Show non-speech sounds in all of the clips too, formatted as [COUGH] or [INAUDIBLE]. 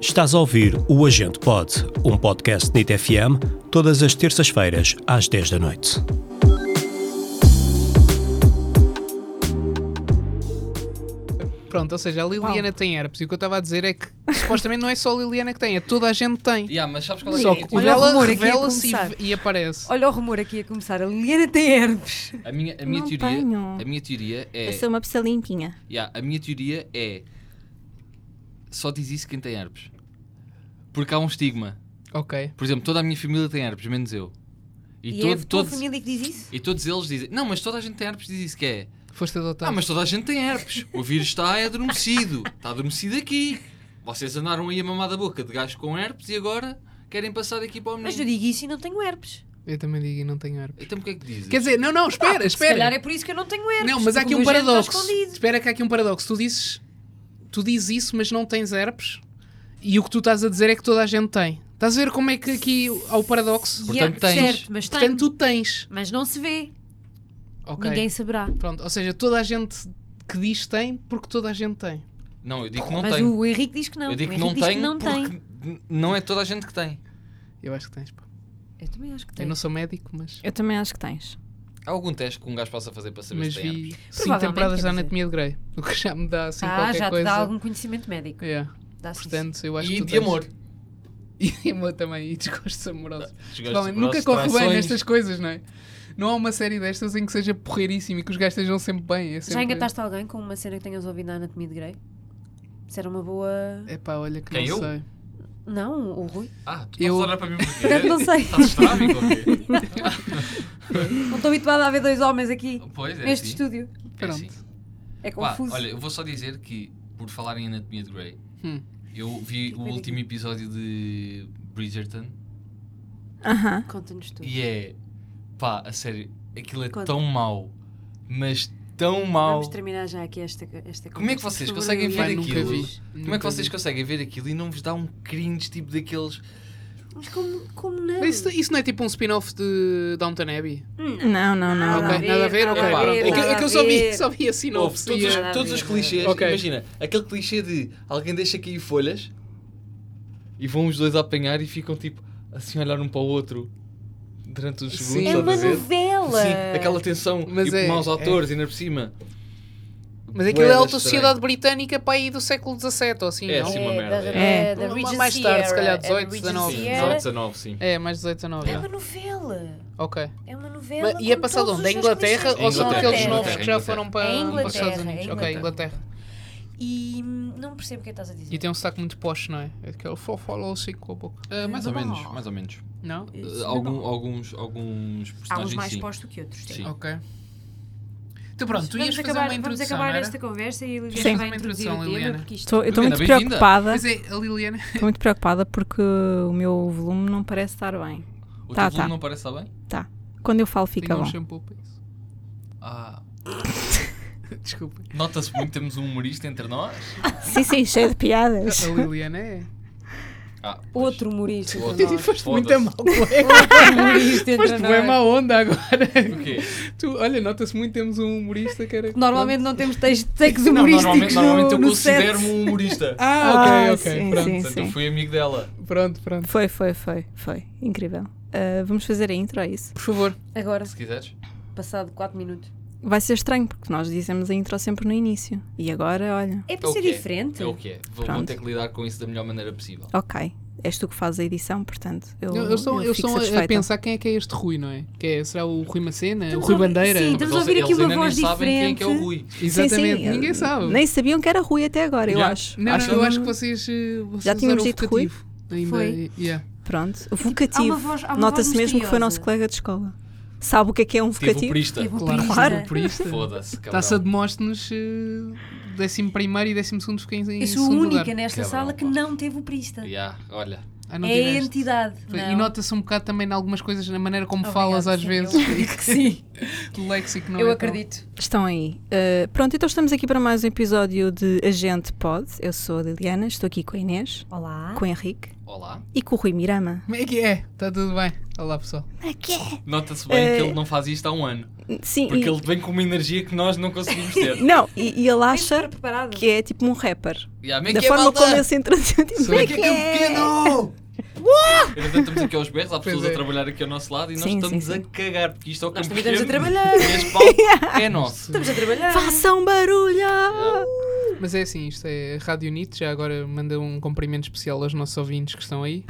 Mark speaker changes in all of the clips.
Speaker 1: Estás a ouvir o Agente Pod, um podcast NIT FM, todas as terças-feiras, às 10 da noite.
Speaker 2: Pronto, ou seja, a Liliana tem herpes. E o que eu estava a dizer é que supostamente não é só a Liliana que tem, é toda a gente tem.
Speaker 3: Yeah, mas sabes qual é
Speaker 2: Só
Speaker 3: que
Speaker 2: que
Speaker 3: é?
Speaker 2: o
Speaker 4: Olha o
Speaker 2: dela
Speaker 4: rumor aqui a
Speaker 2: revela-se
Speaker 4: começar.
Speaker 2: e, e aparece.
Speaker 4: Olha o rumor aqui a começar. A Liliana tem herpes.
Speaker 3: A minha, a minha
Speaker 5: Não
Speaker 3: teoria,
Speaker 5: tenho.
Speaker 3: a minha teoria é,
Speaker 5: Eu sou uma pessoa limpinha.
Speaker 3: yeah, a minha teoria é só diz isso quem tem herpes. Porque há um estigma.
Speaker 2: Ok.
Speaker 3: Por exemplo, toda a minha família tem herpes, menos eu. E,
Speaker 4: E,
Speaker 3: todo-
Speaker 4: é a tua
Speaker 3: todos,
Speaker 4: família que diz isso?
Speaker 3: e todos eles dizem, não, mas toda a gente tem herpes, diz isso que é.
Speaker 2: Foste adotado.
Speaker 3: Ah, mas toda a gente tem herpes. O vírus está é adormecido. Está adormecido aqui. Vocês andaram aí a mamar da boca de gajos com herpes e agora querem passar aqui para o
Speaker 4: Mas eu
Speaker 3: menino.
Speaker 4: digo isso e não tenho herpes.
Speaker 2: Eu também digo e não tenho herpes. Ah,
Speaker 3: Então porquê é que dizes?
Speaker 2: Quer dizer, não, não, espera,
Speaker 4: Se calhar
Speaker 2: espera.
Speaker 4: é por isso que eu não tenho herpes.
Speaker 2: Não, mas há aqui
Speaker 4: porque o
Speaker 2: um
Speaker 4: meu género está
Speaker 2: paradoxo.
Speaker 4: escondido.
Speaker 2: Espera que há aqui um paradoxo. Tu dizes, tu dizes isso, mas não tens herpes. E o que tu estás a dizer é que toda a gente tem. Estás a ver como é que aqui há o paradoxo?
Speaker 4: E
Speaker 3: Portanto,
Speaker 4: é,
Speaker 3: tens.
Speaker 4: Certo, mas
Speaker 2: Portanto, tu
Speaker 4: tenho.
Speaker 2: tens.
Speaker 4: Mas não se vê.
Speaker 2: Ok.
Speaker 4: Ninguém saberá.
Speaker 2: Pronto, ou seja, toda a gente que diz tem, porque toda a gente tem.
Speaker 3: Não, eu digo que não
Speaker 4: mas
Speaker 3: tenho.
Speaker 4: o Henrique diz que não.
Speaker 3: Eu digo
Speaker 4: o
Speaker 3: que não
Speaker 4: Henrique diz
Speaker 3: tenho
Speaker 4: não
Speaker 3: porque
Speaker 4: tem.
Speaker 3: n- não é toda a gente que tem.
Speaker 2: Eu acho que tens. pá.
Speaker 4: Eu também acho que
Speaker 2: Eu
Speaker 4: tem.
Speaker 2: não sou médico, mas,
Speaker 5: Eu também acho que tens.
Speaker 3: Há algum teste que um gajo possa fazer para saber
Speaker 2: mas
Speaker 3: se tem herpes?
Speaker 2: vi cinco
Speaker 4: Provavelmente,
Speaker 2: temporadas
Speaker 4: quer
Speaker 2: da
Speaker 4: dizer.
Speaker 2: Anatomia de Grey. [LAUGHS] O que já me dá assim
Speaker 4: Ah,
Speaker 2: qualquer
Speaker 4: já te
Speaker 2: coisa.
Speaker 4: dá algum assim, conhecimento médico.
Speaker 2: Yeah.
Speaker 4: Dá-se
Speaker 2: Portanto, eu acho
Speaker 3: E
Speaker 2: que tu
Speaker 3: de
Speaker 2: tens.
Speaker 3: amor.
Speaker 2: [LAUGHS] E de amor também, e desgostos amorosos.
Speaker 3: Desgostos
Speaker 2: Provavelmente nunca
Speaker 3: amorosos,
Speaker 2: corre bem
Speaker 3: traições.
Speaker 2: nestas coisas, não é? Não há uma série destas em que seja porreiríssimo e que os gajos estejam sempre bem. É
Speaker 4: isso. Já
Speaker 2: sempre...
Speaker 4: engataste alguém com uma cena que tenhas ouvido na Anatomia de Grey? Se era uma boa.
Speaker 2: É pá, olha que
Speaker 3: Quem,
Speaker 2: não
Speaker 3: eu?
Speaker 2: sei.
Speaker 4: Não, o Rui.
Speaker 3: Ah, tu
Speaker 2: Eu-
Speaker 3: podes olhar para mim
Speaker 4: [LAUGHS]
Speaker 3: porque é
Speaker 4: Portanto, não sei.
Speaker 3: Estás estrábico
Speaker 4: [LAUGHS]
Speaker 3: ou quê?
Speaker 4: Não estou habituada a ver dois homens aqui.
Speaker 3: Pois, é
Speaker 4: neste
Speaker 3: assim.
Speaker 4: estúdio.
Speaker 3: É
Speaker 2: Pronto.
Speaker 3: assim.
Speaker 4: É
Speaker 3: Pá,
Speaker 4: confuso.
Speaker 3: olha, eu vou só dizer que, por falar em Anatomia de Grey,
Speaker 2: Hum.
Speaker 3: eu vi o
Speaker 4: Fica
Speaker 3: último episódio de Bridgerton
Speaker 5: Aham.
Speaker 4: Conta-nos tudo.
Speaker 3: e é... Pá, a sério, aquilo é
Speaker 4: Conta.
Speaker 3: tão mau, mas tão mau.
Speaker 4: Vamos terminar já aqui esta, esta
Speaker 3: Como é que
Speaker 4: conversa
Speaker 3: vocês
Speaker 4: sobre
Speaker 3: conseguem ver
Speaker 2: Pá,
Speaker 4: livros.
Speaker 2: nunca
Speaker 3: aquilo?
Speaker 2: vi.
Speaker 3: Como é que vocês conseguem ver aquilo e não vos dá um cringe tipo daqueles...
Speaker 4: Mas como, como não?
Speaker 2: Mas Isso, isso não é tipo um spin-off de Downton Abbey?
Speaker 5: Não, não, não.
Speaker 4: Ah, Nada
Speaker 2: ok,
Speaker 4: a ver,
Speaker 2: nada a ver?
Speaker 4: nada
Speaker 2: Ok,
Speaker 3: a
Speaker 2: pronto.
Speaker 3: ver,
Speaker 2: É que- é
Speaker 4: nada
Speaker 2: que eu
Speaker 4: a
Speaker 2: só vi,
Speaker 4: ver.
Speaker 2: só vi a
Speaker 3: Houve
Speaker 2: sinopse.
Speaker 3: todos,
Speaker 2: e
Speaker 3: os,
Speaker 2: a-
Speaker 4: Nada a
Speaker 3: todos
Speaker 4: ver,
Speaker 3: os
Speaker 4: nada a ver.
Speaker 3: clichês.
Speaker 2: Ok.
Speaker 3: Imagina, aquele clichê de alguém deixa cair folhas e vão os dois a apanhar e ficam tipo assim a olhar um para o outro durante os
Speaker 2: Sim.
Speaker 3: segundos.
Speaker 4: É
Speaker 3: estás
Speaker 4: uma
Speaker 3: a ver?
Speaker 4: novela!
Speaker 3: Sim, aquela tensão
Speaker 2: Mas
Speaker 3: e
Speaker 2: é-
Speaker 3: maus
Speaker 2: é.
Speaker 3: autores ainda por cima.
Speaker 2: Mas aquilo é
Speaker 3: Bué
Speaker 2: alta
Speaker 3: estranho.
Speaker 2: sociedade britânica para aí do século XVII ou assim,
Speaker 3: É,
Speaker 2: não?
Speaker 3: sim.
Speaker 4: É,
Speaker 3: uma merda,
Speaker 4: da-
Speaker 5: é.
Speaker 4: é, da
Speaker 2: Uma-
Speaker 4: Regent
Speaker 2: mais tarde, se calhar,
Speaker 4: Sierra, é da
Speaker 2: 18,
Speaker 4: Regent
Speaker 2: 19.
Speaker 3: Sim,
Speaker 4: Sierra.
Speaker 3: 18, 19, sim.
Speaker 2: É, mais 18 a 9.
Speaker 4: É uma novela!
Speaker 2: Ok.
Speaker 4: É uma novela.
Speaker 2: Mas- e é
Speaker 4: com
Speaker 2: passado
Speaker 4: todos
Speaker 2: onde? Em
Speaker 4: os
Speaker 2: Inglaterra
Speaker 4: seus
Speaker 2: ou são
Speaker 3: Inglaterra,
Speaker 2: aqueles novos que já
Speaker 3: Inglaterra.
Speaker 2: foram para,
Speaker 4: É
Speaker 2: para os Estados
Speaker 4: Inglaterra,
Speaker 2: Unidos?
Speaker 4: é
Speaker 2: Ok,
Speaker 4: Inglaterra.
Speaker 2: Inglaterra.
Speaker 4: E hum, não percebo o que é que estás a dizer.
Speaker 2: E tem um sotaque muito posh, não é? É Aquele fofolo assim com a boca.
Speaker 3: Ah, mais ou
Speaker 4: Não.
Speaker 3: menos, mais ou menos.
Speaker 2: Não?
Speaker 3: Ah,
Speaker 4: Isso não
Speaker 3: algum- alguns, alguns
Speaker 4: Há uns
Speaker 3: personagens
Speaker 4: mais
Speaker 3: sim.
Speaker 4: postos que outros. sim.
Speaker 3: Sim.
Speaker 2: Ok. Então pronto, tu ias
Speaker 4: Vamos
Speaker 2: fazer
Speaker 4: acabar,
Speaker 2: uma
Speaker 4: vamos
Speaker 2: introdução,
Speaker 4: acabar
Speaker 2: não era?
Speaker 4: esta conversa e a
Speaker 2: Sim.
Speaker 4: Liliana
Speaker 2: Faz
Speaker 4: vai
Speaker 2: uma
Speaker 4: introduzir
Speaker 2: introdução,
Speaker 4: o tema.
Speaker 2: Liliana.
Speaker 4: Porque isto
Speaker 5: Estou, eu estou
Speaker 3: Liliana,
Speaker 5: muito
Speaker 3: bem-vinda.
Speaker 5: preocupada.
Speaker 2: Mas é, a Liliana...
Speaker 5: Estou muito preocupada porque o meu volume não parece estar bem.
Speaker 3: O
Speaker 5: Tá,
Speaker 3: teu volume
Speaker 5: tá.
Speaker 3: não parece estar bem?
Speaker 5: Tá. Quando eu falo fica
Speaker 2: Tinha um
Speaker 5: bom.
Speaker 2: shampoo para isso.
Speaker 3: Ah,
Speaker 2: [LAUGHS] Desculpa.
Speaker 3: Nota-se muito, temos um humorista entre nós.
Speaker 5: Sim, sim, cheio de piadas.
Speaker 2: A Liliana [LAUGHS] é...
Speaker 3: Ah, pois.
Speaker 4: Outro humorista.
Speaker 3: Outro.
Speaker 4: entre nós.
Speaker 2: Foste muito a
Speaker 3: Foda-se.
Speaker 2: mal colega.
Speaker 4: Outro humorista. entre
Speaker 2: Foste bem
Speaker 4: nós.
Speaker 2: é má onda agora. [LAUGHS]
Speaker 3: O quê?
Speaker 2: Tu, olha, nota-se muito, temos um humorista que era...
Speaker 4: Normalmente não temos textos textos
Speaker 3: Não, normalmente,
Speaker 4: humorísticos
Speaker 3: normalmente eu
Speaker 4: no, no set.
Speaker 3: considero-me um humorista.
Speaker 5: [LAUGHS]
Speaker 2: Ah, ok,
Speaker 5: Ah,
Speaker 2: ok.
Speaker 5: sim,
Speaker 2: pronto.
Speaker 5: sim,
Speaker 3: Portanto, eu
Speaker 5: sim.
Speaker 3: fui amigo dela.
Speaker 2: Pronto, pronto.
Speaker 5: Foi, foi, foi, foi. Incrível. Ah, vamos fazer a intro, é isso?
Speaker 2: Por favor.
Speaker 4: Agora,
Speaker 3: Se quiseres.
Speaker 4: passado 4 minutos.
Speaker 5: Vai ser estranho porque nós dizemos a intro sempre no início. E agora, olha.
Speaker 4: É
Speaker 3: É
Speaker 4: para
Speaker 3: o
Speaker 4: ser
Speaker 3: que é.
Speaker 4: diferente.
Speaker 3: É o que é. Vou, vou
Speaker 5: Pronto.
Speaker 3: ter que lidar com isso da melhor maneira possível.
Speaker 5: Ok. És tu que fazes a edição, portanto. Eu,
Speaker 2: Eu, eu sou,
Speaker 5: Então eu
Speaker 2: eu
Speaker 5: fico
Speaker 2: sou a- a
Speaker 5: satisfeita.
Speaker 2: pensar quem é que é este Rui, não é? Que é- será o Rui Macena?
Speaker 4: Estamos
Speaker 2: o Rui
Speaker 4: a ouvir-
Speaker 2: Bandeira?
Speaker 4: Então, sim,
Speaker 3: Mas
Speaker 4: Estamos a
Speaker 3: eles-
Speaker 4: ouvir aqui
Speaker 3: eles
Speaker 4: uma
Speaker 3: ainda
Speaker 4: voz
Speaker 3: nem sabem quem é que é o
Speaker 4: diferente.
Speaker 3: Rui.
Speaker 5: Sim, sim,
Speaker 2: Exatamente,
Speaker 5: eu-
Speaker 4: eh,
Speaker 2: ninguém sabe.
Speaker 5: Nem sabiam que era Rui até agora, eu
Speaker 3: Já.
Speaker 5: acho.
Speaker 2: Não,
Speaker 3: Acho
Speaker 2: não, eu
Speaker 3: que-
Speaker 2: acho que vocês, eh, vocês
Speaker 5: Já
Speaker 2: usaram
Speaker 5: tínhamos
Speaker 2: o
Speaker 5: dito Rui?
Speaker 2: vocativo. Ainda,
Speaker 4: Foi.
Speaker 2: yeah.
Speaker 5: Pronto, o
Speaker 4: Tipo, Há uma
Speaker 5: vocativo.
Speaker 4: voz- há uma
Speaker 5: Nota-se
Speaker 4: voz
Speaker 5: mesmo que foi
Speaker 4: misteriosa.
Speaker 5: nosso colega de escola. Sabe o que é que é um
Speaker 3: Tive o
Speaker 5: vocativo?
Speaker 3: purista.
Speaker 4: Tive o
Speaker 2: Claro,
Speaker 4: primo.
Speaker 5: Claro.
Speaker 2: por isto.
Speaker 3: Foda-se, cabrão.
Speaker 2: Taça de Mostes, eh, décimo primeiro e décimo segundo fiquei em
Speaker 4: Eu sou a
Speaker 2: segundo
Speaker 4: única
Speaker 2: lugar.
Speaker 4: nesta
Speaker 3: Cabrão,
Speaker 4: sala que
Speaker 3: pá.
Speaker 4: não teve o Prista.
Speaker 3: Ya, olha.
Speaker 2: Ah, não
Speaker 4: É a
Speaker 2: tiveste.
Speaker 4: entidade.
Speaker 2: Foi.
Speaker 4: não.
Speaker 2: E nota-se um bocado também em algumas coisas, na maneira como
Speaker 4: Obrigada,
Speaker 2: falas às
Speaker 4: sim,
Speaker 2: vezes. [LAUGHS]
Speaker 4: eu acredito que Sim,
Speaker 2: O léxico não
Speaker 4: eu
Speaker 2: é
Speaker 4: acredito.
Speaker 5: Estão aí. Uh, pronto, então estamos aqui para mais um episódio de Agente Pod. Eu sou a Liliana, estou aqui com a Inês,
Speaker 4: Olá.
Speaker 5: com o Henrique
Speaker 3: Olá.
Speaker 5: e com o Rui Mirama.
Speaker 2: Como é que é? Está tudo bem. Olá, pessoal.
Speaker 3: Nota-se bem que ele não faz isto há um ano.
Speaker 5: Sim,
Speaker 3: Porque
Speaker 5: e-
Speaker 3: ele vem com uma energia que nós não
Speaker 5: [LAUGHS]
Speaker 3: conseguimos ter.
Speaker 5: não, e, e ele acha
Speaker 4: preparado.
Speaker 5: que é tipo um rapper.
Speaker 3: Yeah, como é
Speaker 5: da
Speaker 3: que é,
Speaker 5: forma
Speaker 3: malta?
Speaker 5: como ele se entrasou, tipo,
Speaker 2: Sim.
Speaker 5: "Como é
Speaker 3: que
Speaker 5: que
Speaker 3: é que é pequeno? Entretanto, estamos aqui aos berros, há
Speaker 2: Pois
Speaker 3: pessoas
Speaker 2: é.
Speaker 3: a trabalhar aqui ao nosso lado e nós
Speaker 5: Sim,
Speaker 3: estamos
Speaker 5: sim, sim.
Speaker 3: a cagar, porque isto é o que
Speaker 4: Nós
Speaker 3: um
Speaker 4: também estamos a
Speaker 3: pequeno
Speaker 4: trabalhar.
Speaker 3: deste palco é nosso.
Speaker 4: Estamos a trabalhar.
Speaker 5: Façam um barulho!
Speaker 2: Mas é assim, isto é Rádio NIT, já agora manda um cumprimento especial aos nossos ouvintes que estão aí.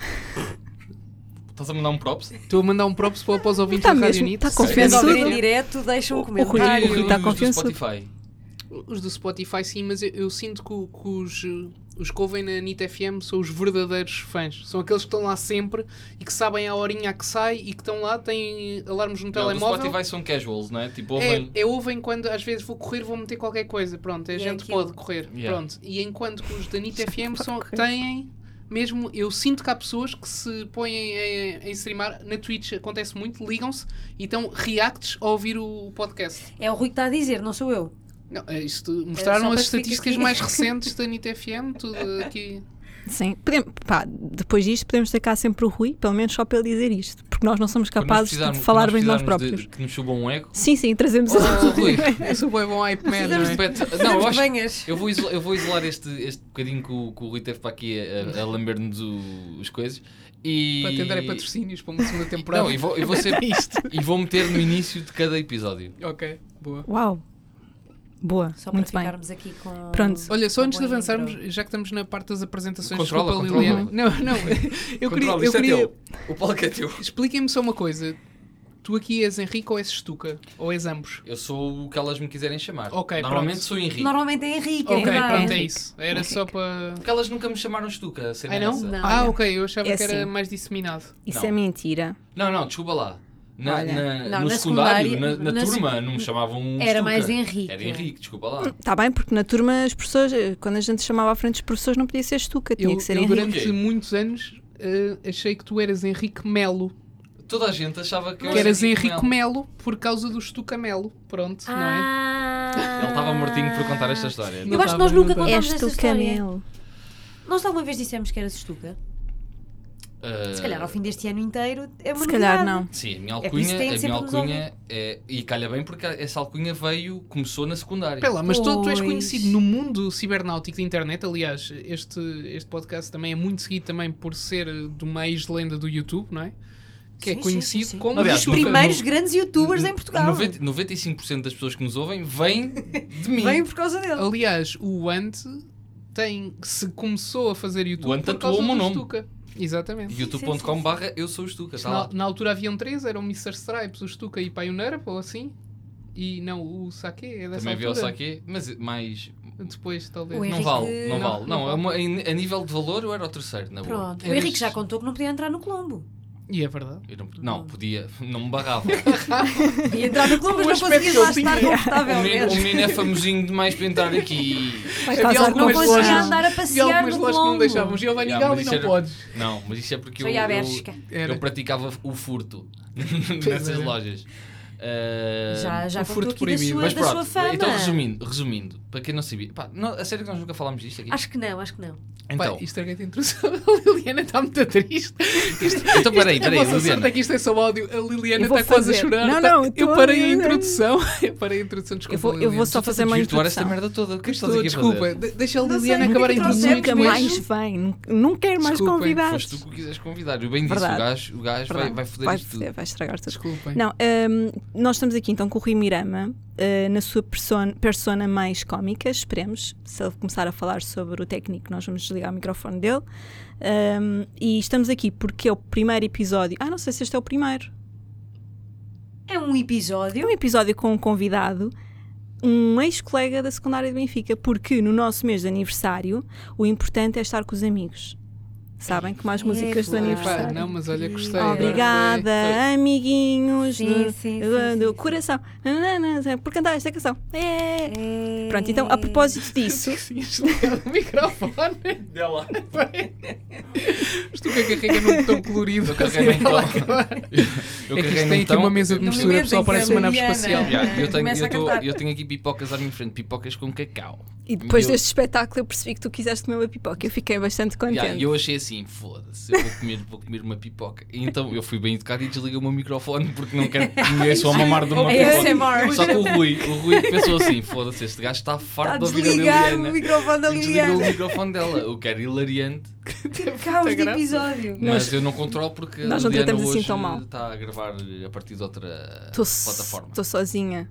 Speaker 3: Estás a mandar um props?
Speaker 2: Estou a mandar um props para, para os ouvintes da
Speaker 5: Tá
Speaker 2: Rádio
Speaker 5: mesmo,
Speaker 2: NIT.
Speaker 5: tá
Speaker 4: Se estiveres a ouvir em
Speaker 5: Confiançudo.
Speaker 4: direto, deixa
Speaker 5: O-
Speaker 4: um
Speaker 5: o
Speaker 4: comentário.
Speaker 5: Rui- o Rui tá
Speaker 3: Os do
Speaker 5: confiançudo.
Speaker 3: Spotify.
Speaker 2: Os do Spotify sim, mas eu, eu sinto que, o- que os, eh, os que ouvem na NIT FM são os verdadeiros fãs. São aqueles que estão lá sempre e que sabem a horinha a que sai e que estão lá, têm alarmes no
Speaker 3: Não, os do
Speaker 2: telemóvel.
Speaker 3: Spotify são casuals, não é? Tipo, ouvem.
Speaker 2: É, é ouvem quando às vezes vou correr, vou meter qualquer coisa, pronto, a
Speaker 4: E é
Speaker 2: gente
Speaker 4: aquilo.
Speaker 2: pode correr,
Speaker 3: Yeah.
Speaker 2: pronto. E enquanto que os da NIT FM são,
Speaker 5: correr.
Speaker 2: têm, mesmo, eu sinto que há pessoas que se põem a, a streamar, na Twitch acontece muito, ligam-se e estão reacts a ouvir o podcast.
Speaker 4: É o Rui que está a dizer, não sou eu.
Speaker 2: Não, é isto,
Speaker 4: só
Speaker 2: mostraram
Speaker 4: para
Speaker 2: as
Speaker 4: que fique
Speaker 2: estatísticas
Speaker 4: aqui.
Speaker 2: mais recentes da NIT FM,
Speaker 4: [LAUGHS]
Speaker 2: tudo aqui.
Speaker 5: Sim, podemos, pá, depois disto podemos ter cá sempre o Rui, pelo menos só para ele dizer isto, porque nós não somos
Speaker 3: Quando nós
Speaker 5: capazes
Speaker 3: precisarmos-
Speaker 5: de falar bem de nós
Speaker 3: precisarmos
Speaker 5: próprios.
Speaker 3: que nos subam um eco.
Speaker 5: Sim, [LAUGHS] sim, trazemos a
Speaker 3: Oh, Rui,
Speaker 2: Eu sou bem bom hype man, não é?
Speaker 3: repete. Não,
Speaker 4: Precisamos
Speaker 3: eu
Speaker 4: que
Speaker 3: acho.
Speaker 4: venhas.
Speaker 3: Eu vou isolar, eu vou isolar este, este bocadinho que o, que o Rui teve para aqui a, a- a lamber-nos o- os coisas. E...
Speaker 2: Para tentar patrocínios para uma segunda temporada.
Speaker 3: Não, e vou, eu vou ser é isto. E vou meter no início de cada episódio.
Speaker 2: Ok, boa.
Speaker 5: Uau! Boa,
Speaker 4: Só para
Speaker 5: muito bem.
Speaker 4: ficarmos aqui com.
Speaker 5: Pronto.
Speaker 2: Olha, só
Speaker 4: Uma
Speaker 2: antes de
Speaker 4: boa
Speaker 2: avançarmos,
Speaker 4: intro.
Speaker 2: já que estamos na parte das apresentações,
Speaker 3: Controla,
Speaker 2: desculpa,
Speaker 3: controla.
Speaker 2: Liliana. Não,
Speaker 3: [LAUGHS]
Speaker 2: não, eu queria.
Speaker 3: Controla,
Speaker 2: Eu
Speaker 3: isto é
Speaker 2: queria
Speaker 3: teu. O palco é teu.
Speaker 2: Expliquem-me só uma coisa. Tu aqui és Henrique ou és Stuka? Ou és ambos?
Speaker 3: Eu sou o que elas me quiserem chamar.
Speaker 2: Ok,
Speaker 3: Normalmente
Speaker 2: pronto.
Speaker 3: sou Henrique.
Speaker 4: Normalmente é Henrique,
Speaker 2: ok,
Speaker 4: é verdade.
Speaker 2: pronto, é
Speaker 5: Henrique.
Speaker 2: isso. Era só para.
Speaker 3: Porque elas nunca me chamaram Stuka. a cena
Speaker 2: Ai
Speaker 3: é
Speaker 2: não?
Speaker 3: essa.
Speaker 4: Não.
Speaker 2: Ah,
Speaker 4: olha.
Speaker 2: ok, eu achava
Speaker 5: É
Speaker 2: que era
Speaker 5: assim.
Speaker 2: mais disseminado.
Speaker 5: Isso
Speaker 3: Não.
Speaker 5: é mentira.
Speaker 3: Não, não, desculpa lá. Na,
Speaker 5: Olha,
Speaker 3: na-
Speaker 4: não,
Speaker 3: no
Speaker 4: na
Speaker 3: secundário,
Speaker 4: secundária-
Speaker 3: na, na
Speaker 4: na
Speaker 3: turma, não me chamavam
Speaker 4: Era
Speaker 3: Stuka.
Speaker 4: mais Henrique.
Speaker 3: Era Henrique, desculpa lá.
Speaker 5: Está Tá bem, porque na turma as pessoas, eh, quando a gente chamava à frente dos professores, não podia ser estuca, tinha
Speaker 2: Eu,
Speaker 5: que ser
Speaker 2: eu
Speaker 5: Henrique.
Speaker 2: durante
Speaker 3: Ok.
Speaker 2: muitos anos eh, achei que tu eras Henrique Melo.
Speaker 3: Toda a gente achava que eu
Speaker 2: Que
Speaker 3: era
Speaker 2: eras Henrique
Speaker 3: Melo.
Speaker 2: Melo por causa do Stuka Melo. Pronto, não é?
Speaker 4: Ah.
Speaker 3: Ele estava mortinho por contar esta história.
Speaker 2: Não
Speaker 4: Eu acho
Speaker 2: tava,
Speaker 4: que nós
Speaker 2: não
Speaker 4: nunca
Speaker 2: tava.
Speaker 4: contámos
Speaker 5: És
Speaker 4: esta
Speaker 5: tu, é
Speaker 4: história. é
Speaker 5: Camelo.
Speaker 4: Nós alguma vez dissemos que eras estuca?
Speaker 3: Ah,
Speaker 4: Se calhar ao fim deste ano inteiro é uma
Speaker 5: Se calhar
Speaker 4: novidade.
Speaker 5: não.
Speaker 3: Sim, a minha
Speaker 4: É por
Speaker 3: alcunha,
Speaker 4: isso que têm
Speaker 3: a minha
Speaker 4: sempre nos
Speaker 3: alcunha é, e calha bem porque essa alcunha veio, começou na secundária.
Speaker 2: Pera lá, mas tu, tu és
Speaker 4: Pois.
Speaker 2: conhecido no mundo cibernáutico da internet. Aliás, este, este podcast também é muito seguido também por ser de uma ex-lenda do YouTube, não é? Que é
Speaker 4: Sim, sim,
Speaker 2: conhecido
Speaker 4: sim, sim.
Speaker 2: como
Speaker 3: Aliás,
Speaker 4: Os
Speaker 3: nunca-
Speaker 4: primeiros
Speaker 3: nu-
Speaker 4: grandes youtubers em Portugal.
Speaker 3: 90 95% das pessoas que nos ouvem vêm de
Speaker 4: [LAUGHS]
Speaker 3: mim.
Speaker 4: Vem por causa dele.
Speaker 2: Aliás, o Ant tem se começou a fazer YouTube
Speaker 3: O Ant
Speaker 2: por
Speaker 3: tatuou
Speaker 2: causa
Speaker 3: o meu
Speaker 2: do
Speaker 3: nome.
Speaker 2: Stuka. Exatamente.
Speaker 3: youtube.com barra eu sou o Stuka, está
Speaker 2: Na,
Speaker 3: lá.
Speaker 2: na altura haviam três, eram o Mr. Stripes, o Stuka e Pioneer, ou assim. E não, o Sake é dessa
Speaker 3: Também
Speaker 2: altura.
Speaker 3: viu só aqui, mas mais
Speaker 2: Depois, talvez.
Speaker 4: O
Speaker 3: não
Speaker 4: Henrique-
Speaker 3: vale, não,
Speaker 4: não,
Speaker 3: vale.
Speaker 2: não
Speaker 3: Não, é uma- em- a nível de valor eu era o terceiro, na boa.
Speaker 4: Pronto. O
Speaker 2: Eras-
Speaker 4: Henrique já contou que não podia entrar no [LAUGHS] Colombo.
Speaker 2: E é verdade.
Speaker 3: Eu não,
Speaker 4: Hum.
Speaker 3: não, podia, [LAUGHS] não me
Speaker 4: [LAUGHS]
Speaker 3: barrava.
Speaker 4: E entrar no Colombo,
Speaker 2: O
Speaker 4: mas não
Speaker 2: aspecto
Speaker 4: conseguias
Speaker 2: que
Speaker 4: lá
Speaker 2: ele
Speaker 4: estar
Speaker 2: tinha.
Speaker 4: confortável.
Speaker 3: o, menino, o
Speaker 4: mesmo.
Speaker 3: menino é famosinho demais para entrar aqui.
Speaker 5: Vai
Speaker 2: Havia
Speaker 5: causar
Speaker 4: Não
Speaker 2: algumas
Speaker 5: confusão.
Speaker 4: conseguia
Speaker 2: lojas-
Speaker 4: andar a
Speaker 2: E
Speaker 4: passear
Speaker 2: algumas
Speaker 4: no
Speaker 2: lojas que não
Speaker 4: Colombo.
Speaker 2: deixavam. Giovanni
Speaker 3: Yeah,
Speaker 2: Gal
Speaker 3: mas
Speaker 2: e
Speaker 3: isso
Speaker 2: não
Speaker 3: era-
Speaker 2: podes.
Speaker 3: Não, mas isso é porque eu,
Speaker 4: Foi à
Speaker 3: eu,
Speaker 4: Bélgica.
Speaker 2: Era. é.
Speaker 3: eu praticava o furto [LAUGHS]
Speaker 2: era.
Speaker 3: nessas lojas. Ah,
Speaker 4: Já, já
Speaker 2: o
Speaker 4: contou
Speaker 2: furto
Speaker 4: aqui da
Speaker 2: proibido.
Speaker 4: sua,
Speaker 3: mas
Speaker 4: da
Speaker 3: pronto,
Speaker 4: sua fama.
Speaker 3: então resumindo, resumindo, para quem não sabia, pá, não, a sério que nós nunca falámos disto aqui?
Speaker 4: Acho que não, acho que não.
Speaker 3: então,
Speaker 2: Pá, isto é que é introdução. [LAUGHS] A Liliana está muito triste.
Speaker 3: [LAUGHS] então peraí,
Speaker 2: a
Speaker 3: peraí,
Speaker 2: vossa sorte
Speaker 3: Liliana.
Speaker 2: é que é isto é só áudio. A Liliana
Speaker 5: Eu vou
Speaker 2: está quase a
Speaker 5: fazer.
Speaker 2: chorar.
Speaker 5: Não,
Speaker 2: Tá-
Speaker 5: não, eu
Speaker 2: eu
Speaker 5: tô-
Speaker 2: parei a
Speaker 5: não, não.
Speaker 2: introdução. [LAUGHS] Eu parei a introdução, desculpa.
Speaker 5: Eu vou, eu vou
Speaker 2: Liliana.
Speaker 5: só fazer uma
Speaker 3: Desvirtuar esta
Speaker 5: introdução.
Speaker 3: merda toda, o que é que estás
Speaker 2: Estou-
Speaker 3: aqui a
Speaker 2: Desculpa,
Speaker 3: fazer?
Speaker 2: de- deixa a
Speaker 4: Não sei,
Speaker 2: Liliana
Speaker 4: nunca
Speaker 2: acabar a
Speaker 4: trouxe
Speaker 2: introdução. e
Speaker 5: Nunca
Speaker 4: Desvirtuar
Speaker 2: depois-
Speaker 5: mais vem, nun- não quero mais
Speaker 2: Desculpem,
Speaker 5: convidados.
Speaker 3: Foste tu que quiseres convidar, eu bem disse,
Speaker 5: Verdade.
Speaker 3: o gajo, o gajo vai,
Speaker 5: Verdade.
Speaker 3: vai foder
Speaker 5: vai,
Speaker 3: isto tudo.
Speaker 5: foder, vai estragar tudo.
Speaker 2: Desculpem.
Speaker 5: Não, hum, nós estamos aqui então com o Rui Mirama, eh, na sua persona, persona mais cómica, esperemos. Se ele começar a falar sobre o técnico, nós vamos desligar o microfone dele. Hum, e estamos aqui porque é o primeiro episódio. Ah, não sei se este é o primeiro.
Speaker 4: É um
Speaker 5: É
Speaker 4: episódio.
Speaker 5: um episódio com um convidado, um ex-colega da secundária de Benfica, porque no nosso mês de aniversário o importante é estar com os amigos. Sabem que mais músicas do
Speaker 4: claro.
Speaker 5: aniversário.
Speaker 2: Pá, não, mas olha, gostei. agora É foi-
Speaker 5: Obrigada, amiguinhos
Speaker 4: Sim,
Speaker 5: do,
Speaker 4: sim,
Speaker 5: do-
Speaker 4: sim,
Speaker 5: do
Speaker 4: sim,
Speaker 5: coração. Nananã, Por cantar esta canção. É. Pronto, então a propósito disso,
Speaker 2: Sim, desligado o microfone.
Speaker 3: Dela.
Speaker 2: Estou com a carrega num botão colorido.
Speaker 3: Eu carreguei
Speaker 2: [LAUGHS]
Speaker 3: num
Speaker 2: Ela
Speaker 3: botão.
Speaker 2: acaba-
Speaker 3: Eu
Speaker 2: É que isto
Speaker 3: carreguei
Speaker 2: tem
Speaker 3: num
Speaker 2: aqui uma
Speaker 3: botão.
Speaker 2: mesa de
Speaker 4: No
Speaker 2: mistura,
Speaker 4: momento
Speaker 2: pessoal,
Speaker 4: em
Speaker 5: é
Speaker 4: que
Speaker 2: parece
Speaker 4: a
Speaker 2: uma nave
Speaker 4: Liliana-
Speaker 2: espacial.
Speaker 3: Yeah, eu, tenho,
Speaker 4: Começa a
Speaker 3: eu, tô-
Speaker 4: cantar.
Speaker 3: eu tenho aqui pipocas à minha frente, pipocas com cacau.
Speaker 5: e depois
Speaker 3: Eu-
Speaker 5: deste espetáculo, eu percebi que tu quiseste comer uma pipoca. Eu fiquei bastante contente.
Speaker 3: Yeah, e eu achei assim, assim: foda-se, eu vou comer, vou comer uma pipoca. E então eu fui bem educado e desliguei o meu microfone porque não quero que ninguém só mamar de uma pipoca.
Speaker 4: É ASMR.
Speaker 3: Só que o Rui, o Rui pensou assim: foda-se, este gajo está farto
Speaker 4: Está a
Speaker 3: de ouvir a
Speaker 4: desligar o
Speaker 3: Liliana.
Speaker 4: microfone da
Speaker 3: E desligou o
Speaker 4: Liliana.
Speaker 3: microfone dela, o que era hilariante,
Speaker 4: Caos de
Speaker 2: graça.
Speaker 4: episódio.
Speaker 3: mas
Speaker 5: Nós-
Speaker 3: eu não controlo porque a
Speaker 5: nós não
Speaker 3: Liliana
Speaker 5: tratamos assim
Speaker 3: hoje
Speaker 5: tão mal.
Speaker 3: está a gravar a partir de outra
Speaker 5: Estou
Speaker 3: plataforma.
Speaker 5: sozinha,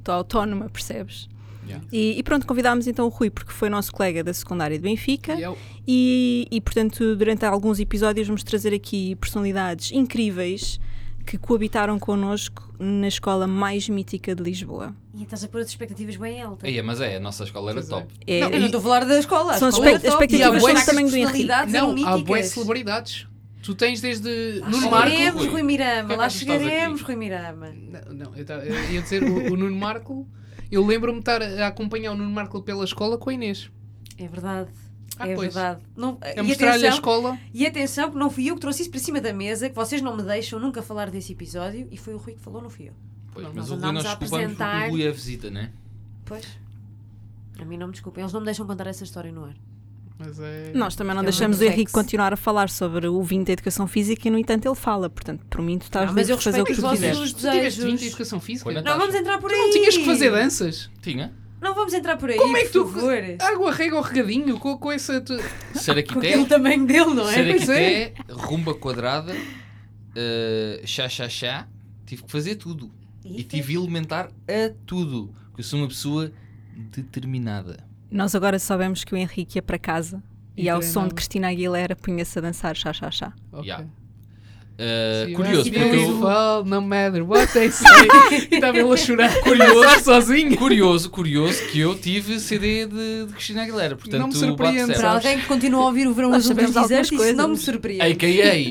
Speaker 5: estou autónoma, percebes?
Speaker 3: Yeah.
Speaker 5: E, e pronto, convidámos então o Rui, porque foi nosso colega da secundária de Benfica.
Speaker 2: E é eu,
Speaker 5: E, e, portanto, durante alguns episódios vamos trazer aqui personalidades incríveis que coabitaram connosco na escola mais mítica de Lisboa.
Speaker 4: E estás a pôr as expectativas bem altas.
Speaker 3: Aí, mas é, a nossa escola era
Speaker 2: Pois é.
Speaker 3: top.
Speaker 5: É,
Speaker 4: Não, eu não estou a falar da escola. a
Speaker 5: São
Speaker 4: escola era
Speaker 5: expect-
Speaker 4: top.
Speaker 5: expectativas
Speaker 4: E há bué
Speaker 2: são do
Speaker 5: tamanho do Henrique.
Speaker 4: personalidades eram
Speaker 2: não, há
Speaker 4: míticas.
Speaker 2: boas celebridades. Tu tens desde
Speaker 4: Lá
Speaker 2: Nuno Marco.
Speaker 4: chegaremos,
Speaker 3: Rui.
Speaker 4: Rui
Speaker 3: Porquê
Speaker 4: Mirama.
Speaker 3: é que
Speaker 4: Lá
Speaker 3: achas que estás
Speaker 4: chegaremos,
Speaker 3: aqui?
Speaker 4: Rui Mirama.
Speaker 2: Não, não, eu, tava- eu ia dizer o, o Nuno Marco. Eu lembro-me de estar a acompanhar o Nuno Marco pela escola com a Inês.
Speaker 4: É verdade.
Speaker 2: Ah,
Speaker 4: é
Speaker 2: pois.
Speaker 4: verdade. Não,
Speaker 2: A
Speaker 4: e,
Speaker 2: mostrar-lhe a
Speaker 4: atenção,
Speaker 2: escola.
Speaker 4: e atenção, que não fui eu que trouxe isso para cima da mesa, que vocês não me deixam nunca falar desse episódio, e foi o Rui que falou, não fui eu.
Speaker 3: Pois,
Speaker 2: Não,
Speaker 3: mas
Speaker 4: nós
Speaker 3: o Rui
Speaker 4: andámos
Speaker 3: nós
Speaker 4: a
Speaker 3: desculpamos porque o
Speaker 4: apresentar-
Speaker 3: Rui é visita, né?
Speaker 4: Pois. A mim não me desculpem, eles não me deixam contar essa história no ar.
Speaker 2: Mas é.
Speaker 5: Nós também não
Speaker 4: É um
Speaker 5: deixamos o
Speaker 4: unisex.
Speaker 5: Henrique continuar a falar sobre o vinho da educação física e, no entanto, ele fala. Portanto, por mim, tu estás
Speaker 4: Ah, mas
Speaker 5: livre
Speaker 4: eu
Speaker 5: de fazer o que
Speaker 4: respeito
Speaker 5: tu
Speaker 4: os vossos
Speaker 5: quiseres.
Speaker 4: desejos.
Speaker 2: Tu tiveste 20 em educação física?
Speaker 3: Foi na-
Speaker 2: Não,
Speaker 4: Não vamos entrar por aí!
Speaker 2: tinhas que fazer danças.
Speaker 3: Tinha.
Speaker 4: Não vamos entrar por aí,
Speaker 2: Como é que
Speaker 4: por
Speaker 2: tu-
Speaker 4: favor.
Speaker 2: Água rega ao regadinho com, com essa. tu-
Speaker 3: Ser
Speaker 4: Com aquele
Speaker 3: arquiteto,
Speaker 4: tamanho dele, não
Speaker 3: ser
Speaker 4: é?
Speaker 2: Pois é.
Speaker 3: arquiteto, rumba quadrada, eh, chá, chá, chá. Tive que fazer tudo. E tive de alimentar a tudo. Porque eu sou uma pessoa determinada.
Speaker 5: Nós agora soubemos que o Henrique ia para casa e,
Speaker 2: E
Speaker 5: ao
Speaker 2: treinava.
Speaker 5: som de Cristina Aguilera punha-se a dançar chá chá chá.
Speaker 2: Ok.
Speaker 3: Yeah. Eh,
Speaker 2: See you
Speaker 3: curioso,
Speaker 2: at
Speaker 3: porque
Speaker 2: the
Speaker 3: [LAUGHS] eu,
Speaker 2: fall, é no matter what they
Speaker 4: [LAUGHS]
Speaker 2: say. e estava ele a chorar. Curioso. sozinho.
Speaker 3: curioso, curioso que eu tive CD de, de Cristina Aguilera. Portanto,
Speaker 2: Não me surpreende.
Speaker 3: bate certo.
Speaker 4: Para alguém que continua a ouvir o verão
Speaker 5: Nós
Speaker 4: azul dos
Speaker 5: sabemos algumas
Speaker 4: desertos, isso não me
Speaker 5: coisas.
Speaker 4: surpreende.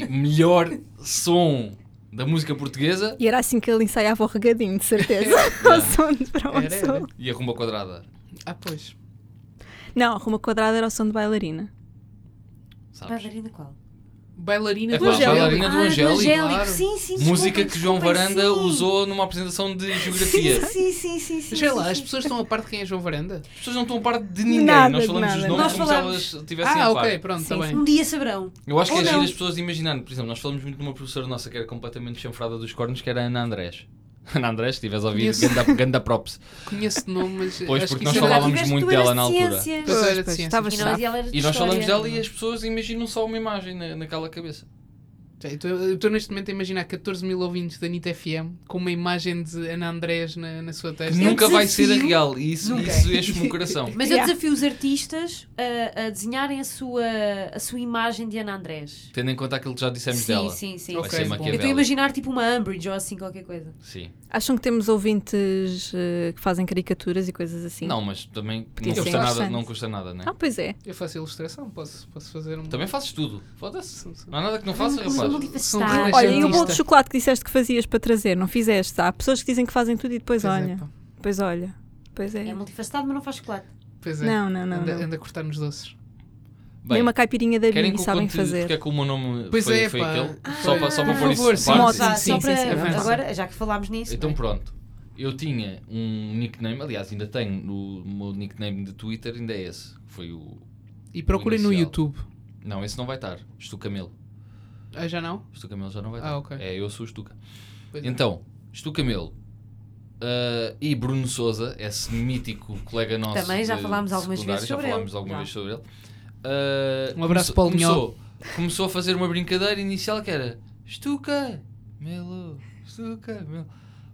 Speaker 3: AKA, melhor som da música portuguesa
Speaker 5: E era assim que ele ensaiava o regadinho, de [LAUGHS] certeza. ao som de Verão
Speaker 2: Era, era.
Speaker 5: Azul.
Speaker 3: e a rumba quadrada.
Speaker 2: Ah, pois.
Speaker 5: Não, Roma Quadrada era o som de bailarina.
Speaker 3: Sabes?
Speaker 4: Bailarina qual?
Speaker 2: Bailarina
Speaker 3: É
Speaker 2: do
Speaker 3: pá,
Speaker 2: Angélico.
Speaker 3: bailarina do
Speaker 4: Ah,
Speaker 3: Angélico,
Speaker 2: claro.
Speaker 4: Sim, sim,
Speaker 3: Música
Speaker 4: desculpem,
Speaker 3: que João
Speaker 4: desculpem,
Speaker 3: Varanda
Speaker 4: é sim.
Speaker 3: usou numa apresentação
Speaker 4: [LAUGHS]
Speaker 3: de geografia.
Speaker 4: Sim, sim, sim, sim. sim,
Speaker 2: Sei
Speaker 4: sim,
Speaker 2: lá,
Speaker 4: sim.
Speaker 2: as pessoas estão a par de quem é João Varanda?
Speaker 3: As pessoas não estão a par de ninguém.
Speaker 5: Nada
Speaker 3: Nós
Speaker 5: de
Speaker 3: falamos
Speaker 5: nada.
Speaker 3: os nomes
Speaker 4: Nós
Speaker 3: como
Speaker 4: falamos.
Speaker 3: se elas estivessem
Speaker 2: Ah,
Speaker 3: a par.
Speaker 2: ok, pronto, está
Speaker 5: Sim,
Speaker 2: bem.
Speaker 4: Um dia saberão.
Speaker 3: Eu acho que
Speaker 4: Ou
Speaker 3: é giro
Speaker 4: não.
Speaker 3: as pessoas imaginarem. Por exemplo, nós falamos muito de uma professora nossa que era completamente chanfrada dos cornos, que era a Ana Andrés. [LAUGHS] Ana Andrés, se tivesse ouvido,
Speaker 2: Conheço.
Speaker 3: ganda, ganda
Speaker 4: [LAUGHS]
Speaker 3: props.
Speaker 2: Conheço de nome, mas.
Speaker 3: Pois,
Speaker 2: acho
Speaker 3: porque
Speaker 2: que
Speaker 3: nós
Speaker 2: isso era-
Speaker 3: falávamos
Speaker 4: Tiveste
Speaker 3: muito
Speaker 4: tu eras
Speaker 3: dela na
Speaker 4: de
Speaker 3: altura.
Speaker 4: ciências.
Speaker 2: Pois, era de ciências.
Speaker 5: estavas
Speaker 4: E nós, e ela era de
Speaker 3: E nós falamos
Speaker 4: história.
Speaker 3: dela e as pessoas imaginam só uma imagem na- naquela cabeça.
Speaker 2: Já, eu tô- Tá, Eu estou neste momento a imaginar 14 mil ouvintes da NIT FM com uma imagem de Ana Andrés na, na sua
Speaker 3: Que
Speaker 2: testa.
Speaker 4: Eu
Speaker 3: nunca vai ser a
Speaker 4: desafio-
Speaker 3: real. E isso,
Speaker 4: Nunca.
Speaker 3: isso enche-me o coração.
Speaker 4: Mas
Speaker 5: Yeah.
Speaker 4: eu desafio os artistas a, a desenharem a sua, a sua imagem de Ana Andrés.
Speaker 3: Tendo em conta aquilo que já dissemos
Speaker 4: sim,
Speaker 3: dela.
Speaker 4: sim, sim,
Speaker 2: Ok.
Speaker 3: Vai
Speaker 4: sim.
Speaker 3: ser
Speaker 2: Bom.
Speaker 4: Eu estou a
Speaker 3: Maquiavel.
Speaker 4: imaginar tipo uma Umbridge ou assim qualquer coisa.
Speaker 3: Sim.
Speaker 5: Acham que temos ouvintes eh, que fazem caricaturas e coisas assim?
Speaker 3: Não, mas também
Speaker 5: Podia
Speaker 3: não
Speaker 5: ser
Speaker 3: custa, nada,
Speaker 5: interessante.
Speaker 3: não custa nada, né?
Speaker 5: Ah, pois é.
Speaker 2: Eu faço ilustração, posso, posso fazer um.
Speaker 3: Também fazes tudo. Foda-se.
Speaker 2: Sou- sou-
Speaker 3: Não há nada que não faças,
Speaker 4: Sou
Speaker 3: rapaz. um
Speaker 2: São
Speaker 4: multifacetada.
Speaker 2: Mas
Speaker 5: Olha,
Speaker 2: é
Speaker 5: e o bolo de
Speaker 2: artista.
Speaker 5: chocolate que disseste que fazias para trazer, não fizeste? Há pessoas que dizem que fazem tudo e depois
Speaker 2: Pois é,
Speaker 5: olha.
Speaker 2: pá.
Speaker 5: Pois olha. Pois é.
Speaker 4: É multifacetado, mas não faz chocolate.
Speaker 2: Pois
Speaker 3: né?
Speaker 2: é.
Speaker 5: Não, não, não.
Speaker 2: anda,
Speaker 5: não.
Speaker 2: anda a cortar nos doces.
Speaker 5: Nem uma caipirinha da
Speaker 3: Querem
Speaker 5: Bini
Speaker 3: que eu
Speaker 5: sabem
Speaker 3: conte
Speaker 5: fazer.
Speaker 3: porque é que o meu nome
Speaker 2: Pois
Speaker 3: foi,
Speaker 2: é,
Speaker 3: foi
Speaker 2: pá.
Speaker 3: aquele?
Speaker 2: Ah,
Speaker 3: Só para, só para
Speaker 2: por
Speaker 3: pôr isso
Speaker 2: favor,
Speaker 3: de
Speaker 2: sim,
Speaker 3: parte.
Speaker 5: sim,
Speaker 4: só
Speaker 5: sim,
Speaker 4: para,
Speaker 5: sim,
Speaker 2: avança.
Speaker 4: agora, já que falámos nisso.
Speaker 3: Então
Speaker 4: não é?
Speaker 3: pronto. Eu tinha um nickname, aliás, ainda tenho no o meu nickname de Twitter, ainda é esse. Foi o.
Speaker 2: E procurem no
Speaker 3: Inicial.
Speaker 2: YouTube.
Speaker 3: Não, esse não vai estar. Estou Camelo.
Speaker 2: Ah, já não?
Speaker 3: Estou Camelo já não vai
Speaker 2: Ah,
Speaker 3: estar.
Speaker 2: ok.
Speaker 3: É, eu sou o Stuca.
Speaker 2: Pois é.
Speaker 3: Então, Estou Camelo. ah, e Bruno Souza, esse mítico colega nosso.
Speaker 4: Também já
Speaker 3: de-
Speaker 4: falámos
Speaker 3: de
Speaker 4: algumas
Speaker 3: secundário,
Speaker 4: vezes
Speaker 3: já
Speaker 4: sobre
Speaker 3: falámos
Speaker 4: ele.
Speaker 3: alguma
Speaker 4: Já.
Speaker 3: vez sobre ele. Ah,
Speaker 2: Um abraço para o Linhó.
Speaker 3: começou, começou a fazer uma brincadeira inicial que era Stuca, Melo, Stuca, Melo.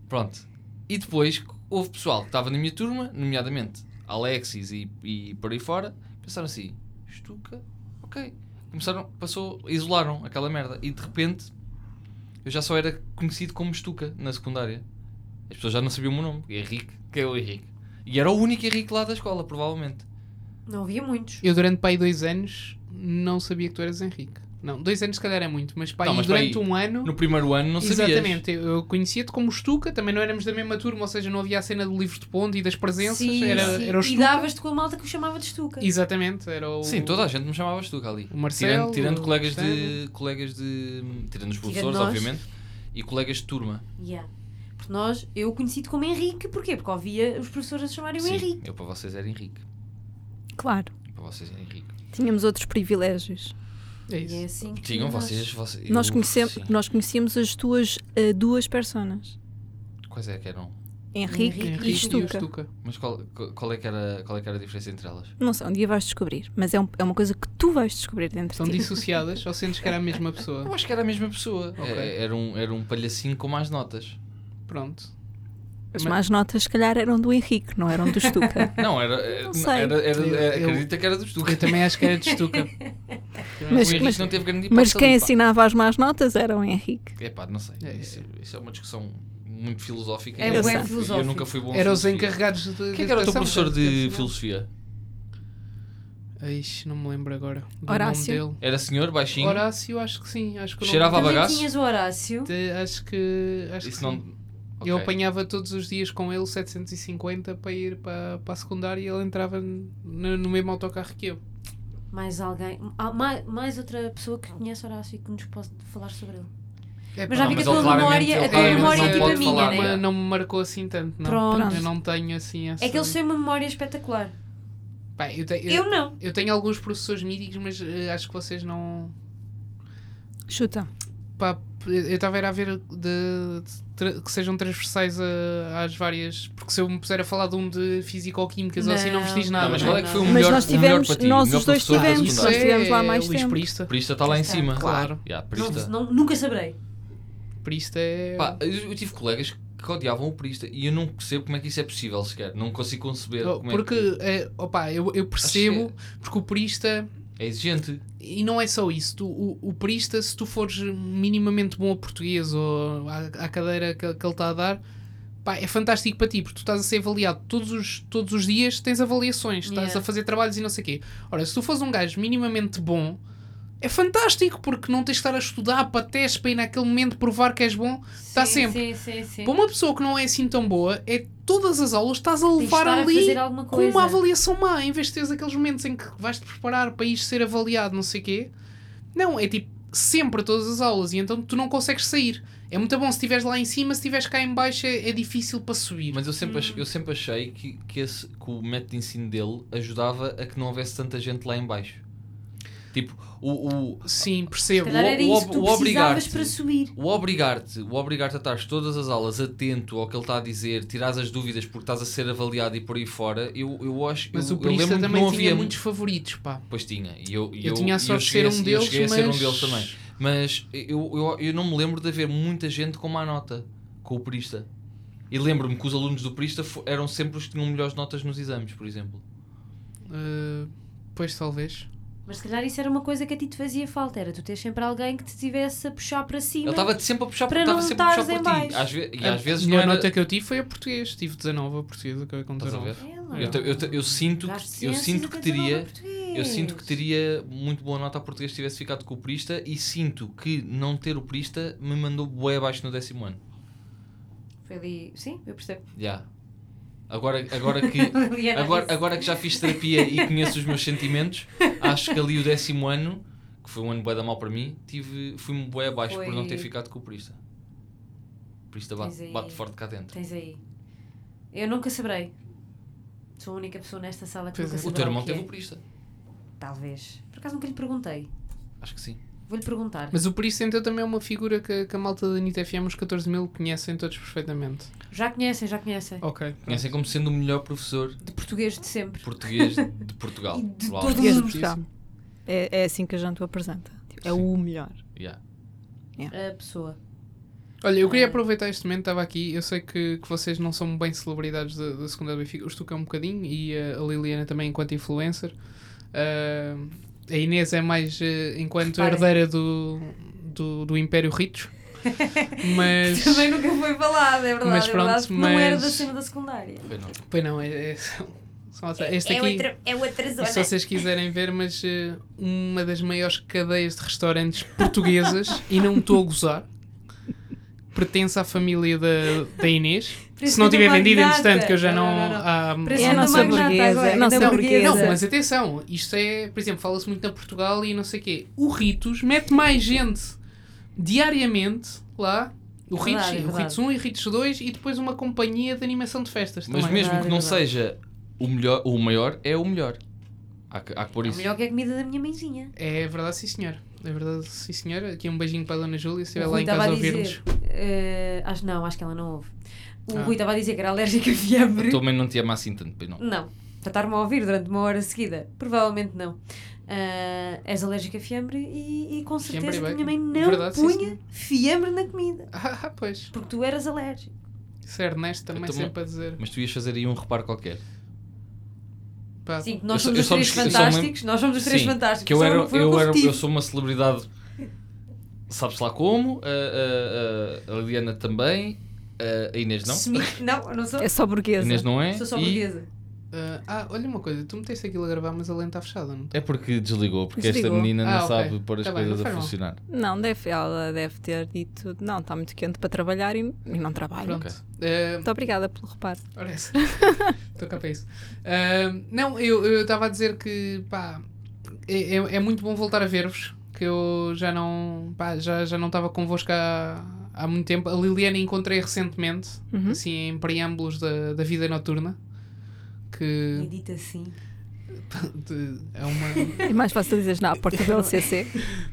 Speaker 3: Pronto. E depois houve pessoal que estava na minha turma, nomeadamente Alexis e, e por aí fora, pensaram assim: Stuca, ok. Começaram, passou, isolaram aquela merda. E de repente eu já só era conhecido como Stuca na secundária. As pessoas já não sabiam o meu nome. Henrique, que é o Henrique. E era o único Henrique lá da escola, provavelmente.
Speaker 4: é? Não havia muitos.
Speaker 2: Eu durante pai dois anos não sabia que tu eras Henrique. Não, dois anos se calhar é muito, mas pai
Speaker 3: Não, mas
Speaker 2: durante
Speaker 3: pai,
Speaker 2: um ano.
Speaker 3: No primeiro ano não sabias.
Speaker 2: Exatamente, eu eu conhecia-te como Stuca, também não éramos da mesma turma, ou seja, não havia a cena do livro de ponto e das presenças,
Speaker 4: Sim,
Speaker 2: era,
Speaker 4: sim.
Speaker 2: era o
Speaker 4: E
Speaker 2: Stuca.
Speaker 4: davas-te com a malta que o chamava de Stuca.
Speaker 2: Exatamente, era o.
Speaker 3: Sim, toda a gente me chamava Stuca ali.
Speaker 2: O Marcelo,
Speaker 3: tirando tirando
Speaker 2: o
Speaker 3: colegas de.
Speaker 2: Cristiano.
Speaker 3: colegas de. Tirando os
Speaker 4: Tirando
Speaker 3: professores,
Speaker 4: nós.
Speaker 3: obviamente. E colegas de turma.
Speaker 4: Yeah. Porque nós, eu conheci-te como Henrique, porquê? Porque ouvia os professores a chamarem o
Speaker 3: Sim,
Speaker 4: Henrique.
Speaker 3: Eu para vocês era Henrique.
Speaker 5: Claro.
Speaker 3: Eu para vocês era Henrique.
Speaker 5: Tínhamos outros privilégios.
Speaker 2: É
Speaker 4: E é
Speaker 2: isso.
Speaker 4: assim que
Speaker 3: Tinham
Speaker 4: nós-
Speaker 3: vocês. vocês
Speaker 5: Nós,
Speaker 3: eu-
Speaker 5: conhece-
Speaker 3: sim.
Speaker 5: nós conhecíamos as tuas eh, duas personas,
Speaker 3: Quais é que eram?
Speaker 5: Henrique,
Speaker 4: Henrique
Speaker 5: e
Speaker 2: Henrique
Speaker 5: Stuka.
Speaker 3: Mas qual, qual, é que era, qual é que era a diferença entre elas?
Speaker 5: Não sei, um dia vais descobrir, mas é, um- é uma coisa que tu vais descobrir dentro
Speaker 3: Então
Speaker 2: São
Speaker 5: de ti.
Speaker 2: dissociadas, ou sentes que era a mesma
Speaker 3: Eu
Speaker 2: pessoa.
Speaker 3: acho que era a mesma pessoa.
Speaker 2: Ok.
Speaker 3: É- Era, um, era um palhacinho com mais notas.
Speaker 2: Pronto.
Speaker 5: As más notas, se calhar, eram do Henrique, não eram do
Speaker 3: [LAUGHS]
Speaker 5: Stuka.
Speaker 3: Não, era.
Speaker 5: Não sei.
Speaker 3: era, era, era-
Speaker 2: Eu-
Speaker 3: acredita que era
Speaker 2: [LAUGHS]
Speaker 3: do Stuka.
Speaker 2: Eu também acho que era de
Speaker 3: [LAUGHS]
Speaker 2: Stuka.
Speaker 5: Mas-
Speaker 3: o Henrique
Speaker 5: mas-
Speaker 3: não teve grande
Speaker 5: mas
Speaker 3: hipótese
Speaker 5: quem é
Speaker 3: ali, pá.
Speaker 5: assinava as más notas era o Henrique.
Speaker 3: É pá, não sei.
Speaker 2: É,
Speaker 3: isso, isso é uma discussão muito filosófica.
Speaker 4: É
Speaker 5: bué
Speaker 3: Eu nunca fui- Eu
Speaker 4: filosófico.
Speaker 3: nunca fui bom em
Speaker 2: Eram os
Speaker 3: filosofia.
Speaker 2: encarregados de.
Speaker 3: Quem é que era o teu professor de filosofia?
Speaker 2: Ah, Ixi, não me lembro agora. Do
Speaker 5: Horácio.
Speaker 2: Nome
Speaker 3: Era senhor,
Speaker 2: dele.
Speaker 3: baixinho?
Speaker 2: Horácio, acho que sim. Acho que o nome
Speaker 3: Cheirava a
Speaker 2: dele-
Speaker 4: Também
Speaker 3: bagaço?
Speaker 4: tinhas o Horácio.
Speaker 2: de- Acho que. Acho
Speaker 3: Isso
Speaker 2: que
Speaker 3: não.
Speaker 2: sim. Eu
Speaker 3: Ok.
Speaker 2: apanhava todos os dias com ele 750 para ir para, para a secundária e ele entrava n- no, no mesmo autocarro que eu.
Speaker 4: Mais alguém. há mais, mais outra pessoa que conhece o Horácio e que nos pode falar sobre ele.
Speaker 2: É,
Speaker 4: Mas
Speaker 2: pá,
Speaker 4: já vi
Speaker 3: mas
Speaker 4: que a
Speaker 3: ele
Speaker 4: tua
Speaker 3: claramente- ele
Speaker 4: memória, a tua
Speaker 3: claramente
Speaker 4: memória é
Speaker 2: não
Speaker 4: tipo a
Speaker 2: pode
Speaker 4: minha,
Speaker 3: falar,
Speaker 4: né?
Speaker 2: Não,
Speaker 3: é?
Speaker 2: me- não me marcou assim tanto, não.
Speaker 4: Pronto.
Speaker 2: Eu não tenho assim essa...
Speaker 4: É que eles têm uma memória espetacular.
Speaker 2: Pá, eu, te- eu-
Speaker 4: Eu não.
Speaker 2: eu tenho alguns professores míticos, mas eh, acho que vocês não...
Speaker 5: Chuta.
Speaker 2: Pá, p- eu estava a ir a ver de- de tra- que sejam transversais a- às várias... Porque se eu me puser a falar de um de físico-químicas ou assim não vos diz
Speaker 4: Não.
Speaker 2: nada.
Speaker 3: Não, mas
Speaker 4: não,
Speaker 3: qual é que foi o
Speaker 5: Mas
Speaker 3: melhor,
Speaker 5: nós
Speaker 3: o melhor
Speaker 5: tivemos-
Speaker 3: para ti? O
Speaker 5: nós
Speaker 3: melhor
Speaker 5: os dois
Speaker 3: professor da
Speaker 5: tivemos,
Speaker 2: Isso
Speaker 5: nós
Speaker 3: secundária?
Speaker 2: é
Speaker 5: estivemos lá há mais
Speaker 2: Luís
Speaker 5: tempo.
Speaker 2: Prista.
Speaker 3: Prista está lá em
Speaker 4: Está,
Speaker 3: cima.
Speaker 2: claro.
Speaker 3: Yeah, Prista.
Speaker 4: Não, não- Nunca saberei.
Speaker 2: Prista é...
Speaker 3: Pá, eu eu tive colegas que odiavam o Prista e eu não percebo como é que isso é possível sequer. Não consigo conceber
Speaker 2: Oh,
Speaker 3: como é
Speaker 2: Porque, eh, opá, eu, eu percebo, porque o purista,
Speaker 3: que é exigente.
Speaker 2: e não é só isso, tu- o, o purista, se tu fores minimamente bom a português ou à, à cadeira que, que ele está a dar, pá, é fantástico para ti, porque tu estás a ser avaliado todos os, todos os dias, tens avaliações, estás
Speaker 4: Yeah.
Speaker 2: a fazer trabalhos e não sei o quê. Ora, se tu fores um gajo minimamente bom, é fantástico, porque não tens de estar a estudar para testes para ir naquele momento provar que és bom. Está
Speaker 4: Sim,
Speaker 2: sempre.
Speaker 4: Sim, sim, sim.
Speaker 2: Para uma pessoa que não é assim tão boa, é todas as aulas estás a
Speaker 4: Tens de
Speaker 2: levar
Speaker 4: estar a
Speaker 2: ali
Speaker 4: fazer alguma
Speaker 2: com
Speaker 4: coisa.
Speaker 2: uma avaliação má, em vez de teres aqueles momentos em que vais-te preparar para isto ser avaliado, não sei o quê. Não, é tipo sempre todas as aulas e então tu não consegues sair. É muito bom se estiveres lá em cima, se estiveres cá em baixo é, é difícil para subir.
Speaker 3: Mas eu sempre,
Speaker 2: Hum.
Speaker 3: ach- eu sempre achei que, que, esse- que o método de ensino dele ajudava a que não houvesse tanta gente lá em baixo. Tipo, o, o,
Speaker 2: Sim,
Speaker 4: Se
Speaker 2: percebo.
Speaker 4: calhar é- era
Speaker 3: o-
Speaker 4: isso que tu
Speaker 3: o
Speaker 4: precisavas
Speaker 3: obrigar-te.
Speaker 4: para subir.
Speaker 3: o obrigar-te o obrigar-te a estar todas as aulas atento ao que ele está a dizer, tirares as dúvidas porque estás a ser avaliado e por aí fora, eu, eu acho
Speaker 2: Mas
Speaker 3: eu,
Speaker 2: o
Speaker 3: eu
Speaker 2: Prista
Speaker 3: lembro-me que
Speaker 2: também
Speaker 3: não
Speaker 2: tinha
Speaker 3: havia
Speaker 2: muitos favoritos, pá.
Speaker 3: Pois tinha. E eu, e
Speaker 2: Eu tinha a
Speaker 3: e
Speaker 2: sorte de
Speaker 3: cheguei
Speaker 2: ser um
Speaker 3: a-
Speaker 2: deles,
Speaker 3: Eu cheguei a ser
Speaker 2: mas-
Speaker 3: um deles também. Mas eu, eu, eu não me lembro de haver muita gente com má nota com o Perista. E lembro-me que os alunos do Perista fo- eram sempre os que tinham melhores notas nos exames, por exemplo.
Speaker 2: Uh, pois talvez.
Speaker 4: Mas se calhar isso era uma coisa que a ti te fazia falta. Era tu ter sempre alguém que te estivesse a puxar para
Speaker 3: Ele
Speaker 4: cima.
Speaker 3: estava sempre a puxar
Speaker 4: Para
Speaker 3: porque estava
Speaker 4: não
Speaker 3: sempre a puxar
Speaker 4: estares
Speaker 3: por
Speaker 4: em
Speaker 3: ti.
Speaker 4: baixo.
Speaker 3: Às ve- e
Speaker 2: a
Speaker 3: às vezes não
Speaker 2: melhor
Speaker 3: era.
Speaker 2: nota é que eu tive foi a português. Tive 19 a portuguesa, acabei com
Speaker 3: Estás a
Speaker 2: 19.
Speaker 3: ver?
Speaker 4: Ela.
Speaker 3: Eu, te- eu, te- eu sinto,
Speaker 4: Gasto
Speaker 3: que, eu
Speaker 4: ciências
Speaker 3: sinto
Speaker 4: e
Speaker 3: que
Speaker 4: canção
Speaker 3: teria.
Speaker 4: nova português.
Speaker 3: Eu sinto que teria muito boa nota a português se tivesse ficado com o Perista e sinto que não ter o Perista me mandou bué abaixo no décimo ano.
Speaker 4: Foi ali. Sim, eu percebo. [LAUGHS]
Speaker 3: Já. Agora, agora que
Speaker 4: Liliana
Speaker 3: Agora,
Speaker 4: disse.
Speaker 3: agora que já fiz terapia e conheço os meus sentimentos, acho que ali o décimo ano, que foi um ano bué da mal para mim, tive, fui-me bué abaixo por não ter
Speaker 4: Foi. é.
Speaker 3: ficado com o Prista. Prista bate,
Speaker 4: Tens aí.
Speaker 3: bate forte cá dentro.
Speaker 4: Tens aí. Eu nunca saberei. Sou a única pessoa nesta sala que
Speaker 2: Pois
Speaker 4: nunca
Speaker 2: é.
Speaker 4: saberá
Speaker 3: O teu irmão
Speaker 4: que é.
Speaker 3: teve o Prista.
Speaker 4: Talvez. Por acaso nunca lhe perguntei.
Speaker 3: Acho que sim.
Speaker 4: Vou-lhe perguntar.
Speaker 2: Mas o Purista então também é uma figura que, que a malta da NIT FM, os 14 mil, conhecem todos perfeitamente.
Speaker 4: Já conhecem, já conhecem.
Speaker 3: Oh.
Speaker 2: Ok.
Speaker 3: Conhecem como sendo o melhor professor
Speaker 4: De português de sempre.
Speaker 3: português de Portugal.
Speaker 4: E de
Speaker 3: provavelmente.
Speaker 4: todo-
Speaker 5: Português de
Speaker 4: Hum.
Speaker 5: Portugal. É, é assim que a gente o apresenta. Tipo, É
Speaker 3: Sim.
Speaker 5: o melhor.
Speaker 3: Yeah.
Speaker 4: A pessoa.
Speaker 2: Olha, eu queria
Speaker 4: Eh.
Speaker 2: aproveitar este momento, estava aqui. Eu sei que, que vocês não são bem celebridades da, da segunda do Benfica, o Stuka é um bocadinho e eh, a Liliana também, enquanto influencer. Ah, a Inês é mais eh, enquanto
Speaker 4: Reparem.
Speaker 2: herdeira do, do, do Império
Speaker 4: [LAUGHS]
Speaker 2: Ritos, mas.
Speaker 4: Também nunca foi falado, é verdade.
Speaker 2: Mas
Speaker 4: é
Speaker 2: pronto,
Speaker 4: verdade, porque Não era
Speaker 2: mas-
Speaker 4: da cena da secundária.
Speaker 3: Foi não.
Speaker 2: Pois não, é. é- são- são outra- este aqui,
Speaker 4: é outra
Speaker 2: e se vocês quiserem ver, mas eh, uma das maiores cadeias de restaurantes portuguesas, e não estou a gozar, pertence à família da, da Inês.
Speaker 4: Preço
Speaker 2: Se não
Speaker 4: da
Speaker 2: tiver vendido,
Speaker 4: magnata.
Speaker 2: entretanto, que eu já não.
Speaker 4: Não, não, não.
Speaker 2: há- um
Speaker 4: Preço
Speaker 5: É
Speaker 4: Essa
Speaker 5: a
Speaker 4: da
Speaker 5: nossa
Speaker 4: magnata
Speaker 5: burguesa.
Speaker 4: agora,
Speaker 5: É a nossa
Speaker 4: da
Speaker 5: burguesa.
Speaker 4: burguesa.
Speaker 2: Não, mas atenção, isto é, por exemplo, fala-se muito na Portugal e não sei o quê. O Ritos mete mais gente diariamente lá. O
Speaker 4: Verdade,
Speaker 2: Ritos,
Speaker 4: é
Speaker 2: o
Speaker 4: verdade.
Speaker 2: Ritos 1 e o Ritos 2 e depois uma companhia de animação de festas.
Speaker 3: Mas
Speaker 2: também.
Speaker 3: mesmo
Speaker 4: verdade,
Speaker 3: que não
Speaker 4: é verdade.
Speaker 3: seja o, melhor, o maior, é o melhor. Há que, há que pôr
Speaker 4: É
Speaker 3: isso.
Speaker 4: melhor que a comida da minha mãezinha.
Speaker 2: É verdade, sim senhor. É verdade, sim senhora. Aqui um beijinho para a Dona Júlia, se
Speaker 4: O
Speaker 2: estiver lá
Speaker 4: Rui
Speaker 2: em
Speaker 4: estava
Speaker 2: casa
Speaker 4: a
Speaker 2: a
Speaker 4: dizer.
Speaker 2: ouvir-nos.
Speaker 4: eh, acho, não, acho que ela não ouve. O
Speaker 2: Ah.
Speaker 4: Rui estava a dizer que era alérgica a fiambre.
Speaker 6: Tua mãe não te ama assim tanto, pois não.
Speaker 4: Não. Para estar-me a ouvir durante uma hora seguida? Provavelmente não. Ah, és alérgica a fiambre e, e com
Speaker 2: Fiambre
Speaker 4: certeza
Speaker 2: e
Speaker 4: que a minha mãe
Speaker 2: bacon.
Speaker 4: não
Speaker 2: Verdade, sim,
Speaker 4: punha fiambre na comida.
Speaker 2: [LAUGHS] Ah, ah, pois.
Speaker 4: Porque tu eras alérgico.
Speaker 2: Isso é Ernesto também
Speaker 3: Então,
Speaker 6: Eu também-
Speaker 2: sempre a dizer.
Speaker 6: Mas tu ias fazer aí um reparo qualquer.
Speaker 2: Pá,
Speaker 4: Sim, que nós
Speaker 6: Eu
Speaker 4: somos os
Speaker 6: só- eu
Speaker 4: três
Speaker 6: só me esque- eu só me lembro-
Speaker 4: fantásticos. Nós somos os três
Speaker 6: Sim,
Speaker 4: fantásticos.
Speaker 6: Que eu,
Speaker 4: só
Speaker 6: era,
Speaker 4: não foi
Speaker 6: eu,
Speaker 4: o
Speaker 6: era, eu
Speaker 4: positivo.
Speaker 6: sou uma celebridade, sabes lá como, a, a, a- a Liliana também, a- a Inês não.
Speaker 4: Semi- Não, eu não sou.
Speaker 5: É só burguesa.
Speaker 6: Inês não é.
Speaker 4: Sou só
Speaker 6: e
Speaker 4: burguesa.
Speaker 2: ah, ah, olha uma coisa, tu meteste aquilo a gravar, mas a lente está fechada, não?
Speaker 6: É porque desligou, porque
Speaker 5: Desligou.
Speaker 6: esta menina não
Speaker 2: Ah, ok.
Speaker 6: sabe pôr as
Speaker 2: Tá bem,
Speaker 6: coisas
Speaker 2: não
Speaker 6: a
Speaker 2: faz mal.
Speaker 6: funcionar.
Speaker 5: Não, deve, ela deve ter dito, não, está muito quente para trabalhar e, e não trabalha.
Speaker 2: Pronto. Ah,
Speaker 5: Muito obrigada pelo reparo.
Speaker 2: Ora [LAUGHS] essa. Estou cá para isso. Ahm, não, eu eu estava a dizer que pá, é, é- é muito bom voltar a ver-vos. Que eu já não pá, já, já não estava convosco há, há muito tempo. A Liliana encontrei recentemente,
Speaker 5: Uhum.
Speaker 2: assim em preâmbulos da, da vida noturna. Que
Speaker 4: E dito assim.
Speaker 2: [LAUGHS] de- é uma.
Speaker 5: É mais fácil dizeres, não, a porta do
Speaker 2: [LAUGHS]
Speaker 5: LCC.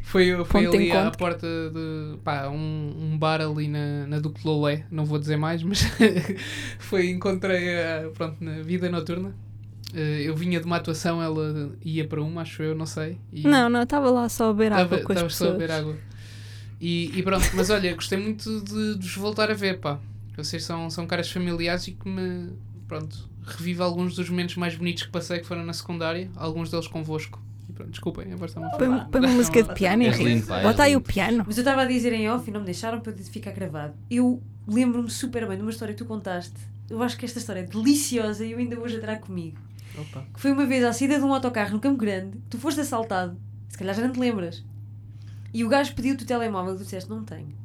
Speaker 2: Foi, foi
Speaker 5: Ponto de
Speaker 2: ali à
Speaker 5: encontro.
Speaker 2: porta de pá, um, um bar ali na, na Duque de Lolé, não vou dizer mais, mas [LAUGHS] foi, encontrei a, pronto, na vida noturna. Eh, Eu vinha de uma atuação, ela ia para uma, acho eu, não sei. E
Speaker 5: Não, não, eu estava lá só a beber
Speaker 2: tava-
Speaker 5: água com as
Speaker 2: tava só
Speaker 5: pessoas.
Speaker 2: a beber água. E, e pronto, mas olha, gostei muito de, de vos voltar a ver, pá. Vocês são, são caras familiares e que me, pronto, revive alguns dos momentos mais bonitos que passei, que foram na secundária, alguns deles convosco. E pronto, desculpem, a voz está-me a
Speaker 5: Põe,
Speaker 2: falhar.
Speaker 5: põe uma música de piano,
Speaker 6: És
Speaker 5: Henrique.
Speaker 6: lindo, pá, és
Speaker 5: Bota aí o
Speaker 6: lindo.
Speaker 5: piano.
Speaker 4: Mas eu estava a dizer em off e não me deixaram para eu ficar gravado. Eu lembro-me super bem de uma história que tu contaste. Eu acho que esta história é deliciosa e eu ainda hoje a trago comigo.
Speaker 2: Opa.
Speaker 4: Que foi uma vez à saída de um autocarro no Campo Grande, tu foste assaltado. Se calhar já não te lembras. E o gajo pediu-te o telemóvel e tu disseste, não tenho.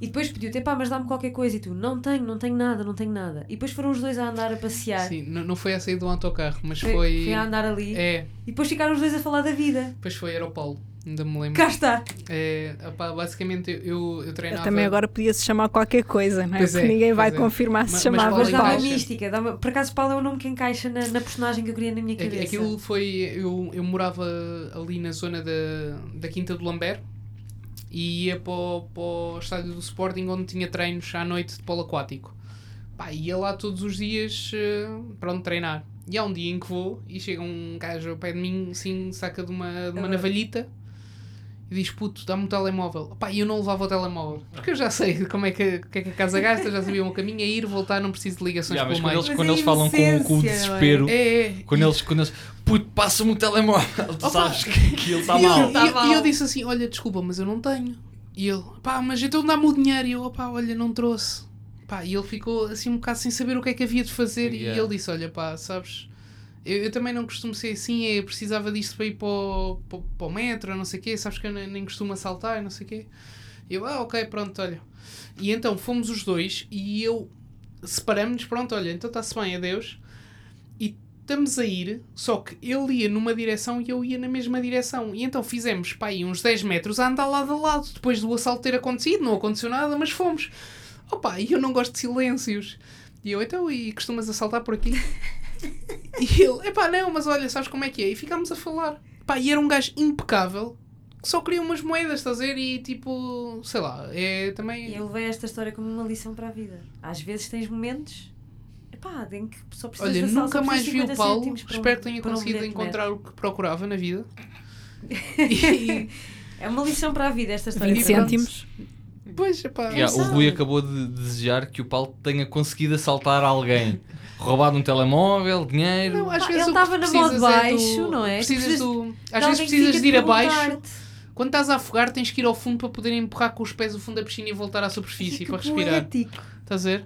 Speaker 4: E depois pediu-te, pá, mas dá-me qualquer coisa. E tu, não tenho, não tenho nada, não tenho nada. E depois foram os dois a andar a passear.
Speaker 2: Sim, não, não foi a saída do autocarro, mas
Speaker 4: Foi,
Speaker 2: foi.
Speaker 4: foi a andar ali.
Speaker 2: É,
Speaker 4: E depois ficaram os dois a falar da vida.
Speaker 2: depois foi Aeropaulo, ainda me lembro.
Speaker 4: Cá está.
Speaker 2: É, opá, basicamente eu, eu
Speaker 5: Eu
Speaker 2: treinava.
Speaker 5: também agora podia-se chamar qualquer coisa, não é?
Speaker 2: Pois é,
Speaker 5: Porque ninguém vai
Speaker 2: pois é.
Speaker 5: confirmar se
Speaker 2: Mas- mas
Speaker 5: chamava.
Speaker 4: Mas
Speaker 2: Paulo
Speaker 4: dá uma
Speaker 2: encaixa.
Speaker 4: mística. Dá uma... Por acaso, Paulo é o nome que encaixa na, na personagem que eu queria na minha
Speaker 2: Aqu-
Speaker 4: cabeça.
Speaker 2: Aquilo foi. é Eu, eu morava ali na zona da, da Quinta do Lambert e ia para o, para o estádio do Sporting onde tinha treinos à noite de polo aquático. Pá, ia lá todos os dias eh, pronto treinar. E há um dia em que vou e chega um gajo ao pé de mim, assim, saca de uma, de uma navalhita e diz: Puto, dá-me o telemóvel. Pá, e eu não levava o telemóvel, porque eu já sei como é que, o que é que a casa gasta, já sabia um caminho, é ir, voltar, não preciso de ligações
Speaker 6: Já,
Speaker 2: pelo
Speaker 6: mas
Speaker 2: meio.
Speaker 6: quando eles,
Speaker 4: Mas
Speaker 6: quando
Speaker 4: a
Speaker 6: eles falam com, com o
Speaker 4: inocência, não é?
Speaker 6: desespero,
Speaker 2: É, é.
Speaker 6: quando eles, quando eles, puto, passa-me o telemóvel, [LAUGHS] tu sabes que, que ele está
Speaker 2: E eu-
Speaker 6: mal.
Speaker 2: e-
Speaker 4: Tá
Speaker 2: e
Speaker 4: mal.
Speaker 2: eu disse assim: Olha, desculpa, mas eu não tenho. E ele, pá, mas então dá-me o dinheiro. E eu, pá, olha, não trouxe. Pá, e ele ficou assim um bocado sem saber o que é que havia de fazer. E
Speaker 6: Yeah.
Speaker 2: ele disse: Olha, pá, sabes, eu, eu também não costumo ser assim. Eu precisava disto para ir para o, para, o- para o metro, não sei o quê. Sabes que eu nem, nem costumo assaltar, não sei o quê. E eu, ah, ok, pronto, olha. E então fomos os dois e eu separamos-nos, pronto, olha, então está-se bem, adeus. E estamos a ir, só que ele ia numa direção e eu ia na mesma direção. E então fizemos, pá, aí uns 10 metros a andar lado a lado, depois do assalto ter acontecido, não aconteceu nada, mas fomos. Opa, e eu não gosto de silêncios. E eu, então, e costumas assaltar por aqui? e ele, epá, não, mas olha, sabes como é que é? E ficámos a falar. Pá, e era um gajo impecável, que só queria umas moedas, estás a ver? E tipo, sei lá, é também...
Speaker 4: E eu levei esta história como uma lição para a vida. Às vezes tens momentos epá, em que só precisas
Speaker 2: Olha,
Speaker 4: de sal,
Speaker 2: nunca
Speaker 4: só precisas
Speaker 2: mais
Speaker 4: de
Speaker 2: vi o
Speaker 4: 50
Speaker 2: Paulo.
Speaker 4: cêntimos para um-
Speaker 2: Espero que tenha
Speaker 4: para um
Speaker 2: conseguido
Speaker 4: bilhete de
Speaker 2: encontrar
Speaker 4: metro.
Speaker 2: o que procurava na
Speaker 4: [LAUGHS]
Speaker 2: vida. E,
Speaker 4: É uma lição para a vida esta história.
Speaker 5: 20
Speaker 4: Pronto.
Speaker 5: cêntimos.
Speaker 2: pois, epá,
Speaker 6: Yeah, o Rui acabou de desejar que o Paulo tenha conseguido assaltar alguém, roubado um telemóvel, dinheiro.
Speaker 2: não, às
Speaker 4: Pá,
Speaker 2: vezes
Speaker 4: ele
Speaker 2: o que
Speaker 4: estava na
Speaker 2: precisas
Speaker 4: modo
Speaker 2: é do-
Speaker 4: baixo, não é?
Speaker 2: Precisas
Speaker 4: Precisas
Speaker 2: do-
Speaker 4: De
Speaker 2: às vezes
Speaker 4: alguém que
Speaker 2: precisas
Speaker 4: fica
Speaker 2: de ir
Speaker 4: a
Speaker 2: abaixo.
Speaker 4: perguntar-te.
Speaker 2: Quando estás a afogar, tens que ir ao fundo para poder empurrar com os pés o fundo da piscina e voltar à superfície
Speaker 4: Que
Speaker 2: para respirar.
Speaker 4: poético.
Speaker 2: Estás a ver?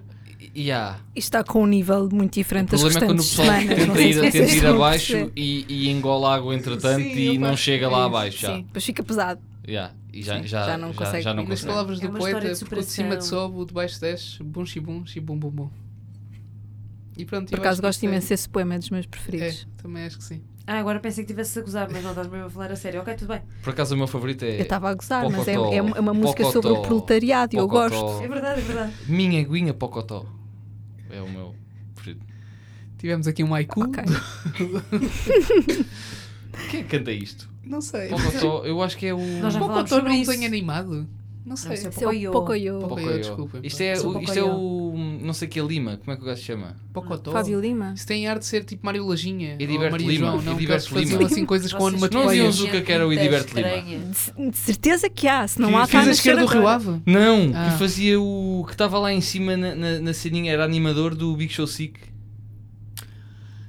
Speaker 6: Yeah.
Speaker 5: Isto está com um nível muito
Speaker 6: O
Speaker 5: diferente das
Speaker 6: problema é quando o
Speaker 5: restantes
Speaker 6: pessoal
Speaker 5: semanas. não
Speaker 6: tenta
Speaker 5: sei
Speaker 6: ir,
Speaker 5: se é
Speaker 6: tenta
Speaker 5: vocês
Speaker 6: ir
Speaker 5: estão a
Speaker 6: abaixo
Speaker 5: perceber.
Speaker 6: e, e engola água entretanto
Speaker 2: Sim, eu
Speaker 6: e não
Speaker 2: faço
Speaker 6: chega
Speaker 2: isso.
Speaker 6: lá abaixo. Já.
Speaker 5: Sim, depois fica pesado.
Speaker 6: Yeah. E já,
Speaker 5: Sim,
Speaker 6: já,
Speaker 5: já não consegue.
Speaker 6: já não
Speaker 2: Nas
Speaker 6: consegue.
Speaker 2: palavras
Speaker 4: É
Speaker 2: do
Speaker 4: uma
Speaker 2: poeta,
Speaker 4: história de
Speaker 2: porque o de cima de
Speaker 4: superação.
Speaker 2: sobe, o de baixo desce, bum bum, bum bum bum. E pronto,
Speaker 5: Por
Speaker 2: eu
Speaker 5: acaso
Speaker 2: acho que
Speaker 5: gosto
Speaker 2: isto é-
Speaker 5: imenso desse poema, é dos meus
Speaker 2: É,
Speaker 5: preferidos.
Speaker 2: também acho que sim.
Speaker 4: Ah, agora pensei que estivesse a gozar, mas não estás mesmo a falar a sério. Ok, tudo bem.
Speaker 6: Por acaso o meu favorito
Speaker 5: Eu
Speaker 6: é
Speaker 5: estava a gozar, mas é,
Speaker 6: Pocotó.
Speaker 5: é uma é uma música
Speaker 6: Pocotó.
Speaker 5: sobre o proletariado e eu
Speaker 6: Pocotó.
Speaker 5: gosto.
Speaker 4: É verdade, é verdade.
Speaker 6: Minha aguinha Pocotó. É o meu preferido.
Speaker 2: Tivemos aqui um haiku.
Speaker 5: Ok.
Speaker 3: Quem é que canta isto?
Speaker 2: Não sei.
Speaker 3: Pocotó, eu acho que é o.
Speaker 4: Nós já
Speaker 2: Pocotó
Speaker 4: falámos
Speaker 2: não
Speaker 4: sobre
Speaker 2: tem
Speaker 4: isso.
Speaker 2: animado? Não sei.
Speaker 4: sei.
Speaker 5: Seu
Speaker 4: Pocoyo.
Speaker 5: é Pocoyo.
Speaker 2: Pocoyo.
Speaker 3: Pocoyo.
Speaker 2: desculpa.
Speaker 3: Isto é,
Speaker 4: Sou
Speaker 3: o, isto é
Speaker 4: Pocoyo.
Speaker 3: o. Não sei que é Lima. Como é que o gajo se chama?
Speaker 2: Pocotó.
Speaker 5: Fábio Lima.
Speaker 2: Isso tem ar de ser tipo Mário Lajinha. ou
Speaker 3: Heriberto
Speaker 2: Maria
Speaker 3: Lima,
Speaker 2: João, não, que eles
Speaker 3: Heriberto
Speaker 2: faziam
Speaker 3: Lima.
Speaker 2: assim coisas com
Speaker 4: Vocês
Speaker 3: Não havia um
Speaker 2: onomatopeias.
Speaker 3: Zuka que era o Heriberto Lima.
Speaker 4: Estranha.
Speaker 5: De, de certeza que há, se não
Speaker 3: Que
Speaker 5: há,
Speaker 3: fiz
Speaker 2: Fiz
Speaker 5: está a
Speaker 2: a
Speaker 5: nascer
Speaker 2: esquerda do Rio
Speaker 5: agora.
Speaker 2: Ave?
Speaker 3: Não,
Speaker 2: Ah.
Speaker 3: que fazia o. que estava lá em cima na, na, na ceninha, era animador do Big Show Sick.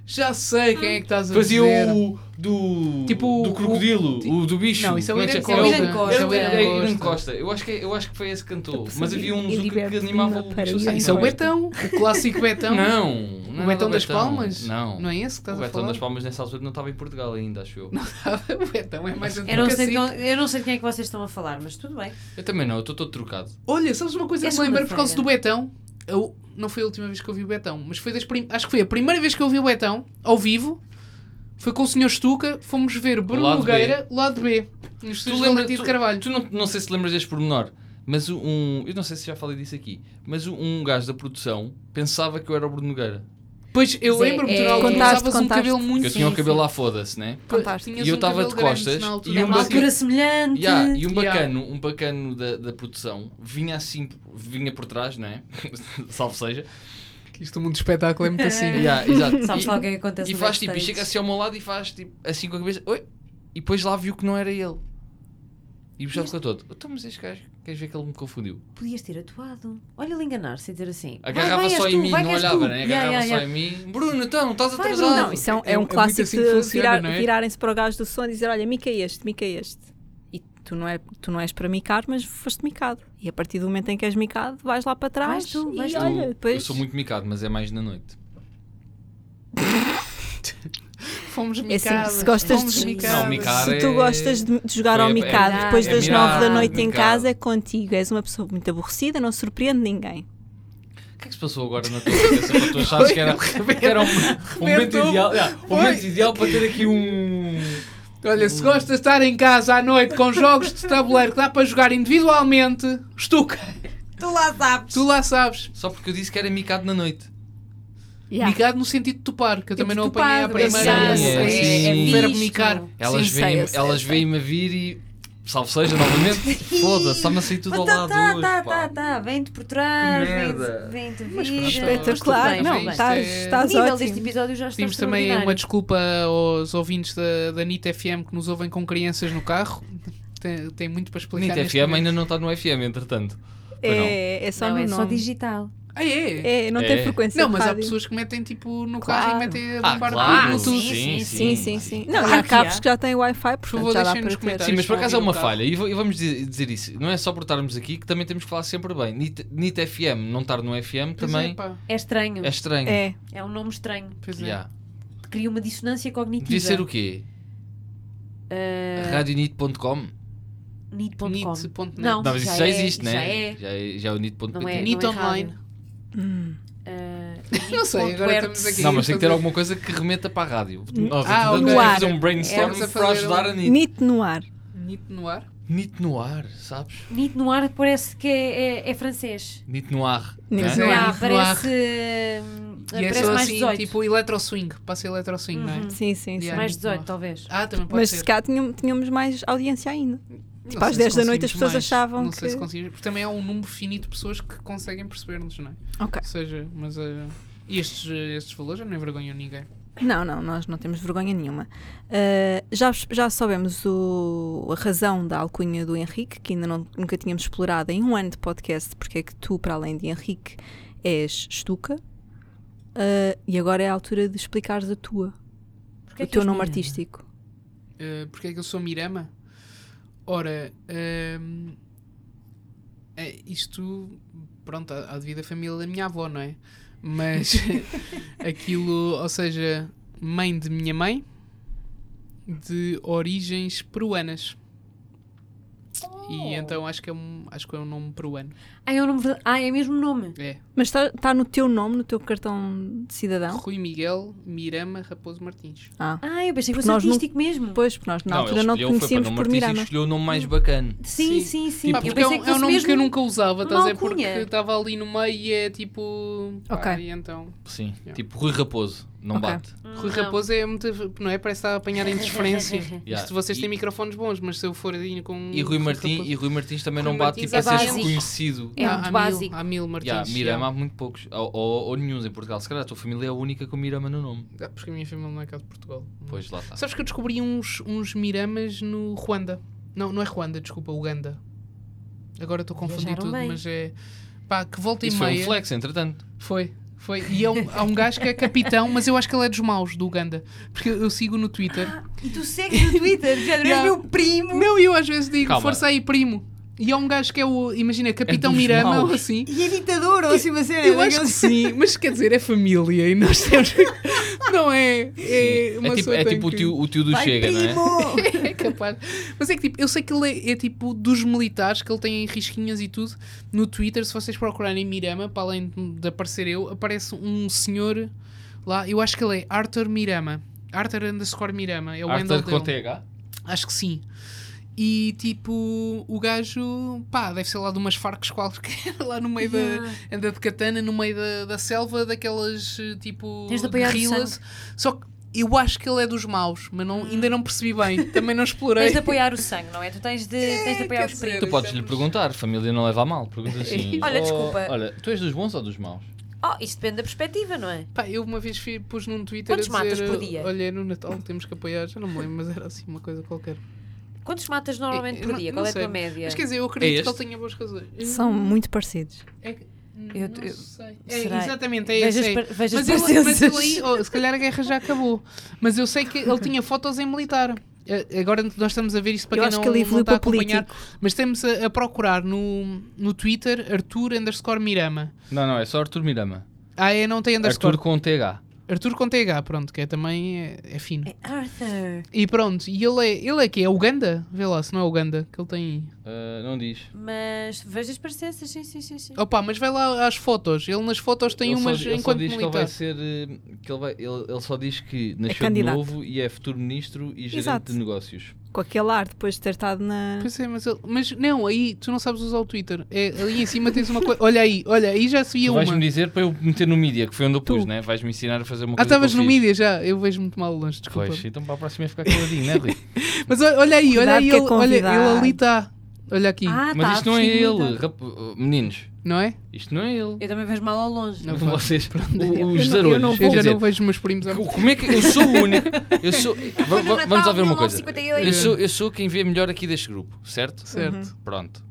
Speaker 2: Já sei quem é que estás a
Speaker 3: Fazia
Speaker 2: dizer.
Speaker 3: o. do.
Speaker 2: Tipo
Speaker 3: do
Speaker 2: o-
Speaker 3: crocodilo, o, do bicho.
Speaker 2: Não, isso é o
Speaker 3: Como que
Speaker 2: Irene
Speaker 3: se chama?
Speaker 4: Costa.
Speaker 3: Era o-
Speaker 4: Isso é
Speaker 3: era
Speaker 4: o
Speaker 3: o
Speaker 2: Irene
Speaker 3: Irene
Speaker 2: Costa.
Speaker 3: Costa. Eu acho que, é, eu acho que foi esse que cantou.
Speaker 5: Eu
Speaker 3: Mas
Speaker 5: pensei
Speaker 3: havia um
Speaker 5: em
Speaker 3: Zuka que
Speaker 5: Libertina
Speaker 3: animava o Big Show
Speaker 5: Paraíso.
Speaker 3: Sick.
Speaker 2: Ah, isso é o
Speaker 5: Não,
Speaker 2: Betão, o
Speaker 3: [LAUGHS]
Speaker 2: clássico Betão.
Speaker 3: Não,
Speaker 2: O
Speaker 3: não era
Speaker 2: Betão das Palmas?
Speaker 3: Não.
Speaker 2: Não é esse que
Speaker 3: O
Speaker 2: estás a
Speaker 3: Betão
Speaker 2: falar?
Speaker 3: das Palmas nessa altura não estava em Portugal ainda, acho eu.
Speaker 2: [LAUGHS] o Betão é mais
Speaker 4: Eu não, sei de
Speaker 2: antigo.
Speaker 4: onde- eu não sei de quem é que vocês estão a falar, mas tudo bem.
Speaker 3: Eu também não, eu estou todo trocado.
Speaker 2: Olha, sabes uma coisa
Speaker 4: É
Speaker 2: que me lembrei por
Speaker 4: segunda-feira.
Speaker 2: causa do Betão? Eu, não foi a última vez que eu vi o Betão, mas foi das prim... acho que foi a primeira vez que eu vi o Betão, ao vivo. Foi com o Sr. Stuka, fomos ver Bruno
Speaker 3: Lado B.
Speaker 2: Nogueira, lado B, nos
Speaker 3: Tu
Speaker 2: estúdios
Speaker 3: lembra-
Speaker 2: Valentim de
Speaker 3: tu-
Speaker 2: Carvalho.
Speaker 3: Tu não, não sei se lembras deste pormenor, mas o- um. Eu não sei se já falei disso aqui, mas o- um gajo da produção pensava que eu era o Bruno Nogueira.
Speaker 2: Pois eu
Speaker 4: Zé,
Speaker 2: lembro-me que tu
Speaker 4: é-
Speaker 2: na altura
Speaker 5: Contaste,
Speaker 2: usavas um
Speaker 5: contaste.
Speaker 2: cabelo muito.
Speaker 3: Porque eu tinha o
Speaker 4: sim,
Speaker 3: cabelo
Speaker 4: sim.
Speaker 3: lá foda-se, né?
Speaker 5: Contaste.
Speaker 2: Tinhas
Speaker 3: E eu
Speaker 2: um
Speaker 3: tava
Speaker 2: cabelo
Speaker 3: de
Speaker 2: grande
Speaker 3: costas
Speaker 2: na altura.
Speaker 3: e
Speaker 4: É
Speaker 3: um
Speaker 4: uma
Speaker 3: bacana.
Speaker 4: altura semelhante.
Speaker 3: Yeah, e um
Speaker 2: Yeah.
Speaker 3: bacano, um bacano da, da produção vinha assim, vinha por trás, não [LAUGHS] é? Salve seja.
Speaker 2: Isto do mundo do espetáculo é muito assim.
Speaker 3: Yeah, exato.
Speaker 4: Sabes
Speaker 3: E-
Speaker 4: lá o que é que acontece
Speaker 3: E
Speaker 4: no
Speaker 3: faz tipo, e
Speaker 4: backstage.
Speaker 3: chega assim ao meu lado e faz tipo, assim com a cabeça, oi, e depois lá viu que não era ele. E já ficou todo, então mas este gajo, queres ver que ele me confundiu?
Speaker 4: Podias ter atuado. Olha ele enganar-se e dizer assim. vai,
Speaker 3: Agarrava
Speaker 4: vai, és
Speaker 3: só em
Speaker 4: tu,
Speaker 3: mim,
Speaker 4: vai,
Speaker 3: não
Speaker 4: que és
Speaker 3: olhava,
Speaker 4: tu.
Speaker 3: né?
Speaker 4: Yeah,
Speaker 3: Agarrava
Speaker 4: yeah,
Speaker 3: só
Speaker 4: yeah.
Speaker 3: em mim, Bruno, então, estás
Speaker 4: Vai,
Speaker 3: atrasado.
Speaker 4: Bruno,
Speaker 5: Não, isso é um,
Speaker 2: É-
Speaker 5: é
Speaker 2: é
Speaker 5: um
Speaker 2: muito
Speaker 5: clássico
Speaker 2: assim que
Speaker 5: de
Speaker 2: funciona,
Speaker 5: virar,
Speaker 2: não é?
Speaker 5: virarem-se para o gajo do som e dizer: Olha, mica é este, mica este. E tu não, é, tu não és para micar, mas foste micado. E a partir do momento em que és micado, vais lá para trás.
Speaker 4: Vais tu,
Speaker 5: e
Speaker 4: vais tu.
Speaker 5: olha,
Speaker 3: Eu
Speaker 5: depois.
Speaker 3: sou muito micado, mas é mais na noite.
Speaker 2: Fomos
Speaker 5: É assim,
Speaker 2: micadas.
Speaker 5: se gostas
Speaker 2: fomos
Speaker 5: de-
Speaker 2: micadas.
Speaker 3: Não, micar
Speaker 5: Se tu
Speaker 3: é-
Speaker 5: gostas de, de jogar ao
Speaker 3: É- é-
Speaker 5: micado
Speaker 4: é-
Speaker 5: depois
Speaker 4: é
Speaker 5: das
Speaker 4: mirar,
Speaker 5: nove da noite em
Speaker 3: micado.
Speaker 5: casa, é contigo. És uma pessoa muito aborrecida, não surpreende ninguém.
Speaker 3: O que é que se passou agora na tua cabeça para tu achares que era, que era um, um momento
Speaker 2: rebentou-me.
Speaker 3: ideal, ah, um
Speaker 2: Foi.
Speaker 3: momento ideal para ter aqui um...
Speaker 2: Olha, se gostas de estar em casa à noite com jogos de tabuleiro que dá para jogar individualmente, estuca.
Speaker 4: Tu lá sabes.
Speaker 2: Tu lá sabes.
Speaker 3: Só porque eu disse que era micado na noite.
Speaker 2: Micado no sentido de topar, que eu também não
Speaker 4: Tipo,
Speaker 2: apanhei a
Speaker 4: padre,
Speaker 2: primeira.
Speaker 4: exato,
Speaker 3: É,
Speaker 4: é- é
Speaker 3: sim.
Speaker 2: O verbo
Speaker 4: misto.
Speaker 2: micar.
Speaker 3: Elas
Speaker 5: Sim, sei,
Speaker 3: vêm
Speaker 5: eu sei, eu
Speaker 3: elas
Speaker 5: sei.
Speaker 3: vêm-me a vir e. Salve seja novamente. Foda-se, está-me a sair tudo ao
Speaker 4: Mas tá,
Speaker 3: lado.
Speaker 4: tá,
Speaker 3: hoje,
Speaker 4: tá,
Speaker 3: pá.
Speaker 4: tá, tá. Vem-te por trás,
Speaker 3: Que
Speaker 4: vem-te-
Speaker 3: merda.
Speaker 4: vem-te vir.
Speaker 5: Espetacular.
Speaker 4: Mas tudo bem,
Speaker 5: não,
Speaker 4: tudo bem.
Speaker 5: estás,
Speaker 2: é-
Speaker 4: tá O
Speaker 5: estás
Speaker 4: nível
Speaker 5: ótimo.
Speaker 4: deste episódio já está
Speaker 2: Pedimos também
Speaker 4: extraordinário.
Speaker 2: uma desculpa aos ouvintes da, da NIT FM que nos ouvem com crianças no carro. Tem, tem muito para explicar.
Speaker 3: Bonito,
Speaker 2: é neste
Speaker 3: FM
Speaker 2: momento.
Speaker 3: ainda não está no FM, entretanto. Pois não.
Speaker 5: É, é só
Speaker 4: Não,
Speaker 5: no
Speaker 4: é só
Speaker 5: nome.
Speaker 4: digital.
Speaker 2: Ah, é?
Speaker 5: É, não
Speaker 3: É.
Speaker 5: tem frequência.
Speaker 2: Não,
Speaker 5: de
Speaker 2: mas há
Speaker 5: rádio.
Speaker 2: pessoas que metem tipo no
Speaker 5: Claro.
Speaker 2: carro e metem a
Speaker 3: Ah,
Speaker 2: bombar é,
Speaker 3: claro,
Speaker 2: com o Bluetooth.
Speaker 3: sim, sim,
Speaker 5: Sim, sim, sim. Não,
Speaker 4: Claro
Speaker 5: há
Speaker 4: que
Speaker 5: cabos
Speaker 4: há.
Speaker 5: que já têm Wi-Fi,
Speaker 2: favor,
Speaker 5: por favor, já dá
Speaker 2: deixem nos
Speaker 5: para ter.
Speaker 2: comentários.
Speaker 3: Sim, mas por acaso é
Speaker 2: Estão a
Speaker 3: uma
Speaker 2: ouvir o
Speaker 3: falha. E, vou- e vamos di- dizer isso. Não é só por estarmos aqui que também temos que falar sempre bem. NIT, NIT FM, não estar no FM
Speaker 2: Pois
Speaker 3: também
Speaker 2: É, pá,
Speaker 4: É estranho.
Speaker 3: é estranho.
Speaker 5: É,
Speaker 4: É um nome estranho.
Speaker 2: pois é.
Speaker 3: Yeah.
Speaker 4: Cria uma dissonância cognitiva.
Speaker 3: Devia ser o quê?
Speaker 4: Ah,
Speaker 3: RadioNIT.com?
Speaker 4: Nit.com.
Speaker 2: Nit.net.
Speaker 4: Não,
Speaker 3: Não, mas isso já,
Speaker 4: é,
Speaker 3: existe,
Speaker 4: já
Speaker 3: né?
Speaker 4: é.
Speaker 3: Já é, já é o NIT.pt.
Speaker 4: Não é.
Speaker 2: NIT
Speaker 4: não
Speaker 2: online.
Speaker 4: rádio.
Speaker 5: Hum.
Speaker 2: [LAUGHS]
Speaker 4: Ah,
Speaker 2: Não sei, agora estamos aqui.
Speaker 3: Não, mas tem que ter alguma coisa que remeta para a rádio. Nós
Speaker 2: Ah,
Speaker 3: ah,
Speaker 5: ok.
Speaker 3: fazer um
Speaker 2: É,
Speaker 3: brainstorm
Speaker 2: vamos a
Speaker 3: para
Speaker 2: fazer
Speaker 3: ajudar
Speaker 2: um-
Speaker 3: a NIT.
Speaker 5: NIT no ar.
Speaker 2: NIT no ar.
Speaker 3: NIT no ar, sabes?
Speaker 4: Nit no ar parece que é, é- é francês.
Speaker 3: NIT no ar.
Speaker 5: Nit
Speaker 3: né?
Speaker 2: no
Speaker 4: Não,
Speaker 2: ar.
Speaker 4: ah,
Speaker 2: Nit no ar.
Speaker 4: parece. hum,
Speaker 2: E é
Speaker 4: parece
Speaker 2: só
Speaker 4: mais Uhum.
Speaker 2: assim,
Speaker 4: 18.
Speaker 2: tipo electro swing. Passa electro swing,
Speaker 4: Hum.
Speaker 2: não é?
Speaker 5: Sim, sim, sim.
Speaker 2: Yeah.
Speaker 4: mais
Speaker 2: Nit no
Speaker 4: 18,
Speaker 2: ar.
Speaker 4: talvez.
Speaker 2: Ah, também pode
Speaker 5: Mas
Speaker 2: ser.
Speaker 5: se cá tínhamos, tínhamos mais audiência ainda.
Speaker 2: Não
Speaker 5: tipo, às
Speaker 2: sei se
Speaker 5: 10 da noite
Speaker 2: conseguimos
Speaker 5: as pessoas
Speaker 2: mais.
Speaker 5: achavam
Speaker 2: Não sei se
Speaker 5: que-
Speaker 2: conseguimos, porque também há um número finito de pessoas que conseguem perceber-nos, não é?
Speaker 5: Ok.
Speaker 2: Ou seja, mas eh, e estes, eh, estes valores eu não envergonham ninguém.
Speaker 5: Não, não, nós não temos vergonha nenhuma. Ah, já, já soubemos o- a razão da alcunha do Henrique, que ainda não- nunca tínhamos explorado em um ano de podcast, porque é que tu, para além de Henrique, és estuca. Ah, e agora é a altura de explicares a tua,
Speaker 4: Porquê é
Speaker 5: o
Speaker 4: que
Speaker 5: teu
Speaker 4: eu
Speaker 5: nome
Speaker 4: escolhi?
Speaker 5: artístico.
Speaker 2: Eh, porque é que eu sou Mirama? Ora, ehm, é, isto, pronto, há há devido à família da minha avó, não é?
Speaker 4: [LAUGHS]
Speaker 2: Mas aquilo, ou seja, mãe de minha mãe, de origens peruanas.
Speaker 4: Oh.
Speaker 2: E então acho que, é um, acho que é um nome peruano.
Speaker 4: Ah, é o nome verdade- Ah, é mesmo nome.
Speaker 2: É,
Speaker 5: Mas está tá no teu nome, no teu cartão de cidadão?
Speaker 2: Rui Miguel Mirama Raposo Martins.
Speaker 5: Ah,
Speaker 4: Ah, eu pensei que
Speaker 5: Porque
Speaker 4: fosse
Speaker 5: nós não-
Speaker 4: artístico mesmo.
Speaker 5: pois, porque nós na
Speaker 3: ele
Speaker 5: altura não te
Speaker 3: escolheu, foi para
Speaker 5: conhecíamos
Speaker 3: nome
Speaker 5: por
Speaker 3: artístico,
Speaker 5: Mirama.
Speaker 3: escolheu o nome mais bacana.
Speaker 4: Sim, sim, sim.
Speaker 2: Pá,
Speaker 4: eu
Speaker 2: porque é
Speaker 4: pensei
Speaker 2: um,
Speaker 4: que
Speaker 2: é um
Speaker 4: fosse
Speaker 2: nome
Speaker 4: mesmo.
Speaker 2: que eu nunca usava, estás a ver?
Speaker 4: uma alcunha.
Speaker 2: Porque estava ali no meio e é tipo. pá,
Speaker 5: Ok.
Speaker 2: e então.
Speaker 3: Sim.
Speaker 2: Yeah.
Speaker 3: Tipo Rui Raposo. Não
Speaker 5: Ok.
Speaker 3: bate.
Speaker 2: Rui Raposo é muito. Não é? Parece estar a apanhar indiferença.
Speaker 3: Yeah.
Speaker 2: Isto vocês têm
Speaker 3: E-
Speaker 2: microfones bons, mas se eu for aí com. um
Speaker 3: E Rui, Martins,
Speaker 2: Raposo-
Speaker 3: e Rui Martins também
Speaker 2: Hum, Rui
Speaker 3: não bate,
Speaker 2: Martins
Speaker 3: tipo, é
Speaker 2: é
Speaker 3: ser
Speaker 2: básico.
Speaker 3: reconhecido.
Speaker 7: É
Speaker 2: Há-
Speaker 7: muito
Speaker 2: há
Speaker 7: básico.
Speaker 2: Mil, há mil Martins.
Speaker 3: Yeah, Mirama
Speaker 2: yeah.
Speaker 3: há muito poucos. Ou, ou, ou nenhum em Portugal. Se calhar a tua família é a única com Mirama no nome.
Speaker 2: Ah, porque a minha família não é cá de Portugal.
Speaker 3: Pois lá está.
Speaker 2: Sabes que eu descobri uns, uns miramas no Ruanda. Não, não é Ruanda, desculpa, Uganda. Agora estou a confundir
Speaker 4: Viajaram
Speaker 2: tudo,
Speaker 4: bem.
Speaker 2: mas é. Pá, que volta
Speaker 3: Isso
Speaker 2: e
Speaker 3: foi
Speaker 2: meia.
Speaker 3: um flex, entretanto.
Speaker 2: Foi, foi. E é um, há um gajo que é capitão, mas eu acho que ele é dos maus do Uganda. Porque eu eu sigo no Twitter.
Speaker 4: E tu segues no Twitter, já não és
Speaker 2: Yeah.
Speaker 4: meu primo.
Speaker 2: Não, eu às vezes digo,
Speaker 3: Calma.
Speaker 2: força aí, primo. E há um gajo que é o, imagina, Capitão
Speaker 3: dos
Speaker 2: Mirama
Speaker 3: maus.
Speaker 2: ou assim.
Speaker 4: E é ditador, ou assim uma cena.
Speaker 5: é,
Speaker 2: Eu acho que
Speaker 4: daqueles-
Speaker 2: sim, mas quer dizer, é família e nós temos. [LAUGHS] Não é? É, uma
Speaker 3: É tipo,
Speaker 2: pessoa
Speaker 3: é
Speaker 2: tem
Speaker 3: tipo o,
Speaker 2: que-
Speaker 3: tio, o tio do
Speaker 4: Vai,
Speaker 3: Chega, não é?
Speaker 4: primo!
Speaker 2: [LAUGHS] É capaz. Mas é que tipo, eu sei que ele é, é, tipo dos militares, que ele tem risquinhas e tudo. No Twitter, se vocês procurarem Mirama, para além de de aparecer eu, aparece um senhor lá, eu acho que ele é Arthur Mirama. Arthur underscore Mirama, é o handle
Speaker 3: Arthur
Speaker 2: dele.
Speaker 3: com TH.
Speaker 2: Acho que sim. E tipo, o gajo, pá, deve ser lá de umas farcas qualquer, [LAUGHS] lá no meio
Speaker 4: Yeah.
Speaker 2: da. anda de katana, no meio da, da selva, daquelas eh, tipo.
Speaker 4: Tens de apanhar no
Speaker 2: guerrilhas. Só que eu acho que ele é dos maus, mas não, ainda não percebi bem, também não explorei.
Speaker 7: Hum. Tens de apoiar o sangue, não é? Tu tens de, tens de apoiar
Speaker 2: quer
Speaker 7: os
Speaker 2: dizer,
Speaker 7: primos.
Speaker 3: Tu podes lhe perguntar, família não leva a mal. Pergunta assim.
Speaker 7: Olha,
Speaker 3: "Oh,
Speaker 7: desculpa."
Speaker 3: Olha, tu és dos bons ou dos maus?
Speaker 7: Oh, isso depende da perspectiva, não é?
Speaker 2: Pá, eu uma vez fi- pus num Twitter
Speaker 7: Quantos
Speaker 2: a
Speaker 7: matas
Speaker 2: dizer,
Speaker 7: por dia?
Speaker 2: olha, é no Natal que temos que apoiar, já não me lembro, mas era assim uma coisa qualquer.
Speaker 7: Quantos matas normalmente
Speaker 2: Eu- eu
Speaker 7: por
Speaker 2: Eh, não-
Speaker 7: dia?
Speaker 2: não
Speaker 7: Qual é a
Speaker 2: sei.
Speaker 7: tua média?
Speaker 2: Mas quer dizer, eu acredito que
Speaker 3: este?
Speaker 2: ele tenha boas razões.
Speaker 5: [LAUGHS] São muito parecidos.
Speaker 2: É que-
Speaker 4: Eu-
Speaker 2: não
Speaker 4: eu-
Speaker 2: sei.
Speaker 4: será?
Speaker 2: É, exatamente, é
Speaker 4: Vejo
Speaker 2: esse.
Speaker 4: as
Speaker 2: é.
Speaker 4: par- vejo
Speaker 2: Mas,
Speaker 4: as
Speaker 2: eu, mas eu aí,
Speaker 7: [LAUGHS]
Speaker 4: parecenças.
Speaker 2: oh, se calhar a guerra já acabou. Mas eu sei que ele tinha fotos em militar. Eh, Agora nós estamos a ver isso para
Speaker 5: Eu
Speaker 2: quem
Speaker 5: acho
Speaker 2: não,
Speaker 5: que ele
Speaker 2: não
Speaker 5: evoluiu
Speaker 2: está a
Speaker 5: para
Speaker 2: acompanhar.
Speaker 5: político.
Speaker 2: Mas estamos a, a procurar no, no Twitter Arthur underscore Mirama.
Speaker 3: Não, não, é só Arthur Mirama.
Speaker 2: Ah, é, não tem underscore.
Speaker 3: Arthur
Speaker 2: Arthur,
Speaker 3: com TH.
Speaker 2: com TH, pronto, que é também é, é fino.
Speaker 4: É Arthur.
Speaker 2: E pronto, e ele é, ele é que é Uganda? Vê lá, se não é Uganda que ele tem.
Speaker 3: Ah, não diz.
Speaker 7: Mas vejo as parecenças, sim, sim, sim. sim.
Speaker 2: Opa, mas vai lá às fotos. Ele nas fotos tem
Speaker 3: Ele só
Speaker 2: umas
Speaker 3: di- ele só
Speaker 2: enquanto
Speaker 3: diz que
Speaker 2: militar.
Speaker 3: ele vai ser. eh, Que ele, vai, ele, ele só diz que nasceu de
Speaker 5: candidato.
Speaker 3: novo e é futuro ministro e gerente
Speaker 5: Exato.
Speaker 3: de negócios.
Speaker 5: Com aquele ar depois de ter estado na.
Speaker 2: Pois é, mas, ele- mas não, aí tu não sabes usar o Twitter. É, ali em cima tens uma coisa. Olha aí, olha, aí já se via
Speaker 3: Tu
Speaker 2: uma.
Speaker 3: vais-me dizer para eu meter no mídia, que foi onde eu pus,
Speaker 2: Tu.
Speaker 3: né? Vais-me ensinar a fazer uma
Speaker 2: Ah,
Speaker 3: coisa.
Speaker 2: estavas
Speaker 3: que eu
Speaker 2: no
Speaker 3: fiz.
Speaker 2: mídia já. Eu vejo muito mal longe, desculpa. Ah,
Speaker 3: Pois, então para a próxima é ficar
Speaker 2: [LAUGHS]
Speaker 3: caladinho, né, Rui?
Speaker 2: Mas o- olha aí, olha
Speaker 5: Cuidado
Speaker 2: aí,
Speaker 5: que é
Speaker 2: ele, olha, ele
Speaker 5: convidado.
Speaker 2: ali está. Olha aqui,
Speaker 4: Ah,
Speaker 3: Mas
Speaker 4: tá,
Speaker 3: isto não é
Speaker 4: vestido
Speaker 3: ele,
Speaker 4: militar.
Speaker 3: rap- uh, meninos.
Speaker 2: não é?
Speaker 3: Isto não é ele.
Speaker 7: Eu também vejo mal ao longe.
Speaker 2: Não faz. [LAUGHS]
Speaker 3: Vocês,
Speaker 2: é eu
Speaker 3: os
Speaker 5: não- eu não
Speaker 3: zarolhos.
Speaker 5: vou
Speaker 2: Eu
Speaker 3: Quer
Speaker 2: já
Speaker 3: dizer,
Speaker 2: não vejo os meus primos há
Speaker 3: co-
Speaker 2: muito
Speaker 3: Como é que eu sou o único?
Speaker 2: [LAUGHS]
Speaker 3: Eu sou. va- va-
Speaker 7: Natal,
Speaker 3: vamos lá ver uma coisa.
Speaker 7: 1958.
Speaker 3: Eu sou, eu sou quem vê melhor aqui deste grupo, certo? Uhum.
Speaker 2: certo.
Speaker 3: Pronto.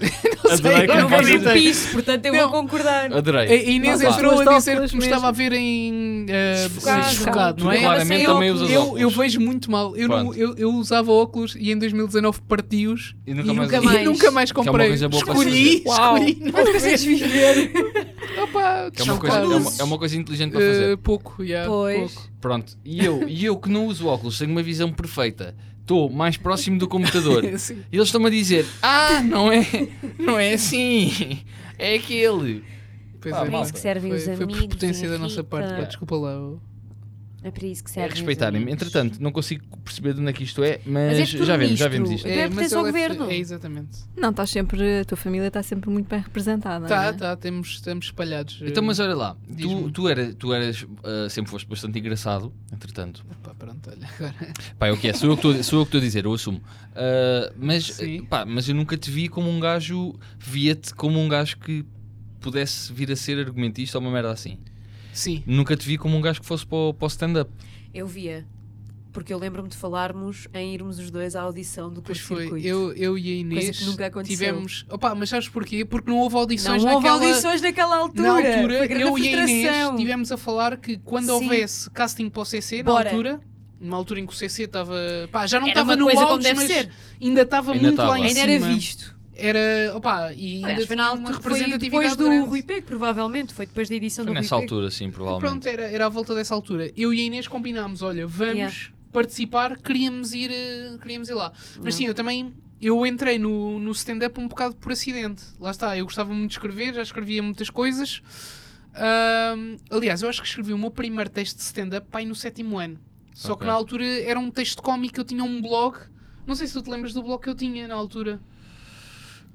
Speaker 2: sei,
Speaker 3: que
Speaker 7: um
Speaker 2: eu não vejo
Speaker 3: me apresentem.
Speaker 4: Piso, portanto eu
Speaker 2: Não.
Speaker 4: vou concordar.
Speaker 3: Adorei.
Speaker 2: A a É, Inês
Speaker 5: Não,
Speaker 2: entrou
Speaker 5: tá.
Speaker 2: a dizer que me
Speaker 5: Mesmo.
Speaker 2: estava a ver em. eh,
Speaker 3: Desfocado.
Speaker 2: desfocado,
Speaker 3: Tu
Speaker 2: não é?
Speaker 3: claramente
Speaker 2: eu,
Speaker 3: também usas
Speaker 2: eu,
Speaker 3: óculos.
Speaker 2: eu vejo muito mal. Eu, não-
Speaker 3: Pronto.
Speaker 2: eu, eu usava óculos e em 2019 parti-os
Speaker 3: E nunca mais
Speaker 2: nunca
Speaker 3: usas.
Speaker 2: mais, nunca mais
Speaker 3: Que é uma
Speaker 2: comprei.
Speaker 3: coisa boa para se
Speaker 2: escolhi, escolhi. não
Speaker 4: Mas consegues viver.
Speaker 2: ver. Opa,
Speaker 3: Que é, uma coisa, é, uma, é uma coisa inteligente para fazer.
Speaker 2: Eh, pouco, já.
Speaker 4: Pois.
Speaker 2: Pouco.
Speaker 3: Pronto. E eu, e eu que não uso óculos, tenho uma visão perfeita. Estou mais próximo
Speaker 2: [LAUGHS]
Speaker 3: do computador. E
Speaker 2: Sim.
Speaker 3: eles estão-me a dizer: Ah, não é, não é [LAUGHS] assim. É aquele.
Speaker 2: Pois
Speaker 3: Pá,
Speaker 2: é,
Speaker 3: para
Speaker 2: pá.
Speaker 3: isso que
Speaker 7: servem
Speaker 2: foi,
Speaker 7: os
Speaker 2: Foi por
Speaker 7: amigos,
Speaker 2: potência da
Speaker 7: Rita.
Speaker 2: nossa parte. pá, Desculpa lá. eu-
Speaker 7: É para isso que
Speaker 3: É
Speaker 7: serve.
Speaker 3: respeitarem-me. Entretanto, não consigo perceber de onde é que isto é,
Speaker 7: Mas é
Speaker 3: mas
Speaker 7: tudo
Speaker 3: já vemos, já
Speaker 7: misto.
Speaker 3: vemos isto.
Speaker 7: Então é
Speaker 2: mas
Speaker 7: pertence ao
Speaker 2: ele deve-
Speaker 7: governo.
Speaker 2: É, exatamente.
Speaker 5: Não, estás sempre. A tua família está sempre muito bem representada.
Speaker 2: Tá,
Speaker 5: não é?
Speaker 2: tá, temos, estamos espalhados.
Speaker 3: Então, mas olha lá, tu,
Speaker 2: É Diz-me.
Speaker 3: tu, era, tu eras, ah, sempre foste bastante engraçado, entretanto.
Speaker 2: Pá, pronto, olha, agora.
Speaker 3: Pá, é o que é, sou eu que tô- sou eu que estou a dizer, eu assumo. Ah, mas,
Speaker 2: Sim.
Speaker 3: pá, mas eu nunca te vi como um gajo, via-te como um gajo que pudesse vir a ser argumentista ou uma merda assim.
Speaker 2: Sim.
Speaker 3: Nunca te vi como um gajo que fosse para o, para o stand-up.
Speaker 4: Eu via. Porque eu lembro-me de falarmos em irmos os dois à audição do
Speaker 2: Pois foi,
Speaker 4: curto-circuito.
Speaker 2: eu, eu e a
Speaker 4: que
Speaker 2: Inês
Speaker 4: nunca aconteceu.
Speaker 2: tivemos. Opa, mas sabes porquê? Porque não houve
Speaker 4: Não
Speaker 2: audições
Speaker 4: houve
Speaker 2: naquela
Speaker 4: audições naquela altura.
Speaker 2: Na
Speaker 4: Foi
Speaker 2: altura,
Speaker 4: grande
Speaker 2: eu e a Inês
Speaker 4: frustração.
Speaker 2: tivemos a falar que quando
Speaker 4: Sim.
Speaker 2: houvesse casting para o CC,
Speaker 4: Bora.
Speaker 2: na altura, numa altura em que o CC estava. pá, já não
Speaker 7: Era
Speaker 2: estava
Speaker 7: uma
Speaker 2: no
Speaker 7: coisa como
Speaker 2: auge,
Speaker 7: deve
Speaker 2: mas
Speaker 7: ser.
Speaker 2: ainda estava
Speaker 3: Ainda
Speaker 2: muito
Speaker 3: estava.
Speaker 2: lá em
Speaker 4: Ainda
Speaker 2: cima.
Speaker 4: era visto.
Speaker 2: Era, opa, e ainda
Speaker 4: Aliás, foi na
Speaker 2: tinha uma
Speaker 4: altura- foi
Speaker 2: representatividade
Speaker 4: depois do
Speaker 2: grande.
Speaker 4: Rui Pego, provavelmente. Foi depois da edição
Speaker 3: Foi
Speaker 4: do
Speaker 3: nessa
Speaker 4: Rui Pego.
Speaker 3: altura, sim, provavelmente.
Speaker 2: Pronto, era, era à volta dessa altura. Eu e a Inês combinámos, olha, vamos
Speaker 4: Yeah.
Speaker 2: participar, queríamos ir, eh, queríamos ir lá. Mas sim, eu também eu entrei no, no stand-up um bocado por acidente. Lá está, eu gostava muito de escrever, já escrevia muitas coisas. Ahm, aliás, eu acho que escrevi o meu primeiro texto de stand-up pai no sétimo ano. Só
Speaker 3: Ok.
Speaker 2: que na altura era um texto cómico, eu tinha um blog. Não sei se tu te lembras do blog que eu tinha na altura.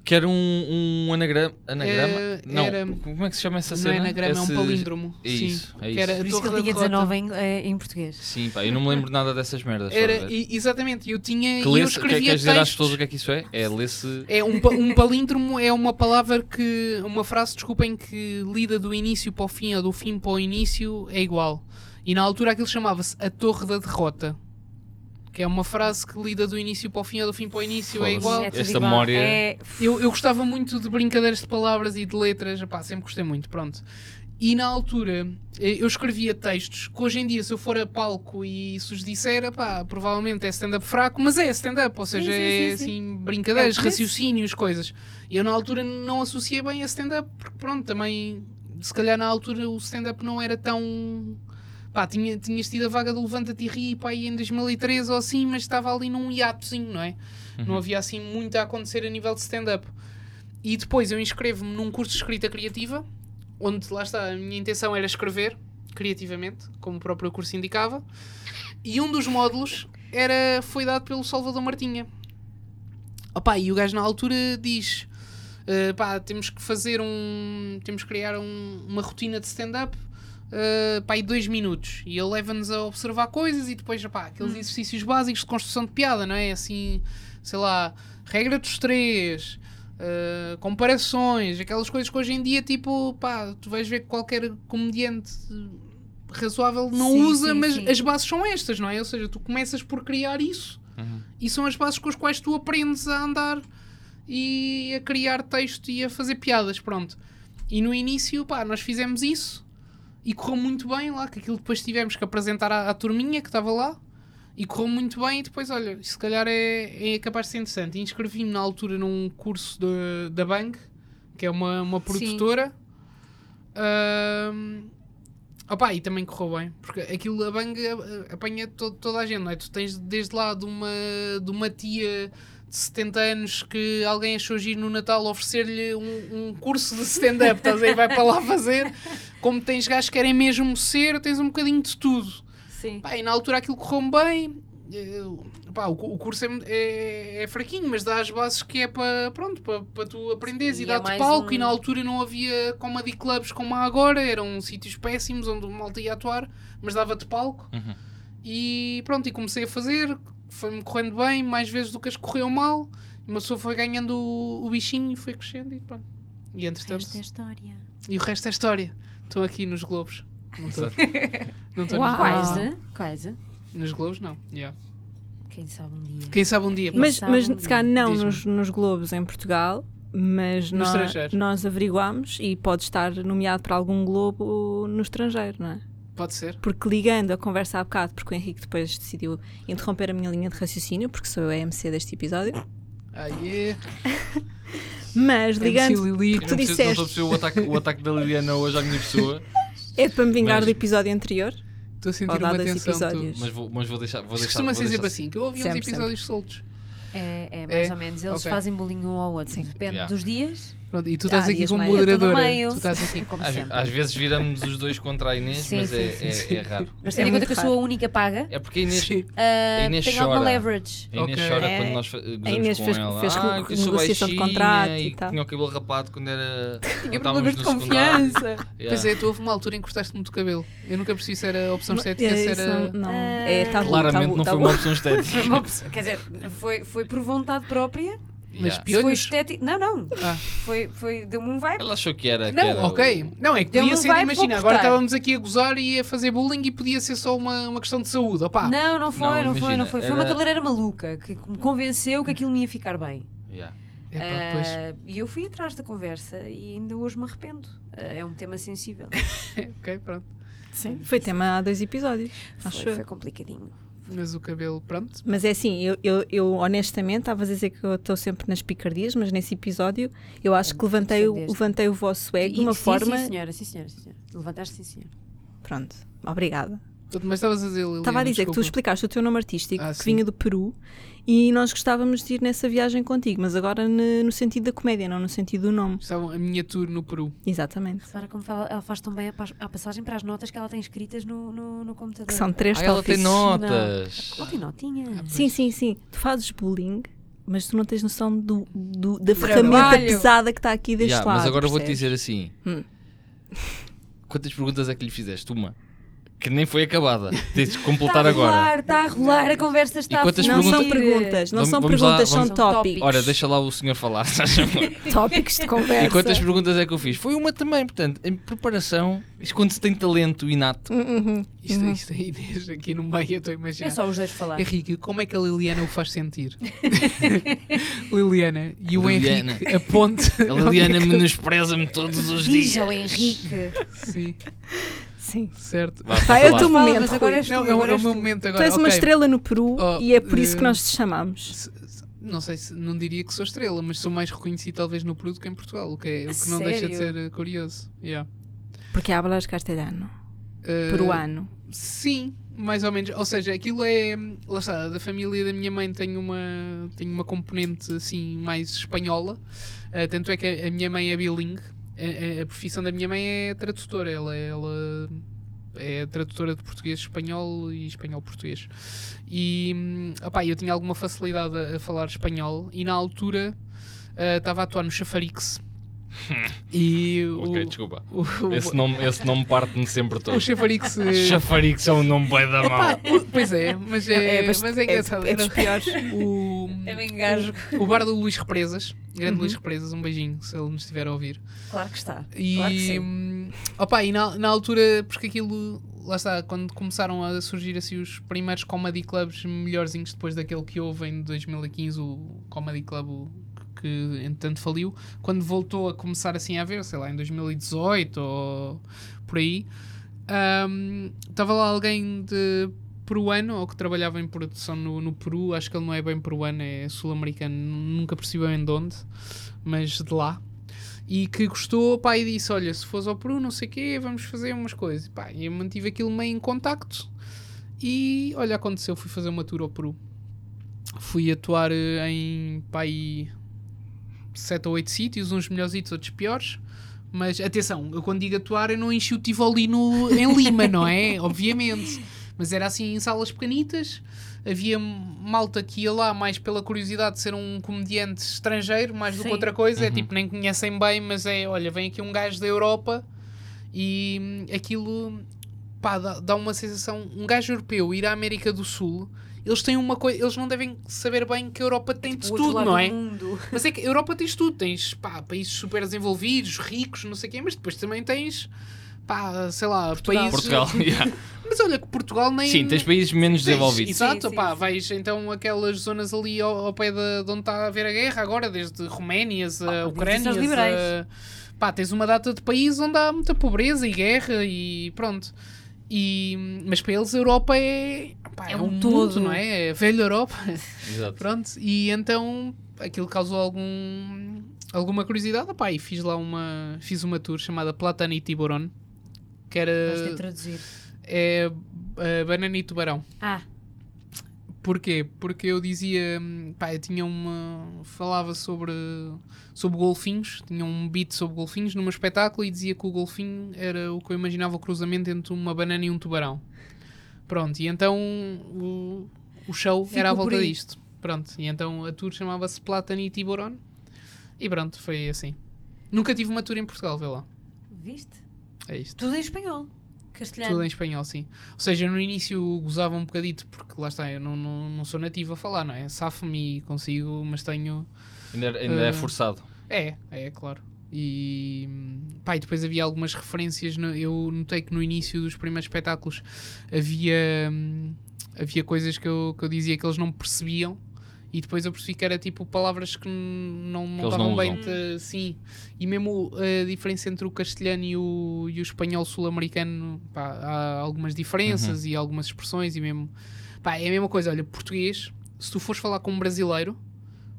Speaker 3: Que era um, um anagrama. anagrama?
Speaker 2: É,
Speaker 3: não,
Speaker 2: era-
Speaker 3: como é que se chama essa
Speaker 2: Não
Speaker 3: cena?
Speaker 2: é anagrama, é um
Speaker 3: Esse-
Speaker 2: palíndromo.
Speaker 3: É
Speaker 2: Sim.
Speaker 3: isso, é
Speaker 2: Que era-
Speaker 3: isso.
Speaker 4: Por isso que
Speaker 2: Torre
Speaker 4: ele tinha
Speaker 2: da Rota.
Speaker 4: 19 em, eh, em português.
Speaker 3: Sim, pá, eu não me lembro nada dessas merdas. estás a
Speaker 2: Era,
Speaker 3: ver?
Speaker 2: e- exatamente, eu tinha e
Speaker 3: que
Speaker 2: eu
Speaker 3: lê-se- que-
Speaker 2: escrevia
Speaker 3: queres dizer às pessoas
Speaker 2: textos.
Speaker 3: o que é que isso é? É lê-se.
Speaker 2: É um, pa- um palíndromo é uma palavra que. uma frase, desculpem, que lida do início para o fim ou do fim para o início é igual. E na altura aquilo chamava-se a Torre da Derrota. Que é uma frase que lida do início para o fim ou do fim para o início é
Speaker 3: Foda-se.
Speaker 2: igual.
Speaker 4: É tudo
Speaker 3: Esta
Speaker 4: igual.
Speaker 3: memória-
Speaker 4: É,
Speaker 2: Eu, eu gostava muito de brincadeiras de palavras e de letras, epá, sempre gostei muito, pronto. E na altura eh, eu escrevia textos que hoje em dia, se eu for a palco e se os disser, epá, provavelmente é stand-up fraco, mas é stand-up, ou seja,
Speaker 4: sim,
Speaker 2: é
Speaker 4: sim, sim.
Speaker 2: assim, brincadeiras,
Speaker 4: É por isso.
Speaker 2: raciocínios, coisas. E eu na altura não associei bem a stand-up, porque pronto, também, se calhar na altura o stand-up não era tão. Pá, tinha, tinhas tido a vaga do Levanta-te e Ri pá, aí em 2013 ou assim, mas estava ali num hiatozinho, não é? Não havia assim muito a acontecer a nível de stand-up. E depois eu inscrevo-me num curso de escrita criativa, onde lá está, a minha intenção era escrever criativamente, como o próprio curso indicava. E um dos módulos era, foi dado pelo Salvador Martinha. Opa, e o gajo na altura diz: eh, pá, temos que fazer um. temos que criar um- uma rotina de stand-up. eh, pá, aí dois minutos e ele leva-nos a observar coisas e depois pá,
Speaker 4: Hum.
Speaker 2: aqueles exercícios básicos de construção de piada, não é? Assim, sei lá, regra dos três, Uh, comparações, aquelas coisas que hoje em dia, tipo, pá, tu vais ver que qualquer comediante uh, razoável não
Speaker 4: Sim,
Speaker 2: usa,
Speaker 4: sim,
Speaker 2: mas
Speaker 4: sim.
Speaker 2: as bases são estas, não é? Ou seja, tu começas por criar isso
Speaker 3: Uhum.
Speaker 2: e são as bases com as quais tu aprendes a andar e a criar texto e a fazer piadas, pronto. E no início, pá, nós fizemos isso e correu muito bem lá, que aquilo depois tivemos que apresentar à, à turminha que estava lá e correu muito bem. E depois, olha, se calhar é, é capaz de ser interessante. E Inscrevi-me na altura num curso de- da Bang, que é uma, uma produtora. Ahm, opá, e também correu bem, porque aquilo a Bang eh, apanha to- toda a gente, não é? Tu tens desde lá de uma, de uma tia de 70 anos que alguém achou giro no Natal oferecer-lhe um, um curso de stand-up, estás aí, vai para lá fazer. Como tens gajos que querem mesmo ser, tens um bocadinho de tudo.
Speaker 4: sim.
Speaker 2: Pá, e na altura aquilo correu bem. Eu- pá, o, cu- o curso é, é- é fraquinho, mas dá as bases que é para pronto, para, para tu aprenderes
Speaker 4: Sim,
Speaker 2: e
Speaker 4: é
Speaker 2: dá-te
Speaker 4: mais
Speaker 2: palco.
Speaker 4: um-
Speaker 2: E na altura não havia comedy clubs como há agora, eram sítios péssimos onde o malta ia atuar, mas dava-te palco.
Speaker 3: Uhum.
Speaker 2: E pronto, e comecei a fazer, foi-me correndo bem, mais vezes do que as que correu mal. E uma pessoa foi ganhando o, o bichinho e foi crescendo. E pronto. E entretanto,
Speaker 4: Esta é a história.
Speaker 2: e o resto é história. Estão aqui nos Globos. Não estou [LAUGHS] não estou nos
Speaker 4: Uau.
Speaker 2: Globos.
Speaker 4: Quase, quase.
Speaker 2: Nos Globos, não. Yeah.
Speaker 4: Quem sabe um dia.
Speaker 2: Quem sabe um dia.
Speaker 5: Mas,
Speaker 4: sabe,
Speaker 5: mas se calhar não
Speaker 2: diz-me.
Speaker 5: nos, nos Globos em Portugal, mas
Speaker 2: No
Speaker 5: nó- nós,
Speaker 2: estrangeiro.
Speaker 5: averiguámos e pode estar nomeado para algum Globo no estrangeiro, não é?
Speaker 2: Pode ser.
Speaker 5: Porque ligando a conversa há bocado, porque o Henrique depois decidiu interromper a minha linha de raciocínio, porque sou eu a MC deste episódio,
Speaker 2: Ah, yeah.
Speaker 5: mas
Speaker 2: MC
Speaker 5: ligando.
Speaker 2: Lili.
Speaker 5: porque
Speaker 3: Eu não
Speaker 5: tu
Speaker 3: preciso- não estou a
Speaker 5: disseste,
Speaker 3: perceber o ataque, o ataque da Liliana hoje à minha pessoa,
Speaker 5: é para me vingar
Speaker 3: Mas-
Speaker 5: do episódio anterior,
Speaker 2: Estou a
Speaker 5: ou
Speaker 2: sentir
Speaker 5: dá
Speaker 2: uma
Speaker 5: dois
Speaker 2: tensão. Tu.
Speaker 5: episódios.
Speaker 3: mas vou, mas vou deixar. Vou
Speaker 2: Mas
Speaker 3: deixar
Speaker 2: costuma
Speaker 3: vou
Speaker 2: ser sempre
Speaker 3: deixar-
Speaker 2: assim, que eu ouvi
Speaker 5: Sempre,
Speaker 2: uns episódios soltos.
Speaker 4: É, é mais
Speaker 2: É?
Speaker 4: ou menos. Eles
Speaker 2: Ok.
Speaker 4: fazem bolinho um ao outro. Depende
Speaker 3: Yeah.
Speaker 4: dos dias.
Speaker 2: Pronto, e tu estás
Speaker 5: Ah, e
Speaker 2: aqui
Speaker 5: as
Speaker 2: como
Speaker 5: meias.
Speaker 2: moderadora.
Speaker 4: Eu tô no meio.
Speaker 2: Tu estás
Speaker 4: [LAUGHS]
Speaker 2: aqui.
Speaker 4: Como
Speaker 3: Às,
Speaker 4: sempre.
Speaker 3: às vezes viramos os dois contra a Inês,
Speaker 4: Sim,
Speaker 3: mas é,
Speaker 4: sim,
Speaker 3: é-
Speaker 2: sim.
Speaker 3: é raro.
Speaker 4: Mas
Speaker 5: É
Speaker 4: tendo em conta
Speaker 5: muito
Speaker 4: que eu
Speaker 5: raro.
Speaker 4: sou a única paga,
Speaker 3: É porque a Inês,
Speaker 2: Sim.
Speaker 4: ah,
Speaker 3: A Inês
Speaker 4: tenho alguma
Speaker 3: chora.
Speaker 4: leverage.
Speaker 3: a Inês
Speaker 2: Ok.
Speaker 3: chora
Speaker 5: É,
Speaker 3: quando nós fa- gozamos
Speaker 5: Inês
Speaker 3: com
Speaker 5: fez-
Speaker 3: ela.
Speaker 5: fez
Speaker 3: ah,
Speaker 5: re-
Speaker 3: que eu sou
Speaker 5: renegociação de
Speaker 3: baixinha
Speaker 5: contrato e
Speaker 3: que
Speaker 5: tal.
Speaker 3: Tinha o cabelo rapado quando era. Tinha
Speaker 4: problemas de
Speaker 3: [LAUGHS]
Speaker 4: confiança.
Speaker 2: Pois é, tu houve uma altura em que cortaste muito o cabelo. Eu nunca percebi se era opção
Speaker 5: Não,
Speaker 2: estética, se
Speaker 4: é
Speaker 2: uh,
Speaker 5: isso não,
Speaker 2: era.
Speaker 5: É, não,
Speaker 4: Ah.
Speaker 5: é tabu,
Speaker 3: Claramente
Speaker 5: tabu,
Speaker 3: não foi
Speaker 5: tabu.
Speaker 3: uma opção estética.
Speaker 4: Quer dizer, foi, foi por vontade própria.
Speaker 2: Mas
Speaker 3: Yeah.
Speaker 4: se Foi
Speaker 2: piolhos?
Speaker 4: estético. Não, não.
Speaker 2: Ah.
Speaker 4: Foi, foi, deu-me um vibe.
Speaker 3: Ela achou que era. que era
Speaker 2: Não,
Speaker 3: o-
Speaker 2: ok. Não, é que
Speaker 4: Ele
Speaker 2: podia
Speaker 4: não
Speaker 2: ser,
Speaker 4: vai
Speaker 2: imagina,
Speaker 4: para
Speaker 2: agora
Speaker 4: cortar.
Speaker 2: estávamos aqui a gozar e a fazer bullying e podia ser só uma, uma questão de saúde. Opá,
Speaker 4: Não, não foi,
Speaker 3: Não,
Speaker 4: não, foi,
Speaker 3: imagina,
Speaker 4: não foi. Foi
Speaker 3: era-
Speaker 4: uma cabeleireira maluca que me convenceu que aquilo me ia ficar bem.
Speaker 3: Yeah.
Speaker 2: Epá,
Speaker 4: Ah,
Speaker 2: pois.
Speaker 4: e eu fui atrás da conversa e ainda hoje me arrependo. Ah, é um tema [LAUGHS] sensível.
Speaker 2: Ok, pronto.
Speaker 5: Sim, foi tema há dois episódios, acho
Speaker 4: foi,
Speaker 5: eu.
Speaker 4: foi complicadinho.
Speaker 2: Mas o cabelo, pronto.
Speaker 5: Mas é assim, eu, eu, eu honestamente estava a dizer que eu estou sempre nas picardias, mas nesse episódio eu acho que levantei, o-
Speaker 4: defendeste.
Speaker 5: levantei o vosso ego de
Speaker 4: E-
Speaker 5: uma
Speaker 4: sim,
Speaker 5: forma.
Speaker 4: Sim, senhora, sim, senhora. Sim, senhora. Levantaste, sim, senhora.
Speaker 5: Pronto, obrigada.
Speaker 2: Mas estavas a dizer, Liliana,
Speaker 5: Estava a dizer que tu
Speaker 2: desculpa.
Speaker 5: explicaste o teu nome artístico,
Speaker 2: Ah,
Speaker 5: que
Speaker 2: sim.
Speaker 5: vinha do Peru, e nós gostávamos de ir nessa viagem contigo, mas agora ne- no sentido da comédia, não no sentido do nome.
Speaker 2: Estavam é um, a minha tour no Peru.
Speaker 5: Exatamente.
Speaker 4: Repara como fala- ela faz tão bem a, pas- a passagem para as notas que ela tem escritas no, no, no computador.
Speaker 5: Que são três
Speaker 3: Ah, ela tem
Speaker 5: tópicos.
Speaker 3: notas.
Speaker 4: Ela tem notinha.
Speaker 5: Sim, sim, sim. Tu fazes bullying Mas tu não tens noção do, do- da
Speaker 8: Trabalho.
Speaker 5: ferramenta pesada que está aqui deste
Speaker 6: Yeah,
Speaker 5: lado.
Speaker 6: mas agora vou-te
Speaker 5: percebes?
Speaker 6: dizer assim:
Speaker 5: Hum.
Speaker 6: quantas perguntas é que lhe fizeste? Uma que nem foi acabada. Tens de completar
Speaker 8: Está
Speaker 4: Tá,
Speaker 8: a rolar,
Speaker 6: agora.
Speaker 8: está a rolar, a conversa está a
Speaker 6: quantas
Speaker 8: fluir.
Speaker 5: Não são
Speaker 6: perguntas-
Speaker 5: perguntas, não
Speaker 6: Vamos-
Speaker 5: são
Speaker 6: vamos lá,
Speaker 5: perguntas, são
Speaker 6: vamos-
Speaker 5: tópicos.
Speaker 6: Ora, deixa lá o senhor falar. [LAUGHS] faz favor.
Speaker 5: [LAUGHS] Tópicos de conversa.
Speaker 6: e quantas perguntas é que eu fiz? Foi uma também, portanto, em preparação, isto quando se tem talento inato.
Speaker 5: [LAUGHS] Uhum.
Speaker 2: Isto, isto aí, [LAUGHS] Inês, aqui no meio, eu estou a imaginar.
Speaker 8: É só os dois falar.
Speaker 2: Henrique, como é que a Liliana o faz sentir? [LAUGHS] Liliana e o
Speaker 6: Liliana.
Speaker 2: Henrique aponte.
Speaker 6: [LAUGHS] A Liliana é menospreza-me todos os dias.
Speaker 8: Diz ao Henrique.
Speaker 2: [LAUGHS] Sim,
Speaker 5: Sim.
Speaker 2: certo.
Speaker 6: Vá,
Speaker 5: Vai,
Speaker 6: vai
Speaker 5: é o
Speaker 6: falar.
Speaker 5: teu
Speaker 8: Fala,
Speaker 5: momento.
Speaker 8: mas
Speaker 5: Rui.
Speaker 8: agora és tu.
Speaker 2: Não, é o,
Speaker 8: agora
Speaker 2: é o
Speaker 8: és
Speaker 2: meu
Speaker 8: tu.
Speaker 2: momento
Speaker 5: Tu
Speaker 2: agora.
Speaker 5: és uma
Speaker 2: ok.
Speaker 5: estrela no Peru
Speaker 2: Oh,
Speaker 5: e é por isso que
Speaker 2: eh,
Speaker 5: nós te chamamos.
Speaker 2: Se- se- Não sei se não diria que sou estrela, mas sou mais reconhecido talvez no Peru do que em Portugal, o que, é- o que não deixa de ser
Speaker 8: Sério?
Speaker 2: eh, curioso. Yeah.
Speaker 5: Porque é hablas castelhano,
Speaker 2: Eh,
Speaker 5: peruano.
Speaker 2: Sim, mais ou menos. Ou seja, aquilo é. Lá está, da família da minha mãe tem uma, tem uma componente assim mais espanhola. Eh, tanto é que a, a minha mãe é bilingue. A, a- a profissão da minha mãe é tradutora. Ela, ela é tradutora de português-espanhol e espanhol-português. E hum, opá, eu tinha alguma facilidade a, a falar espanhol e na altura eh, estava a atuar
Speaker 6: [LAUGHS]
Speaker 2: no Chafarix. e o,
Speaker 6: Ok, desculpa.
Speaker 2: o, o,
Speaker 6: Esse nome, esse nome parte-me sempre todo. [LAUGHS]
Speaker 2: o Chafarix. eh,
Speaker 6: Chafarix é um nome bem da
Speaker 2: Epá,
Speaker 6: mal.
Speaker 2: o- pois é, mas é,
Speaker 5: Ah, É bast-
Speaker 2: mas é
Speaker 5: é-
Speaker 2: engraçado.
Speaker 5: é dos
Speaker 2: piores.
Speaker 5: [LAUGHS]
Speaker 2: O,
Speaker 8: Eu me engasgo.
Speaker 2: o bar do Luís Represas, grande
Speaker 5: Uhum.
Speaker 2: Luís Represas, um beijinho se ele nos estiver a ouvir.
Speaker 8: Claro que está.
Speaker 2: E,
Speaker 8: Claro que sim.
Speaker 2: hum, opa, e na, na altura, porque aquilo, lá está, quando começaram a surgir assim os primeiros comedy clubs melhorzinhos depois daquele que houve em 2015, o comedy club o- que entretanto faliu, quando voltou a começar assim a haver, sei lá, em 2018 ou por aí, hum, estava lá alguém de peruano ou que trabalhava em produção no, no Peru, acho que ele não é bem peruano, é sul-americano, nunca percebi bem de onde, mas de lá e que gostou, pá, e disse: Olha, se fores ao Peru, não sei o quê, vamos fazer umas coisas. E, pá, eu mantive aquilo meio em contacto e olha, aconteceu. Fui fazer uma tour ao Peru, fui atuar eh, em pá, aí 7 ou 8 sítios, uns melhorzitos, outros piores. Mas atenção, eu quando digo atuar, eu não enchi o Tivoli no, em Lima, não é? Obviamente. Mas era assim em salas pequenitas. Havia malta que ia lá mais pela curiosidade de ser um comediante estrangeiro, mais do que
Speaker 8: Sim.
Speaker 2: outra coisa. É
Speaker 6: Uhum.
Speaker 2: tipo, nem conhecem bem, mas é, olha, vem aqui um gajo da Europa e hum, aquilo pá, dá, dá uma sensação. Um gajo europeu ir à América do Sul, eles têm uma coisa, eles não devem saber bem que a Europa tem de
Speaker 8: O Tipo, outro
Speaker 2: tudo,
Speaker 8: lado
Speaker 2: não
Speaker 8: do
Speaker 2: é?
Speaker 8: mundo.
Speaker 2: Mas é que a Europa tens tudo, tens pá, países super desenvolvidos, ricos, não sei o quê, mas depois também tens pá, sei lá, países.
Speaker 6: Portugal. [LAUGHS] yeah.
Speaker 2: Mas olha que Portugal nem.
Speaker 6: Sim, tens países menos
Speaker 2: Tens,
Speaker 6: desenvolvidos.
Speaker 2: Exato,
Speaker 8: Sim, sim,
Speaker 2: pá,
Speaker 8: sim.
Speaker 2: vais então aquelas zonas ali ao, ao pé da- de onde está a haver a guerra agora, desde Roménias a
Speaker 8: Ah,
Speaker 2: Ucrânias.
Speaker 8: desde as liberais.
Speaker 2: a- Pá, tens uma data de país onde há muita pobreza e guerra e pronto. E, mas para eles a Europa é, pá,
Speaker 8: É
Speaker 2: é
Speaker 8: um
Speaker 2: um mundo,
Speaker 8: todo.
Speaker 2: não é? É a velha Europa. [LAUGHS]
Speaker 6: Exato.
Speaker 2: Pronto, e então aquilo causou algum, alguma curiosidade. Opá, e fiz lá uma, fiz uma tour chamada Platano e Tiburón, que era
Speaker 8: Vais ter de traduzir.
Speaker 2: é, eh, banana e tubarão.
Speaker 8: Ah,
Speaker 2: Porquê? Porque eu dizia, hum, pá, eu tinha uma. falava sobre, sobre golfinhos, tinha um beat sobre golfinhos num espetáculo e dizia que o golfinho era o que eu imaginava o cruzamento entre uma banana e um tubarão. Pronto, e então o, o show
Speaker 8: Ficou
Speaker 2: era à
Speaker 8: por
Speaker 2: volta
Speaker 8: aí.
Speaker 2: disto. Pronto, e então a tour chamava-se Plátano e Tiburón e pronto, foi assim. Nunca tive uma tour em Portugal, vê lá.
Speaker 8: viste?
Speaker 2: É isto.
Speaker 8: Tudo em espanhol. Castelhano.
Speaker 2: Tudo em espanhol, sim. Ou seja, no início gozava um bocadito, porque lá está, eu não, não, não sou nativo a falar, não é? Safo-me e consigo, mas tenho.
Speaker 6: Ainda, ainda é
Speaker 2: Ah.
Speaker 6: forçado.
Speaker 2: É, é, claro. E. Pá, e depois havia algumas referências. no- eu notei que no início dos primeiros espetáculos havia. hum, havia coisas que eu, que eu dizia que eles não percebiam. E depois eu percebi que era tipo palavras que n- não não
Speaker 6: eles
Speaker 2: estavam
Speaker 6: não
Speaker 2: bem.
Speaker 6: usam.
Speaker 2: de- sim. E mesmo eh, a diferença entre o castelhano e o, e o espanhol sul-americano, pá, há algumas
Speaker 6: Uhum.
Speaker 2: diferenças e algumas expressões. E mesmo. Pá, é a mesma coisa. Olha, português, se tu fores falar com um brasileiro,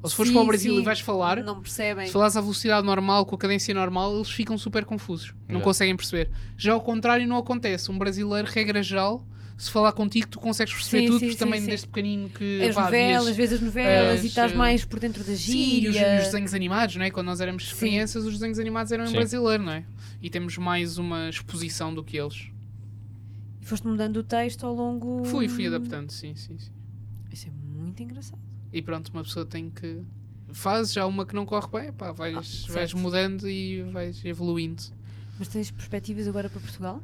Speaker 2: ou se fores
Speaker 8: Sim,
Speaker 2: para o Brasil
Speaker 8: sim.
Speaker 2: e vais falar,
Speaker 8: Não percebem.
Speaker 2: se falares à velocidade normal, com a cadência normal, eles ficam super confusos. Não
Speaker 6: Já.
Speaker 2: conseguem perceber. Já ao contrário, não acontece. Um brasileiro, regra geral, se falar contigo, tu consegues perceber
Speaker 8: Sim,
Speaker 2: tudo,
Speaker 8: sim,
Speaker 2: porque
Speaker 8: sim,
Speaker 2: também
Speaker 8: sim.
Speaker 2: desde pequenino que.
Speaker 8: As
Speaker 2: pá,
Speaker 8: novelas,
Speaker 2: vias-
Speaker 8: vês as novelas e
Speaker 2: as,
Speaker 8: estás
Speaker 2: eh,
Speaker 8: mais por dentro da
Speaker 2: Sim, e os,
Speaker 8: gíria.
Speaker 2: e os desenhos animados, não é? Quando nós éramos
Speaker 8: Sim.
Speaker 2: crianças, os desenhos animados eram em
Speaker 6: Sim.
Speaker 2: brasileiro, não é? E temos mais uma exposição do que eles.
Speaker 8: E foste mudando o texto ao longo. Hum.
Speaker 2: Fui, fui adaptando, sim, sim, sim.
Speaker 8: Isso é muito engraçado.
Speaker 2: E pronto, uma pessoa tem que. Faz já uma que não corre bem, pá, vais,
Speaker 4: Ah,
Speaker 2: vais
Speaker 4: certo.
Speaker 2: mudando e vais evoluindo.
Speaker 8: Mas tens perspectivas agora para Portugal?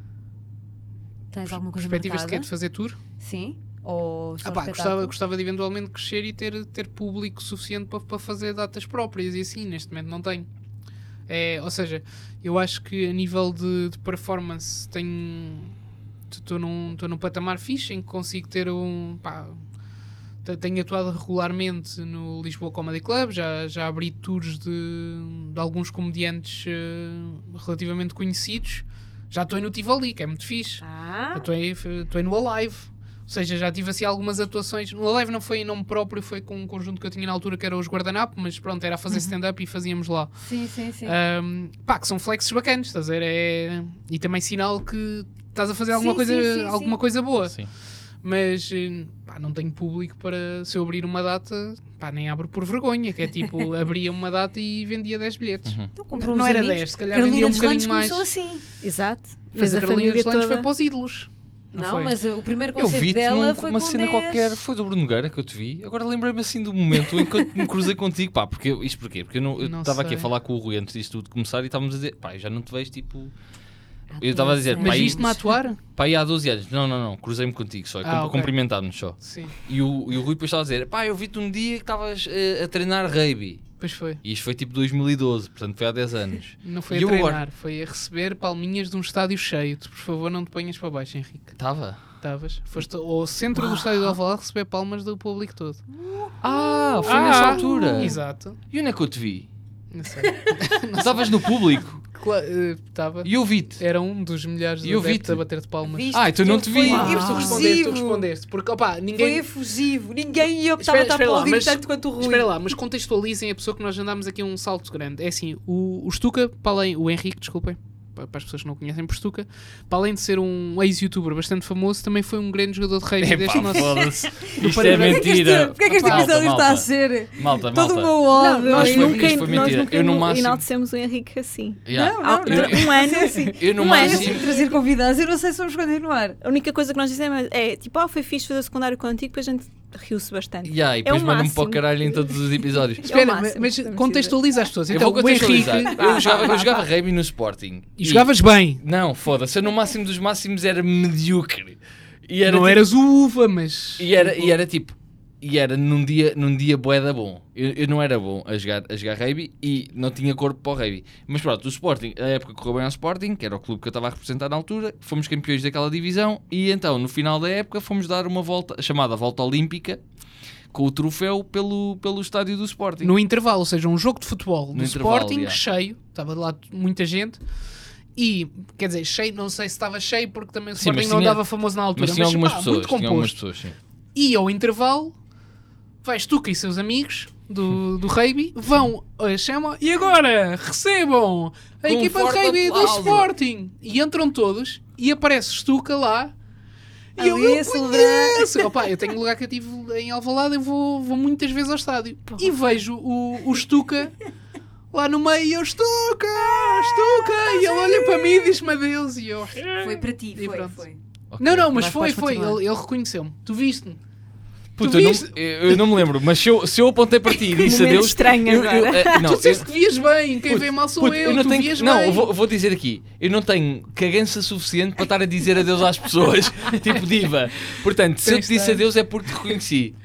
Speaker 8: Tens alguma coisa
Speaker 2: Perspectivas de quê?
Speaker 8: marcada?
Speaker 2: De fazer tour?
Speaker 8: Sim? Ou só
Speaker 2: Ah, pá, gostava,
Speaker 8: espetáculo?
Speaker 2: gostava de eventualmente crescer e ter, ter público suficiente para, para fazer datas próprias e assim, neste momento não tenho. É, ou seja, eu acho que a nível de, de performance tenho. Estou num, tô num patamar fixe em que consigo ter um. Pá, te- tenho atuado regularmente no Lisboa Comedy Club, já, já abri tours de, de alguns comediantes eh, relativamente conhecidos. Já estou no Tivoli, que é muito fixe.
Speaker 8: Ah,
Speaker 2: Eu Estou aí- estou aí no Alive. Ou seja, já tive assim algumas atuações. No Alive não foi em nome próprio, foi com um conjunto que eu tinha na altura que era os Guardanapo, mas pronto, era a fazer stand-up e fazíamos lá.
Speaker 8: sim, Uhum. sim, sim.
Speaker 2: Ahm, pá, que são flexes bacanas, estás a ver? É... E também sinal que estás a fazer alguma,
Speaker 8: Sim,
Speaker 2: coisa,
Speaker 8: sim, sim,
Speaker 2: alguma coisa boa.
Speaker 3: Sim.
Speaker 2: Mas eh, pá, não tenho público para. Se eu abrir uma data, pá, nem abro por vergonha, que
Speaker 8: [LAUGHS]
Speaker 2: é tipo, abria uma data e vendia 10 bilhetes.
Speaker 8: Então, comprou
Speaker 2: Não, não
Speaker 8: uns
Speaker 2: era
Speaker 8: amigos.
Speaker 2: 10, se calhar vendia
Speaker 8: Carolina
Speaker 2: um
Speaker 8: dos Lanhos
Speaker 2: bocadinho mais.
Speaker 8: começou assim.
Speaker 4: Exato.
Speaker 2: Mas
Speaker 4: Fez
Speaker 2: a
Speaker 4: a
Speaker 2: Carolina
Speaker 4: família
Speaker 2: dos Lanhos
Speaker 4: toda.
Speaker 2: foi para os ídolos.
Speaker 8: Não,
Speaker 2: foi?
Speaker 8: mas o primeiro
Speaker 3: Eu
Speaker 8: concerto
Speaker 3: vi-te num-
Speaker 8: dela foi
Speaker 3: uma
Speaker 8: com
Speaker 3: cena
Speaker 8: 10.
Speaker 3: qualquer, foi do Bruno Nogueira que eu te vi. Agora lembrei-me assim do momento em que eu me cruzei contigo, pá, porque eu- isto porquê? Porque eu não- eu
Speaker 2: Não
Speaker 3: estava aqui a
Speaker 2: sei.
Speaker 3: falar com o Rui antes disto tudo começar e estávamos a dizer, pá, eu já não te vejo tipo.
Speaker 8: Ah,
Speaker 3: Eu estava a dizer,
Speaker 8: sim.
Speaker 3: pá,
Speaker 2: Mas
Speaker 3: aí-
Speaker 2: isto-me a
Speaker 8: [LAUGHS]
Speaker 2: atuar?
Speaker 3: Pá, aí há 12 anos. Não, não, não, cruzei-me contigo só,
Speaker 2: Ah,
Speaker 3: ah,
Speaker 2: ok.
Speaker 3: cumprimentámos só.
Speaker 2: Sim,
Speaker 3: E o, e o Rui depois estava a dizer, pá, eu vi-te um dia que estavas eh, a treinar rugby.
Speaker 2: pois foi.
Speaker 3: E isto foi tipo 2012, portanto foi há
Speaker 2: [LAUGHS]
Speaker 3: 10 anos.
Speaker 2: Não foi
Speaker 3: E
Speaker 2: a
Speaker 3: eu agora?
Speaker 2: treinar, foi a receber palminhas de um estádio cheio. Tu, por favor, não te ponhas para baixo, Henrique.
Speaker 3: Estava?
Speaker 2: Estavas? Foste ao centro do estádio de Alvalade receber palmas do público todo.
Speaker 3: Ah, foi nessa altura.
Speaker 2: Exato.
Speaker 3: E onde é que eu te vi?
Speaker 2: [LAUGHS] Não sei.
Speaker 3: [LAUGHS] Tu Estavas no público
Speaker 2: Cla- eh, Estava.
Speaker 3: e eu vi-te.
Speaker 2: Era um dos milhares de
Speaker 3: E eu
Speaker 2: adeptos
Speaker 3: vi-te.
Speaker 2: a bater de palmas.
Speaker 8: Viste?
Speaker 3: Ah, então não te vi.
Speaker 8: Foi
Speaker 3: Ah.
Speaker 2: Mas tu respondeste, tu
Speaker 8: efusivo.
Speaker 2: respondeste. Porque, opá,
Speaker 8: Foi
Speaker 2: ninguém...
Speaker 8: efusivo. Ninguém ia
Speaker 2: Espera-
Speaker 8: estava a
Speaker 2: espera lá,
Speaker 8: aplaudir
Speaker 2: mas-
Speaker 8: tanto quanto o Rui.
Speaker 2: Espera lá, mas contextualizem a pessoa que nós andámos aqui um salto grande. É assim, o, o Stuka, para além, o Henrique, desculpem, pa- para as pessoas que não conhecem por Stuka, para além de ser um ex-youtuber bastante famoso, também foi um grande jogador de rugby deste
Speaker 3: Epá,
Speaker 2: nosso
Speaker 3: foda-se. Isto
Speaker 2: Paraná.
Speaker 3: é
Speaker 8: Porquê que este-
Speaker 3: mentira.
Speaker 8: Porquê que este
Speaker 3: Malta,
Speaker 8: episódio está a
Speaker 3: malta.
Speaker 8: ser
Speaker 3: Malta,
Speaker 8: todo o
Speaker 3: malta.
Speaker 8: meu ódio?
Speaker 3: nós
Speaker 5: nós
Speaker 3: foi-
Speaker 5: nunca,
Speaker 3: isto foi
Speaker 5: nós
Speaker 3: mentira.
Speaker 5: nunca
Speaker 3: Eu no máximo-
Speaker 5: enaltecemos o Henrique assim.
Speaker 3: Yeah.
Speaker 8: Não, é.
Speaker 5: Há-
Speaker 8: não,
Speaker 5: durante Um ano,
Speaker 3: [LAUGHS]
Speaker 5: assim.
Speaker 3: Eu no
Speaker 5: Um
Speaker 8: Eu
Speaker 5: ano.
Speaker 3: máximo.
Speaker 8: sei trazer convidados, eu não sei se vamos continuar.
Speaker 5: A única coisa que nós dizemos é tipo, ah, foi fixe fazer o secundário contigo, depois a gente riu-se bastante. É
Speaker 3: Yeah,
Speaker 8: É
Speaker 3: e depois
Speaker 5: o
Speaker 3: mandam-me para o
Speaker 5: máximo.
Speaker 3: caralho em todos os
Speaker 8: [LAUGHS]
Speaker 3: episódios.
Speaker 5: É o
Speaker 2: Espera,
Speaker 5: máximo
Speaker 2: mas
Speaker 5: que podemos
Speaker 2: contextualiza as pessoas.
Speaker 3: Eu
Speaker 2: Então,
Speaker 3: vou
Speaker 2: o Henrique. ah,
Speaker 3: contextualizar. Eu jogava, tipo eu jogava rugby no Sporting.
Speaker 2: E jogavas bem.
Speaker 3: Não, foda-se. Eu no máximo dos máximos era medíocre. E era
Speaker 2: não
Speaker 3: tipo-
Speaker 2: eras o uva, mas.
Speaker 3: E era, e era tipo, e era num dia, num dia boeda bom. Eu, eu não era bom a jogar, a jogar rugby e não tinha corpo para o rugby. Mas pronto, o Sporting, a época correu bem ao Sporting, que era o clube que eu estava a representar na altura, fomos campeões daquela divisão e então no final da época fomos dar uma volta, chamada volta olímpica, com o troféu pelo, pelo estádio do Sporting.
Speaker 2: No intervalo, ou seja, um jogo de futebol do
Speaker 3: No intervalo,
Speaker 2: Sporting
Speaker 3: yeah.
Speaker 2: cheio, estava lá muita gente. E, quer dizer, cheio, não sei se estava cheio porque também o
Speaker 3: Sim, mas
Speaker 2: Sporting não
Speaker 3: tinha-
Speaker 2: andava famoso na altura,
Speaker 3: mas
Speaker 2: mas,
Speaker 3: tinha algumas
Speaker 2: pá,
Speaker 3: pessoas,
Speaker 2: muito
Speaker 3: tinha algumas
Speaker 2: composto.
Speaker 3: pessoas, sim.
Speaker 2: E ao intervalo, vais tu e seus amigos do, do rugby, vão, eh, chamam e agora recebam a
Speaker 3: Com um
Speaker 2: equipa de
Speaker 3: forte
Speaker 2: rugby do
Speaker 3: aplauso.
Speaker 2: Sporting. E entram todos e aparece Stuka lá. E eu,
Speaker 8: Ali a
Speaker 2: eu
Speaker 8: celebrar.
Speaker 2: conheço. Opa, eu tenho um lugar cativo em Alvalade, eu vou, vou muitas vezes ao estádio. E vejo o, o Stuka lá no meio e eu, Stuka, Stuka. E ele olha para mim e diz-me adeus. E eu,
Speaker 8: Foi para ti,
Speaker 2: E
Speaker 8: foi,
Speaker 2: pronto.
Speaker 8: foi.
Speaker 3: Ok.
Speaker 2: não, não, mas
Speaker 8: Mas
Speaker 2: foi,
Speaker 8: podes
Speaker 2: foi.
Speaker 8: continuar.
Speaker 2: Ele, ele reconheceu-me. Tu viste-me.
Speaker 3: Puta,
Speaker 2: tu
Speaker 3: eu,
Speaker 2: viste-
Speaker 3: não, eu- eu não me lembro, mas se eu, se eu apontei
Speaker 2: [LAUGHS]
Speaker 3: para ti e disse
Speaker 5: momento
Speaker 3: adeus.
Speaker 5: estranho
Speaker 3: eu- eu-
Speaker 5: agora.
Speaker 3: eh, não,
Speaker 2: tu
Speaker 3: eu-
Speaker 2: disseste que vias bem, quem
Speaker 3: Puto,
Speaker 2: vê mal sou
Speaker 3: puto,
Speaker 2: eu,
Speaker 3: não
Speaker 2: tu
Speaker 3: tenho,
Speaker 2: vias
Speaker 3: Não,
Speaker 2: bem.
Speaker 3: eu vou, vou dizer aqui, eu não tenho cagança suficiente para estar a dizer adeus às pessoas, [LAUGHS] tipo diva. Portanto, se eu
Speaker 2: Tens
Speaker 3: te disse
Speaker 2: tanto.
Speaker 3: adeus é porque te reconheci.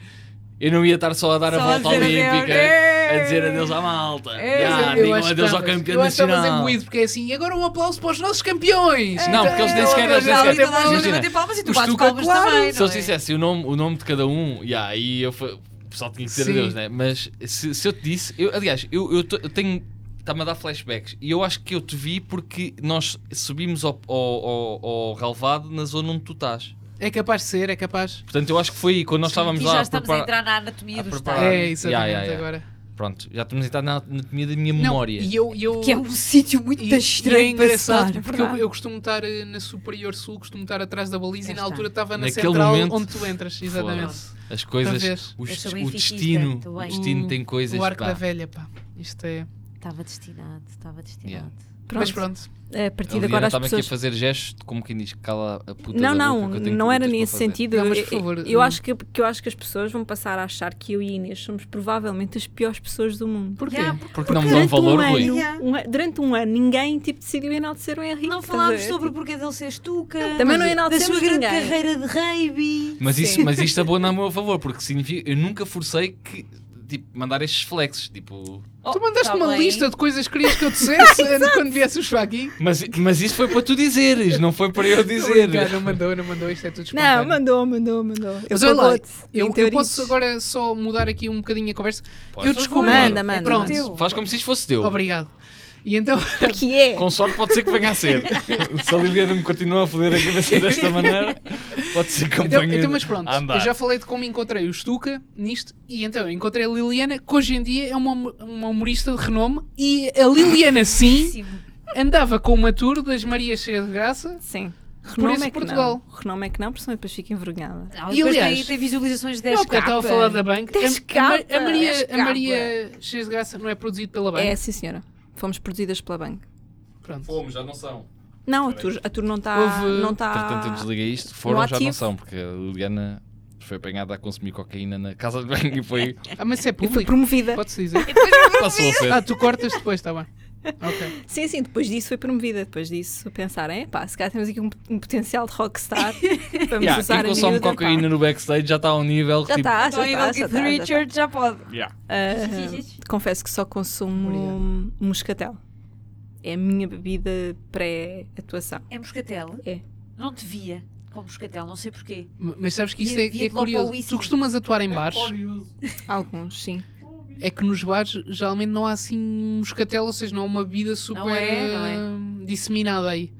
Speaker 3: Eu não ia estar só a dar
Speaker 8: Só
Speaker 3: a
Speaker 8: a
Speaker 3: volta
Speaker 8: dizer adeus.
Speaker 3: olímpica,
Speaker 8: Ei!
Speaker 3: a dizer adeus à malta.
Speaker 8: Ei!
Speaker 3: Já,
Speaker 2: Mas É, eu- eu
Speaker 3: digam
Speaker 2: acho que
Speaker 3: Ah, adeus ao
Speaker 2: estavas-
Speaker 3: campeão
Speaker 2: eu acho que estavas
Speaker 3: nacional.
Speaker 2: imbuído, porque é assim, e agora um aplauso para os nossos campeões.
Speaker 3: Não, porque eles nem
Speaker 8: Eu
Speaker 3: sequer- eles nem
Speaker 8: adorava,
Speaker 3: sequer-
Speaker 8: e toda a gente
Speaker 3: Imagina,
Speaker 8: bater palmas e tu
Speaker 3: o
Speaker 8: bates
Speaker 3: Stuka,
Speaker 8: palmas
Speaker 3: claro,
Speaker 8: também,
Speaker 3: Se
Speaker 8: não
Speaker 3: eles
Speaker 8: é?
Speaker 3: dissessem o nome, o nome de cada um, yeah, aí eu fa- o pessoal tinha que dizer
Speaker 2: Sim.
Speaker 3: adeus, né? Mas se, se eu te disse, eu, aliás, eu, eu to- eu tenho. Está-me a dar flashbacks. E eu acho que eu te vi porque nós subimos ao, ao, ao- ao relvado na zona onde tu estás.
Speaker 2: É capaz de ser, é capaz.
Speaker 3: Portanto, eu acho que foi aí quando nós estávamos
Speaker 8: Aqui
Speaker 3: lá
Speaker 8: já
Speaker 3: a
Speaker 8: estamos
Speaker 3: preparar-
Speaker 8: a entrar na anatomia
Speaker 3: a
Speaker 8: do
Speaker 3: preparar-
Speaker 8: Estado.
Speaker 2: É, exatamente,
Speaker 3: Ya, ya, ya.
Speaker 2: agora.
Speaker 3: Pronto, já estamos a entrar na anatomia da minha
Speaker 2: Não,
Speaker 3: memória.
Speaker 2: e eu... e eu
Speaker 8: Que é um sítio muito
Speaker 2: e- e
Speaker 8: estranho
Speaker 2: é engraçado,
Speaker 8: para estar,
Speaker 2: porque eu,
Speaker 8: pá.
Speaker 2: eu costumo estar eh, na Superior Sul, costumo estar atrás da baliza
Speaker 8: Já
Speaker 2: e na
Speaker 8: está.
Speaker 2: altura estava na
Speaker 3: Naquele
Speaker 2: central
Speaker 3: momento-
Speaker 2: onde tu entras, exatamente.
Speaker 3: Foda-se. As
Speaker 2: Talvez.
Speaker 3: coisas, o,
Speaker 8: Eu sou
Speaker 3: o
Speaker 8: benfiquista,
Speaker 3: destino,
Speaker 8: estou
Speaker 3: o
Speaker 8: bem.
Speaker 3: destino tem coisas
Speaker 2: O arco
Speaker 3: pá.
Speaker 2: da velha, pá. Isto é...
Speaker 8: Estava destinado, estava destinado.
Speaker 5: Pronto.
Speaker 2: Mas pronto.
Speaker 5: É, A partir de
Speaker 3: Eliana
Speaker 5: agora as
Speaker 3: estava aqui a
Speaker 5: pessoas.
Speaker 3: fazer gestos de como quem diz cala a puta
Speaker 5: Não,
Speaker 3: da
Speaker 5: não,
Speaker 3: boca, que eu tenho
Speaker 5: não era
Speaker 3: perguntas para
Speaker 5: nesse
Speaker 3: fazer.
Speaker 5: sentido.
Speaker 2: Não, mas,
Speaker 5: Eu-
Speaker 2: por favor,
Speaker 5: eu,
Speaker 2: não.
Speaker 5: acho que, que eu acho que as pessoas vão passar a achar que eu e a Inês somos provavelmente as piores pessoas do mundo.
Speaker 2: Porquê?
Speaker 8: Yeah,
Speaker 3: Porque não me dão valor,
Speaker 5: um ano,
Speaker 3: Rui.
Speaker 8: Yeah.
Speaker 5: um a- durante um ano, ninguém tipo, decidiu enaltecer o Henrique.
Speaker 8: Não
Speaker 5: estás a
Speaker 8: falámos
Speaker 5: ver? Tipo,
Speaker 8: sobre o porquê dele ser estuca.
Speaker 5: Também não
Speaker 8: da
Speaker 5: enaltecemos
Speaker 8: sua grande
Speaker 5: ninguém.
Speaker 8: carreira de rugby.
Speaker 3: Mas, isso, mas isto abona a meu favor, porque significa. Eu nunca forcei que. Tipo, mandar estes flexes. Tipo.
Speaker 2: tu mandaste
Speaker 8: tá
Speaker 2: uma
Speaker 8: bem.
Speaker 2: lista de coisas que querias que [LAUGHS] eu dissesse quando viesses para aqui.
Speaker 3: Mas, mas isso foi para tu dizeres, não foi para eu
Speaker 2: Estou a
Speaker 3: dizer.
Speaker 2: brincar, Não mandou, não mandou, isto é tudo espontâneo.
Speaker 5: Não, mandou, mandou, mandou.
Speaker 2: Mas olha lá,
Speaker 5: pagou-te,
Speaker 2: eu,
Speaker 5: em
Speaker 2: eu
Speaker 5: teoria.
Speaker 2: posso agora só mudar aqui um bocadinho a conversa.
Speaker 3: Podes.
Speaker 2: eu descobri.
Speaker 5: Manda, manda,
Speaker 2: Pronto.
Speaker 8: manda.
Speaker 3: Faz como se isto fosse teu.
Speaker 2: Obrigado. E
Speaker 3: [LAUGHS]
Speaker 2: então,
Speaker 5: Porque é.
Speaker 3: Com sorte pode ser que venha
Speaker 2: [LAUGHS]
Speaker 3: a ser. Se a Liliana me continua a foder a cabeça desta maneira, pode ser que
Speaker 2: então,
Speaker 3: apanhe
Speaker 2: então, mas pronto,
Speaker 3: a andar.
Speaker 2: eu já falei de como encontrei o Stuka nisto, e então eu encontrei a Liliana, que hoje em dia é uma, hum- uma humorista de renome, e a
Speaker 5: [LAUGHS]
Speaker 2: Liliana sim andava com uma tour das Marias Cheia de Graça.
Speaker 5: Sim.
Speaker 2: Por
Speaker 5: Renome
Speaker 2: esse
Speaker 5: é que
Speaker 2: Portugal.
Speaker 5: não. Renome é que não, porque senão depois fica envergonhada.
Speaker 8: Não,
Speaker 2: E,
Speaker 8: e depois
Speaker 2: aliás,
Speaker 8: tem, tem visualizações de
Speaker 2: Não,
Speaker 8: 10
Speaker 2: porque eu estava a falar da Bank. A- A, Ma-
Speaker 5: Escapa,
Speaker 2: a Maria, a
Speaker 5: escapa.
Speaker 2: Maria Cheia de Graça não é produzido pela Bank.
Speaker 5: É, sim, senhora. Fomos produzidas pela banca.
Speaker 2: Pronto.
Speaker 3: Fomos, já não são.
Speaker 5: Não, a tour, a tour não está.
Speaker 2: Houve-
Speaker 5: Não tá está.
Speaker 3: Portanto, eu desliguei isto, foram, já não
Speaker 5: ativo.
Speaker 3: são, porque a Liliana foi apanhada a consumir cocaína na casa de banho e
Speaker 2: [LAUGHS]
Speaker 3: foi.
Speaker 2: Ah, mas isso é
Speaker 5: E foi
Speaker 2: público.
Speaker 5: promovida.
Speaker 2: Pode-se
Speaker 8: [LAUGHS]
Speaker 2: dizer.
Speaker 3: passou a ser.
Speaker 2: Ah, tu cortas depois, está bem. Ok.
Speaker 5: Sim, sim, depois disso foi promovida. Depois disso pensaram, é pá, se calhar temos aqui um, um potencial de [LAUGHS] rockstar. Vamos
Speaker 3: Yeah,
Speaker 5: usar
Speaker 3: quem
Speaker 5: a
Speaker 3: consome
Speaker 5: miúda, pá.
Speaker 3: cocaína no backstage já está a um nível que
Speaker 5: Já
Speaker 3: tipo.
Speaker 5: está, já
Speaker 8: Então,
Speaker 5: está.
Speaker 8: igual
Speaker 5: Já
Speaker 8: que
Speaker 5: tá, já tá.
Speaker 8: Richard já pode.
Speaker 3: Yeah.
Speaker 5: Ah, confesso que só consumo moscatel. É a minha bebida pré-atuação.
Speaker 8: É moscatel?
Speaker 5: É.
Speaker 8: Não te via com moscatel, não sei porquê.
Speaker 2: M- Mas sabes que isso
Speaker 8: E
Speaker 2: é,
Speaker 8: havia
Speaker 2: é
Speaker 8: de lá para o
Speaker 2: curioso.
Speaker 8: whisky.
Speaker 2: Tu costumas atuar em bares.
Speaker 5: Alguns, sim.
Speaker 2: É que nos bares geralmente não há assim moscatel, ou seja, não há uma bebida super
Speaker 8: é, não é.
Speaker 2: hum, disseminada aí.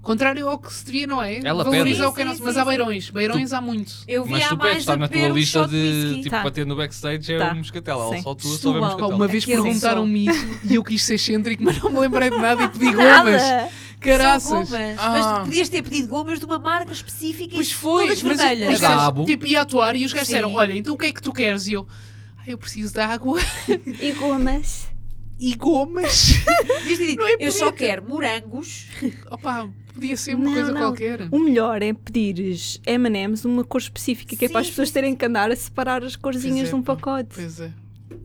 Speaker 2: Contrário ao que se devia, não é?
Speaker 3: Ela
Speaker 2: Valoriza
Speaker 3: pede.
Speaker 2: o que é
Speaker 8: Sim,
Speaker 2: nosso.
Speaker 8: sim,
Speaker 2: Mas
Speaker 8: sim,
Speaker 2: há
Speaker 8: sim.
Speaker 2: beirões. Beirões há muito.
Speaker 8: Eu vi
Speaker 3: Mas
Speaker 8: há
Speaker 3: tu
Speaker 8: mais
Speaker 3: pedes, está
Speaker 8: a
Speaker 3: na
Speaker 8: beber
Speaker 3: tua
Speaker 8: um
Speaker 3: lista
Speaker 8: shot
Speaker 3: de
Speaker 8: whisky.
Speaker 3: tipo
Speaker 5: Tá.
Speaker 3: para ter no backstage é
Speaker 5: Tá.
Speaker 3: um moscatel. Ela
Speaker 5: Sim.
Speaker 3: só tua só é
Speaker 8: Setúbal.
Speaker 2: Pá,
Speaker 3: moscatel.
Speaker 2: Uma vez
Speaker 8: Aquele
Speaker 2: perguntaram-me isso e eu quis ser excêntrico, mas não me lembrei de nada e pedi gomas.
Speaker 8: São
Speaker 2: Caraças.
Speaker 8: gomas.
Speaker 2: Ah.
Speaker 8: Mas tu podias ter pedido gomas de uma marca específica
Speaker 2: Pois
Speaker 8: e
Speaker 2: foi,
Speaker 8: todas
Speaker 2: mas
Speaker 8: vermelhas.
Speaker 2: os
Speaker 3: Da Abo.
Speaker 2: gajos, tipo, ia atuar e os gajos
Speaker 8: Sim.
Speaker 2: disseram: Olha, então o que é que tu queres? E eu, "Ah, eu preciso de água
Speaker 5: E gomas?
Speaker 8: [LAUGHS]
Speaker 2: e gomas.
Speaker 8: Devias ter dito,
Speaker 2: Não é
Speaker 8: eu só
Speaker 2: possível.
Speaker 8: quero morangos.
Speaker 2: Opa, podia ser uma
Speaker 5: Não,
Speaker 2: coisa
Speaker 5: não.
Speaker 2: qualquer.
Speaker 8: Um
Speaker 5: O melhor é pedires M&M's de uma cor específica, que é
Speaker 8: Sim,
Speaker 5: para as pessoas terem que andar a separar as
Speaker 2: Pois
Speaker 5: corzinhas
Speaker 2: é,
Speaker 5: de um
Speaker 2: pá.
Speaker 5: pacote.
Speaker 2: Pois é.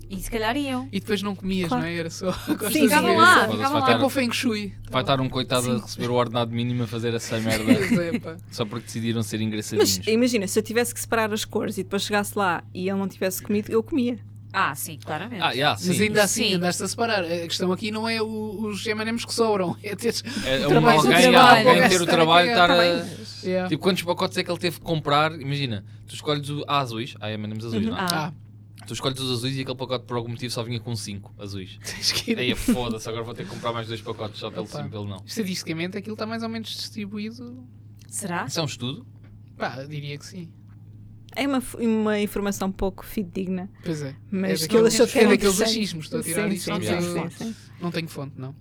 Speaker 8: E se calhar iam.
Speaker 2: E depois não comias,
Speaker 5: Claro.
Speaker 2: não é? Era só. [LAUGHS]
Speaker 5: Sim,
Speaker 2: Sim,
Speaker 8: Ficavam
Speaker 5: sim,
Speaker 8: lá,
Speaker 3: sim.
Speaker 8: ficavam
Speaker 3: Vai
Speaker 2: É
Speaker 8: lá.
Speaker 2: com o Feng Shui.
Speaker 3: Vai estar um coitado a receber o ordenado mínimo a fazer essa
Speaker 2: [LAUGHS]
Speaker 3: merda
Speaker 2: Pois é, pá.
Speaker 3: só porque decidiram ser
Speaker 2: é,
Speaker 3: engraçadinhos.
Speaker 5: Mas é, imagina, se eu tivesse que separar as cores e depois chegasse lá e ele não tivesse comido, eu comia.
Speaker 8: Ah, sim, claramente.
Speaker 3: Ah, yeah, sim.
Speaker 2: Mas ainda assim,
Speaker 8: Sim.
Speaker 2: andaste a separar. A questão aqui não é o- os M&M's que sobram, é ter.
Speaker 3: É,
Speaker 2: o
Speaker 3: um,
Speaker 2: trabalho- É
Speaker 3: alguém,
Speaker 8: o trabalho.
Speaker 3: alguém ter
Speaker 2: Estar
Speaker 3: o
Speaker 2: a
Speaker 3: trabalho estar a.
Speaker 2: cagar. Yeah.
Speaker 3: Tipo, quantos pacotes é que ele teve que comprar? Imagina, tu escolhes o ah, azuis, ah, é menos azuis, não é?
Speaker 8: Ah.
Speaker 2: Ah,
Speaker 3: Tu escolhes os azuis e aquele pacote por algum motivo só vinha com 5 azuis.
Speaker 2: tens que ir.
Speaker 3: Aí é foda-se, agora vou ter que comprar mais dois pacotes só pelo
Speaker 2: Opa.
Speaker 3: sim, pelo não.
Speaker 2: Estatisticamente aquilo está mais ou menos distribuído.
Speaker 8: Será?
Speaker 3: Isso é um estudo?
Speaker 2: Pá, diria que sim.
Speaker 5: É uma, f- uma informação pouco fidedigna.
Speaker 2: Pois é.
Speaker 5: Mas
Speaker 2: é
Speaker 5: que ele
Speaker 2: daqueles-
Speaker 5: achou que
Speaker 2: é
Speaker 5: era
Speaker 2: daqueles
Speaker 5: interessante.
Speaker 2: achismos, estou a tirar
Speaker 5: Sim,
Speaker 2: isto.
Speaker 5: sim,
Speaker 2: não,
Speaker 5: sim,
Speaker 2: tenho,
Speaker 5: sim, sim.
Speaker 2: não tenho fonte, não.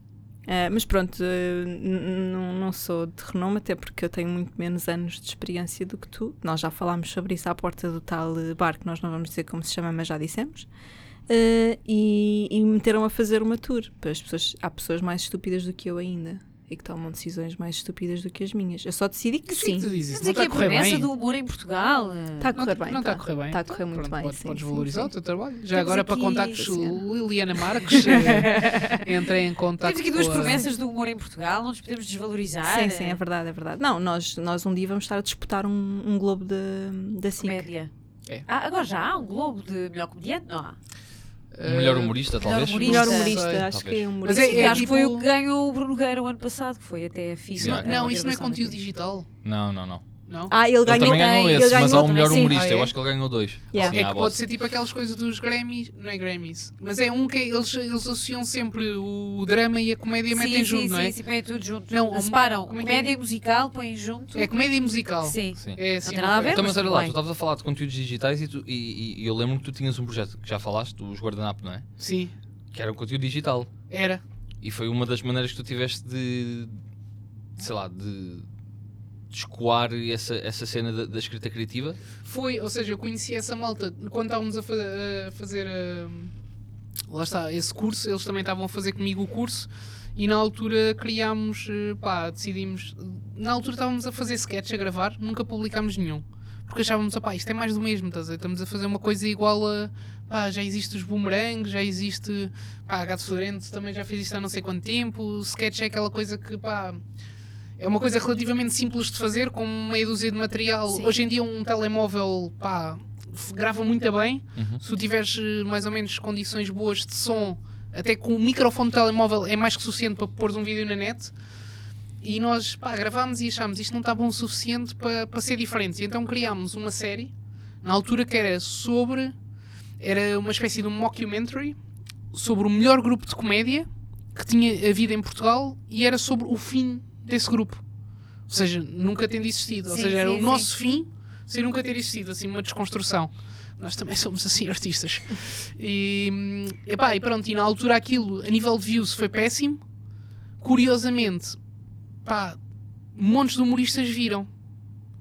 Speaker 5: Ah, mas pronto, eh, n- n- não sou de renome, até porque eu tenho muito menos anos de experiência do que tu. Nós já falámos sobre isso à porta do tal eh, bar, que nós não vamos dizer como se chama, mas já dissemos. Ah, e, e me meteram a fazer uma tour. Para As pessoas, há pessoas mais estúpidas do que eu ainda e que tomam decisões mais estúpidas do que as minhas. Eu só decidi
Speaker 8: é
Speaker 5: que
Speaker 2: Sim.
Speaker 5: sim.
Speaker 8: Mas
Speaker 2: não
Speaker 8: aqui
Speaker 2: está
Speaker 3: tá
Speaker 2: a
Speaker 8: a
Speaker 2: correr
Speaker 8: promessa
Speaker 2: bem.
Speaker 8: do humor em Portugal. eh,
Speaker 5: Está a correr
Speaker 2: não,
Speaker 5: bem.
Speaker 2: não está
Speaker 5: tá.
Speaker 2: a correr bem.
Speaker 5: Está a correr
Speaker 2: Pronto,
Speaker 5: muito bem.
Speaker 2: Podes,
Speaker 5: sim,
Speaker 2: podes
Speaker 5: sim,
Speaker 2: valorizar
Speaker 5: sim.
Speaker 2: o teu trabalho. Já agora, para
Speaker 8: aqui,
Speaker 2: contactos,
Speaker 8: Luciana.
Speaker 2: Liliana
Speaker 5: [LAUGHS]
Speaker 2: Marques, eh, entrem em contacto.
Speaker 8: Temos aqui duas
Speaker 2: com a-
Speaker 8: promessas do humor em Portugal, não nos podemos desvalorizar.
Speaker 5: Sim, sim, é verdade, é verdade. Não, nós, nós um dia vamos estar a disputar um, um globo da da SIC.
Speaker 8: Comédia.
Speaker 2: É.
Speaker 8: Ah, agora já há um globo de melhor comediante? Não há.
Speaker 2: eh,
Speaker 3: Um Melhor humorista, talvez?
Speaker 8: humorista.
Speaker 5: Melhor
Speaker 2: Não sei.
Speaker 5: humorista, acho que é
Speaker 3: Talvez.
Speaker 2: é. Mas
Speaker 5: humorista.
Speaker 2: é- é
Speaker 8: acho que foi
Speaker 2: tipo-
Speaker 8: o que ganhou o Bruno Nogueira o ano passado, que foi até fixe.
Speaker 2: Isso não,
Speaker 3: Yeah.
Speaker 2: não, isso não é
Speaker 8: gravação
Speaker 2: conteúdo
Speaker 8: daqui.
Speaker 2: digital.
Speaker 3: Não, não, não.
Speaker 2: Não?
Speaker 5: Ah, ele
Speaker 3: Ele
Speaker 5: ganhou,
Speaker 3: também ganhou
Speaker 5: ele
Speaker 3: esse, mas há
Speaker 5: ganhou
Speaker 3: um melhor
Speaker 5: também, sim.
Speaker 3: humorista.
Speaker 2: Ah, é?
Speaker 3: Eu acho que ele ganhou dois.
Speaker 5: Yeah.
Speaker 3: Sim,
Speaker 2: é
Speaker 3: à
Speaker 2: que pode
Speaker 3: bosta.
Speaker 2: ser tipo aquelas coisas dos Grammys, não é Grammys, mas é um que eles, eles associam sempre o drama e a comédia
Speaker 8: Sim,
Speaker 2: metem
Speaker 8: sim,
Speaker 2: junto,
Speaker 8: sim,
Speaker 2: não é?
Speaker 8: sim, põem tudo junto.
Speaker 2: Não,
Speaker 8: Não,
Speaker 2: o-
Speaker 8: Separam
Speaker 2: como é que é?
Speaker 8: comédia e musical, põem junto.
Speaker 2: É comédia musical.
Speaker 8: Sim.
Speaker 3: Sim.
Speaker 2: É assim,
Speaker 8: Não tem nada a
Speaker 2: uma
Speaker 8: ver?
Speaker 3: Então, mas olha lá,
Speaker 8: Bem.
Speaker 3: tu estavas a falar de conteúdos digitais e, tu- e- e- e eu lembro que tu tinhas um projeto que já falaste, os Guardanapo, não é?
Speaker 2: coisa- Sim,
Speaker 3: Que era um conteúdo digital.
Speaker 2: era.
Speaker 3: E foi uma das maneiras que tu tiveste de. de, sei lá, de. de escoar essa, essa cena da, da escrita criativa.
Speaker 2: Foi, ou seja, eu conheci essa malta quando estávamos a, ah, fa- a fazer. hum, lá está, esse curso, eles também estavam a fazer comigo o curso E na altura criámos, eh, pá, decidimos. Na altura estávamos a fazer sketch, a gravar, nunca publicámos nenhum. Porque achávamos, pá, isto é mais do mesmo, estás a ver? Estamos a fazer uma coisa igual a. Pá, já existe os boomerangs, já existe. Pá, Gato Fedorento também já fez isto há não sei quanto tempo. O sketch é aquela coisa que, pá. É uma coisa relativamente simples de fazer, com meia dúzia de material.
Speaker 8: Sim.
Speaker 2: Hoje em dia, um telemóvel, pá, f- grava muito bem. Se tu tiveres eh, mais ou menos condições boas de som, até com o microfone do telemóvel é mais que suficiente para pôres um vídeo na net. E nós pá, gravámos e achámos isto não está bom o suficiente para, para ser diferente. E então criámos uma série, na altura que era sobre. Era uma espécie de um mockumentary sobre o melhor grupo de comédia que tinha havido em Portugal e era sobre o fim desse grupo. Ou seja, nunca tendo existido. Ou
Speaker 8: Sim,
Speaker 2: seja, era
Speaker 8: sim,
Speaker 2: o
Speaker 8: sim.
Speaker 2: nosso fim sem nunca ter existido, assim, uma desconstrução. Nós também somos assim artistas. E, hum, epá, e pronto, e na altura aquilo, a nível de views, foi péssimo. Curiosamente, pá, montes de humoristas viram.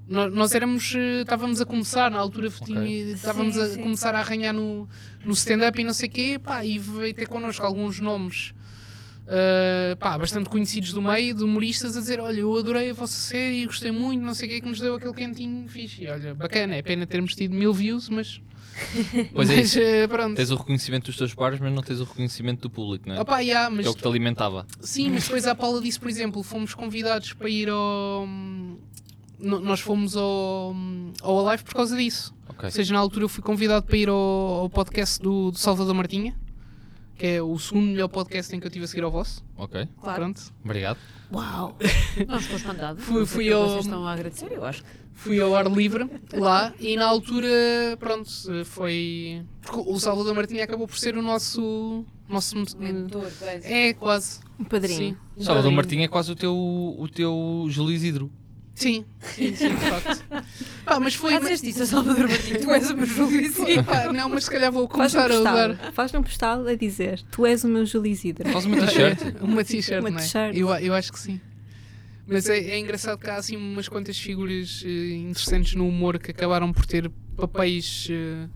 Speaker 2: No- Nós, éramos, eh, estávamos a começar, na altura tinha- estávamos
Speaker 8: Sim,
Speaker 2: a
Speaker 8: sim.
Speaker 2: começar a arranhar no, no stand-up e não sei o quê, pá, e veio ter connosco alguns nomes eh, pá, bastante conhecidos do meio, de humoristas, a dizer: Olha, eu adorei a vossa série, gostei muito, não sei o que, que nos deu aquele cantinho fixe. E olha, bacana, é pena termos tido mil views, mas.
Speaker 3: Pois é
Speaker 2: mas, [LAUGHS]
Speaker 3: isso.
Speaker 2: eh, pronto.
Speaker 3: Tens o reconhecimento dos teus pares, mas não tens o reconhecimento do público, não é?
Speaker 2: Opa, yeah, mas
Speaker 3: Que é o que te alimentava.
Speaker 2: Sim, mas depois a Paula disse, por exemplo, fomos convidados para ir ao. hum, no- Nós fomos ao, hum, ao Alive por causa disso.
Speaker 3: Ok.
Speaker 2: Ou seja, na altura eu fui convidado para ir ao, ao podcast do, do Salvador Martinha, que é o segundo melhor podcast em que eu tive a seguir ao vosso.
Speaker 3: Ok.
Speaker 8: Claro.
Speaker 2: Pronto.
Speaker 3: Obrigado.
Speaker 5: Uau!
Speaker 8: Não estou espantado.
Speaker 2: Fui-
Speaker 8: Não sei
Speaker 2: fui
Speaker 8: o que
Speaker 2: ao- Hum.
Speaker 8: Vocês estão a agradecer, eu acho que.
Speaker 2: Fui ao ar livre lá e na altura, pronto, foi. Porque o Salvador Martinha acabou por ser o nosso. nosso hum,
Speaker 8: Mentor, coisa.
Speaker 2: é, quase.
Speaker 5: Um padrinho.
Speaker 2: Sim.
Speaker 3: Salvador Martinho é quase o teu, o teu Júlio Isidro.
Speaker 2: Sim, sim, sim, de facto. Pá, mas foi.
Speaker 8: Fazes isso, a Salvador Martinho. Tu és o meu Júlio Isidro.
Speaker 2: Pá, não, mas se calhar vou
Speaker 5: Faz um
Speaker 2: começar a usar
Speaker 5: postal. Faz um postal a dizer: Tu és o meu Júlio Isidro.
Speaker 2: [LAUGHS]
Speaker 3: Faz uma t-shirt.
Speaker 2: uma t-shirt,
Speaker 5: Uma
Speaker 2: não é?
Speaker 5: t-shirt.
Speaker 2: Eu, a- eu acho que sim. Mas é, é engraçado que há assim umas quantas figuras eh, interessantes no humor que acabaram por ter papéis eh,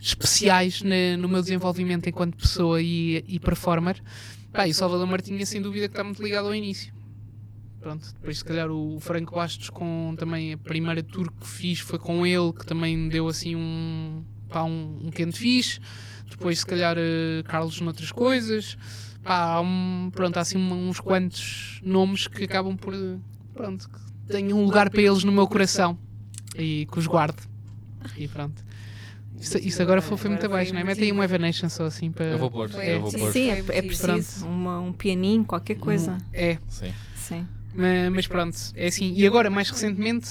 Speaker 2: especiais na- no meu desenvolvimento enquanto pessoa e, e performer. Pá, e o Salvador Martinha, sem dúvida, que está muito ligado ao início. Pronto, depois se calhar o Franco Bastos com também a primeira tour que fiz foi com ele, que também me deu assim um, pá, um, um quente fixe. Depois se calhar eh, Carlos noutras coisas. Pá, há um, pronto, há assim uns quantos nomes que acabam por, eh, pronto, que têm um lugar para eles no meu coração e que os guardo. E pronto. Isso, isso agora foi, foi muito
Speaker 8: Agora foi
Speaker 2: abaixo, não é? Mete aí um Evanation só assim para...
Speaker 3: Eu vou pôr.
Speaker 8: Foi
Speaker 3: Eu vou
Speaker 8: assim.
Speaker 3: pôr.
Speaker 5: Sim, é,
Speaker 8: Foi
Speaker 5: é
Speaker 8: preciso.
Speaker 5: preciso. Uma- um pianinho, qualquer coisa.
Speaker 2: É,
Speaker 3: Uhum. Sim.
Speaker 5: Sim.
Speaker 2: Ma- Mas pronto, é assim. E agora, mais recentemente,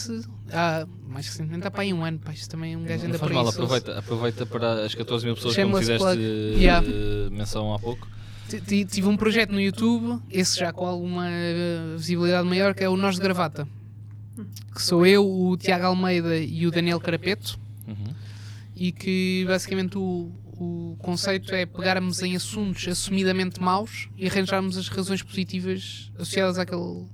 Speaker 2: há, mais recentemente, há para aí um ano, pá, isto também é um gajo
Speaker 3: Não
Speaker 2: anda
Speaker 3: faz
Speaker 2: por
Speaker 3: mal,
Speaker 2: isso.
Speaker 3: aproveita, aproveita para as 14 mil pessoas que me
Speaker 2: Shameless
Speaker 3: fizeste
Speaker 2: plug.
Speaker 3: eh,
Speaker 2: Yeah.
Speaker 3: eh, menção há pouco.
Speaker 2: T- t- Tive um projeto no YouTube, esse já com alguma eh, visibilidade maior, que é o Nós de Gravata. Que sou eu, o Tiago Almeida e o Daniel Carapeto.
Speaker 3: Uhum.
Speaker 2: E que basicamente o, o conceito é pegarmos em assuntos assumidamente maus e arranjarmos as razões positivas associadas àquele,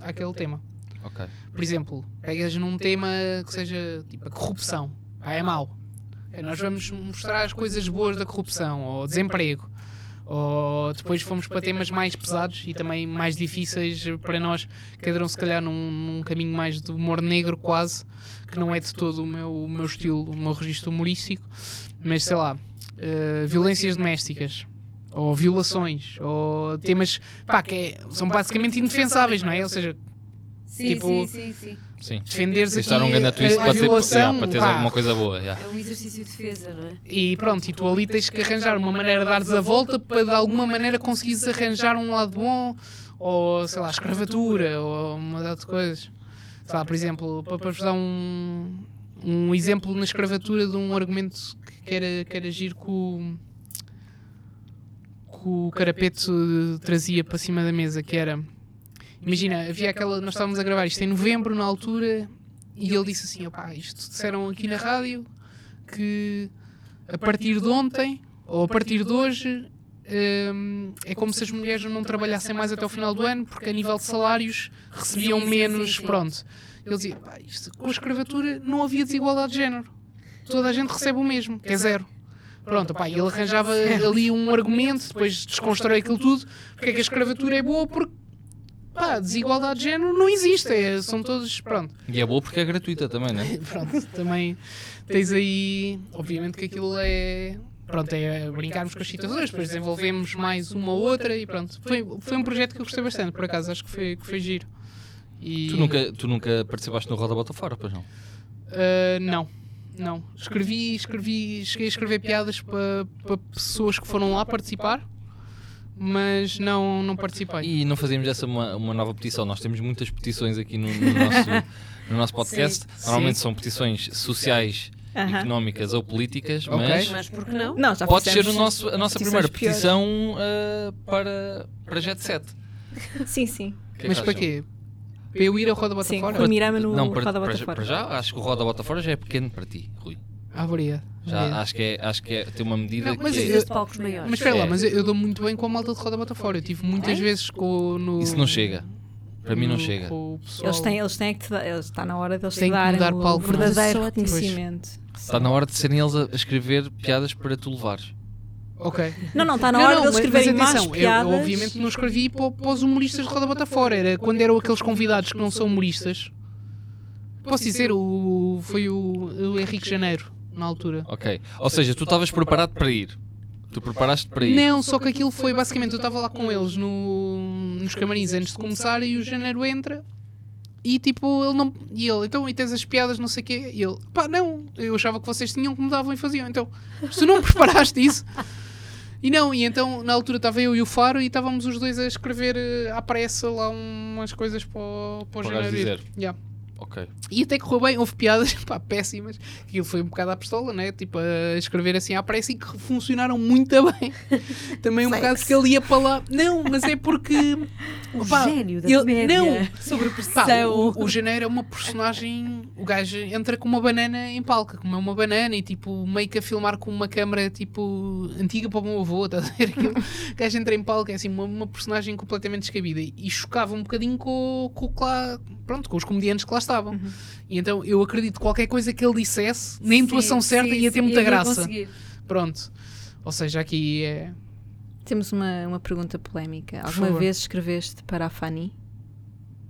Speaker 2: àquele tema.
Speaker 3: Ok.
Speaker 2: Por exemplo, pegas num tema que seja tipo a corrupção. Ah, é mau. É, nós vamos mostrar as coisas boas da corrupção, ou desemprego. Ou depois fomos para temas mais pesados e também mais difíceis para nós, que aderão se calhar num, num caminho mais de humor negro, quase, que não é de todo o meu, o meu estilo, o meu registro humorístico. Mas sei lá, eh, violências domésticas, ou violações, ou temas pá, que é- são basicamente indefensáveis, não é? Ou seja,
Speaker 8: Sim,
Speaker 2: [LAUGHS] Tipo-
Speaker 8: sim, sim, sim.
Speaker 3: Sim.
Speaker 2: defenderes aqui
Speaker 3: Deixar um grande twist
Speaker 2: a, a
Speaker 3: para, ter,
Speaker 2: violação,
Speaker 3: yeah, para teres
Speaker 2: pá.
Speaker 3: alguma coisa boa. yeah.
Speaker 8: É um exercício de defesa, não é?
Speaker 2: E pronto, e tu ali tens que arranjar uma maneira de dares a volta para de alguma maneira conseguires arranjar um lado bom, ou sei lá, escravatura, ou uma data de coisas. Sei lá, por exemplo, para, para vos dar um, um exemplo na escravatura de um argumento que quer, quer agir que o, que o Carapeto trazia para cima da mesa, que era. Imagina, havia aquela. Nós estávamos a gravar isto em novembro, na altura, e ele disse assim: opá, isto disseram aqui na rádio que a partir de ontem ou a partir de hoje hum, é como se as mulheres não trabalhassem mais até o final do ano porque a nível de salários recebiam
Speaker 8: Sim, sim,
Speaker 2: menos,
Speaker 8: sim, sim.
Speaker 2: pronto. Ele dizia, "Pá, isto, com a escravatura não havia desigualdade de género. Toda a gente recebe o mesmo, que é zero. Pronto, pá, ele arranjava ali um argumento, depois desconstrói aquilo tudo. Porque é que a escravatura é boa? Porque, pá, desigualdade de género não existe. é- são todos, pronto.
Speaker 3: E é boa porque é gratuita também, não
Speaker 2: [LAUGHS]
Speaker 3: é?
Speaker 2: Pronto, também tens aí. Obviamente que aquilo é. Pronto, é brincarmos com as situações, depois desenvolvemos mais uma ou outra e pronto. Foi, foi um projeto que eu gostei bastante, por acaso, acho que foi, que foi giro. E,
Speaker 3: Tu nunca, tu nunca participaste no Roda Bota Fora, pois não?
Speaker 2: Ah, não, não. Escrevi, escrevi, cheguei a escrever piadas para pessoas que foram lá participar, mas não, não participei.
Speaker 3: E não fazíamos essa uma, uma nova petição. Nós temos muitas petições aqui no, no nosso, no nosso podcast. Normalmente são petições sociais,
Speaker 5: Aham.
Speaker 3: económicas ou políticas,
Speaker 2: Ok.
Speaker 3: mas
Speaker 8: Mas por que não?
Speaker 5: Não,
Speaker 2: Tá
Speaker 5: já
Speaker 3: pode ser
Speaker 5: fizemos
Speaker 3: o nosso, a nossa
Speaker 5: petições
Speaker 3: primeira
Speaker 5: piores.
Speaker 3: petição ah, para, para Jet 7.
Speaker 5: Sim, sim.
Speaker 3: é
Speaker 2: mas para quê? Para eu ir a roda bota
Speaker 5: Sim,
Speaker 2: fora?
Speaker 5: com o Mirama no
Speaker 3: Não, para,
Speaker 5: Roda
Speaker 3: para,
Speaker 5: Bota
Speaker 3: já-
Speaker 5: Fora.
Speaker 3: para já, acho que o Roda Bota Fora já é pequeno para ti, Rui.
Speaker 2: Ah, obrigado. obrigado.
Speaker 3: Já, acho que, é, acho que é, tem uma medida
Speaker 2: Não, mas
Speaker 3: que é-
Speaker 2: eu-
Speaker 8: Precisas de palcos
Speaker 4: Tá
Speaker 8: maiores.
Speaker 2: Mas espera lá,
Speaker 3: É.
Speaker 2: mas eu, eu dou muito bem com a malta de roda bota fora. Eu tive muitas vezes com o- no.
Speaker 3: Isso não chega. Para mim não
Speaker 2: no-
Speaker 3: chega.
Speaker 2: com o pessoal.
Speaker 5: Eles têm, eles têm que te dar, eles, está na hora deles
Speaker 2: Tem
Speaker 5: te
Speaker 2: que
Speaker 5: darem
Speaker 2: mudar
Speaker 5: o
Speaker 2: palco, não é?
Speaker 5: verdadeiro
Speaker 2: Só depois.
Speaker 5: reconhecimento.
Speaker 3: Está na hora de serem eles a a escrever piadas para tu levares.
Speaker 2: Ok.
Speaker 5: Não, não, está na hora deles
Speaker 2: mas-
Speaker 5: escreverem
Speaker 2: mas
Speaker 5: mais
Speaker 2: atenção, eu-
Speaker 5: piadas.
Speaker 2: Eu, obviamente não escrevi para, para os humoristas de roda bota fora. Era quando eram aqueles convidados que não são humoristas. Posso dizer, o, foi o, o Henrique Janeiro, na altura.
Speaker 3: Ok. Ou seja, tu estavas preparado para ir. Tu preparaste para ir.
Speaker 2: Não, só que aquilo foi basicamente. Eu estava lá com eles no, nos camarins antes de começar e o Janeiro entra e tipo, ele não. E ele, então, e tens as piadas, não sei o quê. E ele, pá, não, eu achava que vocês tinham que mudavam e faziam. Então, mas tu não [LAUGHS] preparaste isso. E não, e então na altura estava eu e o Faro e estávamos os dois a escrever eh, à pressa lá umas coisas para o, para o
Speaker 3: Para o gajo
Speaker 2: Janeiro. ir.
Speaker 3: dizer.
Speaker 2: Yeah.
Speaker 3: Ok.
Speaker 2: E até correu bem, houve piadas [LAUGHS] pá, péssimas. Aquilo foi um bocado à pistola, né? Tipo, a escrever assim à pressa e que funcionaram muito [LAUGHS] bem. Também um bocado que ele ia para lá. Não, mas é porque.
Speaker 8: [LAUGHS] O
Speaker 2: pá,
Speaker 8: gênio da
Speaker 2: ele-
Speaker 8: comédia.
Speaker 2: Não,
Speaker 8: Sobre
Speaker 2: pá, o, o Janeiro é uma personagem. O gajo entra com uma banana em palco, comeu uma banana e tipo, meio que a filmar com uma câmera tipo antiga para o meu avô, [LAUGHS] estás a ver? Aquilo. O gajo entra em palco, é assim, uma, uma personagem completamente descabida e chocava um bocadinho com, com, o que lá- pronto, com os comediantes que lá estavam.
Speaker 8: Uhum.
Speaker 2: E então eu acredito que qualquer coisa que ele dissesse, na intuação certa, ia ter muita graça. Pronto. Ou seja, aqui é.
Speaker 5: Temos uma, uma pergunta polémica. Alguma
Speaker 2: favor.
Speaker 5: vez escreveste para a Fanny?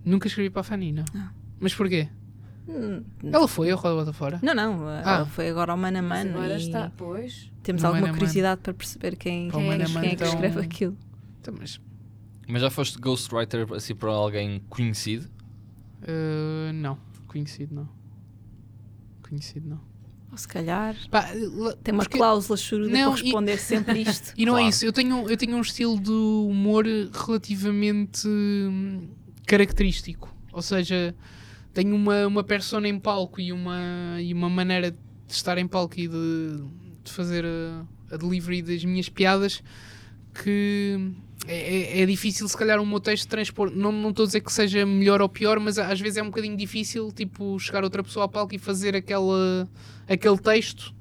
Speaker 2: Nunca escrevi para a Fanny, não.
Speaker 5: Ah.
Speaker 2: Mas porquê?
Speaker 5: Hum,
Speaker 2: Ela foi, eu roda fora.
Speaker 5: Não, não. ela foi agora ao Mana Mano.
Speaker 8: Agora
Speaker 5: e
Speaker 8: está, pois.
Speaker 5: Temos
Speaker 2: Ah. No
Speaker 5: alguma
Speaker 2: Mana
Speaker 5: curiosidade para perceber quem,
Speaker 2: Para o
Speaker 5: quem, é,
Speaker 2: Mana
Speaker 5: quem
Speaker 2: Mano,
Speaker 5: é que
Speaker 2: então-
Speaker 5: escreve aquilo.
Speaker 2: Então, mas
Speaker 3: Mas já foste ghostwriter assim para alguém conhecido?
Speaker 2: Uh, não, conhecido não. Conhecido não.
Speaker 5: Ou se calhar.
Speaker 2: Pá, l-
Speaker 5: Tem uma
Speaker 2: porque-
Speaker 5: cláusula churuda
Speaker 2: Não,
Speaker 5: para
Speaker 2: e- [LAUGHS]
Speaker 5: responder sempre
Speaker 4: [LAUGHS]
Speaker 5: isto.
Speaker 2: E não é
Speaker 3: Claro.
Speaker 2: isso, eu tenho, eu tenho um estilo de humor relativamente hum, característico. Ou seja, tenho uma, uma persona em palco e uma, e uma maneira de estar em palco e de, de fazer a, a delivery das minhas piadas que é, é- é difícil, se calhar, o meu texto transpor. Não não estou a dizer que seja melhor ou pior, mas às vezes é um bocadinho difícil, tipo, chegar outra pessoa ao palco e fazer aquela, aquele texto.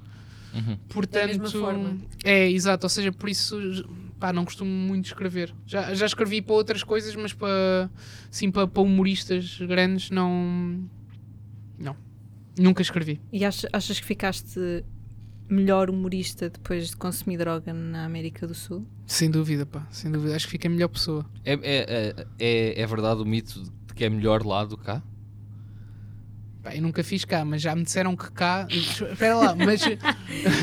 Speaker 3: Uhum.
Speaker 2: Portanto,
Speaker 8: Da mesma forma.
Speaker 2: é exato. Ou seja, por isso, pá, não costumo muito escrever. Já, já escrevi para outras coisas, mas para, sim, para, para humoristas grandes, não. Não. Nunca escrevi.
Speaker 5: E achas, achas que ficaste melhor humorista depois de consumir droga na América do Sul?
Speaker 2: Sem dúvida, pá, sem dúvida. Acho que fiquei a melhor pessoa.
Speaker 3: É, é, é- é, é verdade o mito de que é melhor lá do que cá?
Speaker 2: Pá, eu nunca fiz cá, mas já me disseram que cá. Espera lá, mas.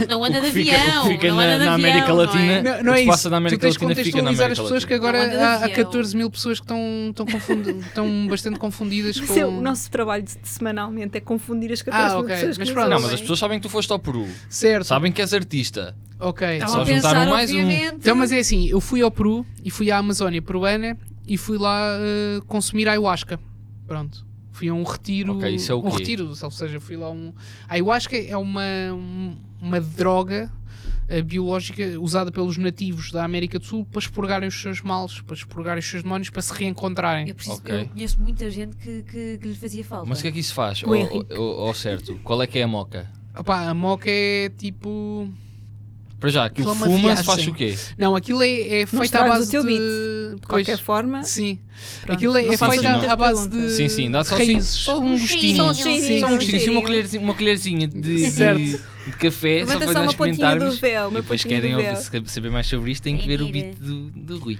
Speaker 8: Não
Speaker 3: O
Speaker 8: anda
Speaker 3: que
Speaker 8: de
Speaker 3: fica-
Speaker 8: avião.
Speaker 3: o que fica
Speaker 8: não
Speaker 3: na-
Speaker 8: anda de
Speaker 3: na
Speaker 8: avião,
Speaker 3: América
Speaker 8: não é?
Speaker 3: Latina. [LAUGHS]
Speaker 2: Não, não
Speaker 3: O que
Speaker 2: é
Speaker 3: se
Speaker 2: isso.
Speaker 3: passa na América
Speaker 2: tu tens de
Speaker 3: Latina fica na
Speaker 2: contextualizar as
Speaker 3: América
Speaker 2: pessoas que
Speaker 3: Latina.
Speaker 2: agora
Speaker 8: Não anda de
Speaker 2: há, há
Speaker 8: avião.
Speaker 2: 14 mil pessoas que estão, estão, confundi- estão bastante confundidas
Speaker 5: Isso é o
Speaker 2: com.
Speaker 5: nosso trabalho de, de semanalmente é confundir as 14
Speaker 2: Ah,
Speaker 5: mil
Speaker 2: ok,
Speaker 5: pessoas. que
Speaker 2: mas
Speaker 5: nos
Speaker 2: pronto.
Speaker 3: Não,
Speaker 5: ouvem.
Speaker 3: mas as pessoas sabem que tu foste ao Peru.
Speaker 2: Certo.
Speaker 3: Sabem que és artista.
Speaker 2: Ok.
Speaker 8: Estava
Speaker 3: Só
Speaker 8: a
Speaker 3: juntaram
Speaker 8: pensar,
Speaker 3: mais um.
Speaker 8: obviamente.
Speaker 2: Então, mas é assim, eu fui ao Peru e fui à Amazónia peruana e fui lá eh, consumir ayahuasca. Pronto. Fui a um retiro.
Speaker 3: Ok, isso é o
Speaker 2: um
Speaker 3: quê?
Speaker 2: retiro, ou seja, fui lá a um. A ayahuasca é uma, um- uma droga eh, biológica usada pelos nativos da América do Sul para expurgarem os seus males, para expurgarem os seus demónios, para se reencontrarem.
Speaker 8: Eu, preciso,
Speaker 3: Ok.
Speaker 8: eu conheço muita gente que, que, que lhe fazia falta.
Speaker 3: Mas o que é que isso faz?
Speaker 5: O
Speaker 3: Ou-
Speaker 5: Henrique.
Speaker 3: ou- ou certo, qual é que é a moca?
Speaker 2: Opá, a moca é tipo.
Speaker 3: Para já, aquilo
Speaker 2: Aquilo é uma
Speaker 3: fuma, se
Speaker 2: viagem.
Speaker 3: faz o quê?
Speaker 2: Não, aquilo é, é feito à
Speaker 5: estragas
Speaker 2: base
Speaker 5: o teu
Speaker 2: de.
Speaker 5: beat, de
Speaker 2: Pois,
Speaker 5: qualquer
Speaker 2: [LAUGHS]
Speaker 5: forma.
Speaker 2: Sim.
Speaker 5: Pronto,
Speaker 2: Aquilo é,
Speaker 5: não
Speaker 2: é
Speaker 5: faças
Speaker 2: feito à,
Speaker 5: muita
Speaker 2: à base de.
Speaker 5: pergunta.
Speaker 3: Sim, sim, dá só
Speaker 2: raízes.
Speaker 3: assim- só um gostinho.
Speaker 5: Só um
Speaker 3: Sim,
Speaker 5: cheirinho.
Speaker 3: só um gostinho, assim, uma,
Speaker 5: cheirinho.
Speaker 3: colherzinha, uma colherzinha de, de,
Speaker 5: Certo.
Speaker 3: de café, só
Speaker 5: Levanta
Speaker 3: para
Speaker 5: só uma pontinha
Speaker 3: nós
Speaker 5: do
Speaker 3: experimentarmos.
Speaker 5: véu.
Speaker 3: E
Speaker 5: uma
Speaker 3: depois
Speaker 5: pontinha do
Speaker 3: querem
Speaker 5: véu.
Speaker 3: ouvir- sa- saber mais sobre isto, têm que ver o
Speaker 8: Mentira.
Speaker 3: beat do, do Rui.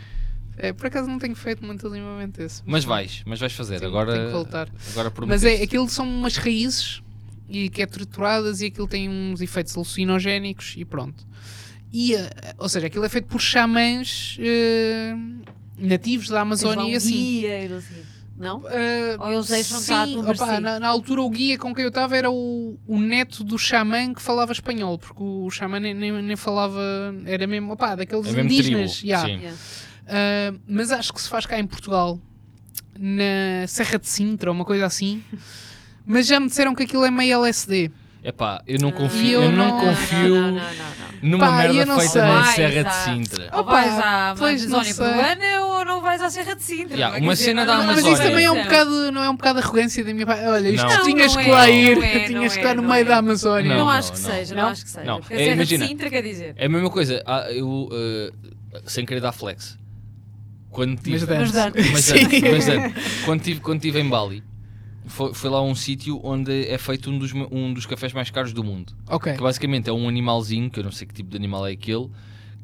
Speaker 2: É, por acaso não tenho feito muito ultimamente esse.
Speaker 3: Mas vais, mas vais fazer.
Speaker 2: Tenho-
Speaker 3: agora
Speaker 2: tenho que voltar.
Speaker 3: agora prometes.
Speaker 2: Mas é, aquilo são umas raízes e que é trituradas e aquilo tem uns efeitos alucinogénicos e pronto. E, eh, ou seja, aquilo é feito por xamãs eh, nativos da
Speaker 4: Tens lá
Speaker 2: Amazónia e
Speaker 4: um
Speaker 2: assim.
Speaker 4: guia e não sei o quê. Não?
Speaker 2: Eh,
Speaker 4: Ou eles deixam cá
Speaker 2: sim,
Speaker 4: a conversar.
Speaker 2: opá, na, na altura o guia com quem eu estava era o, o neto do xamã que falava espanhol, porque o xamã nem, nem- nem falava, era mesmo, opá, daqueles
Speaker 3: É mesmo
Speaker 2: indígenas.
Speaker 3: tribo,
Speaker 2: yeah.
Speaker 3: sim.
Speaker 4: Yeah.
Speaker 2: Ah, mas acho que se faz cá em Portugal, na Serra de Sintra, uma coisa assim. Mas já me disseram que aquilo é meio LSD.
Speaker 3: Epá, eu não confio,
Speaker 2: E
Speaker 3: eu,
Speaker 2: eu
Speaker 3: não,
Speaker 2: não-
Speaker 3: confio
Speaker 4: Não, não, não, não, não.
Speaker 3: numa
Speaker 2: Pá, eu
Speaker 3: merda
Speaker 2: não
Speaker 3: feita
Speaker 2: sei.
Speaker 3: na
Speaker 4: Vai,
Speaker 3: Serra de
Speaker 4: exato.
Speaker 3: Sintra.
Speaker 4: Ou
Speaker 2: Opa,
Speaker 4: vais à
Speaker 2: pois não
Speaker 4: Amazónia
Speaker 2: sei.
Speaker 4: peruana ou não vais à Serra de Sintra.
Speaker 3: Yeah,
Speaker 4: Quer
Speaker 3: uma
Speaker 4: dizer,
Speaker 3: cena da
Speaker 4: não- é
Speaker 2: mas
Speaker 3: Amazónia.
Speaker 2: isso também é um
Speaker 4: Não.
Speaker 2: bocado, não é um bocado arrogância da minha parte. Olha, isto
Speaker 3: Não.
Speaker 2: tinhas
Speaker 4: Não,
Speaker 2: que
Speaker 4: não
Speaker 2: lá
Speaker 4: é,
Speaker 2: ir,
Speaker 4: não é,
Speaker 2: [LAUGHS]
Speaker 4: não
Speaker 2: tinhas que
Speaker 4: é,
Speaker 2: estar no
Speaker 4: não
Speaker 2: meio
Speaker 4: é.
Speaker 2: da Amazónia.
Speaker 4: Não
Speaker 3: Não,
Speaker 4: acho que
Speaker 3: não,
Speaker 4: seja,
Speaker 2: não.
Speaker 4: não acho que seja.
Speaker 3: Não,
Speaker 4: Porque a
Speaker 3: é,
Speaker 4: Serra
Speaker 3: imagina.
Speaker 4: de Sintra quer dizer.
Speaker 3: É a mesma coisa, ah, eu ah, sem querer dar flex. Quando tive,
Speaker 2: Mas dá-nos.
Speaker 4: dá-nos.
Speaker 2: [LAUGHS]
Speaker 3: Mas,
Speaker 2: Sim.
Speaker 3: é, mas é. Quando estive quando tive em Bali, foi, foi lá um sítio onde é feito um dos, ma- um dos cafés mais caros do mundo.
Speaker 2: Ok.
Speaker 3: Que basicamente é um animalzinho, que eu não sei que tipo de animal é aquele,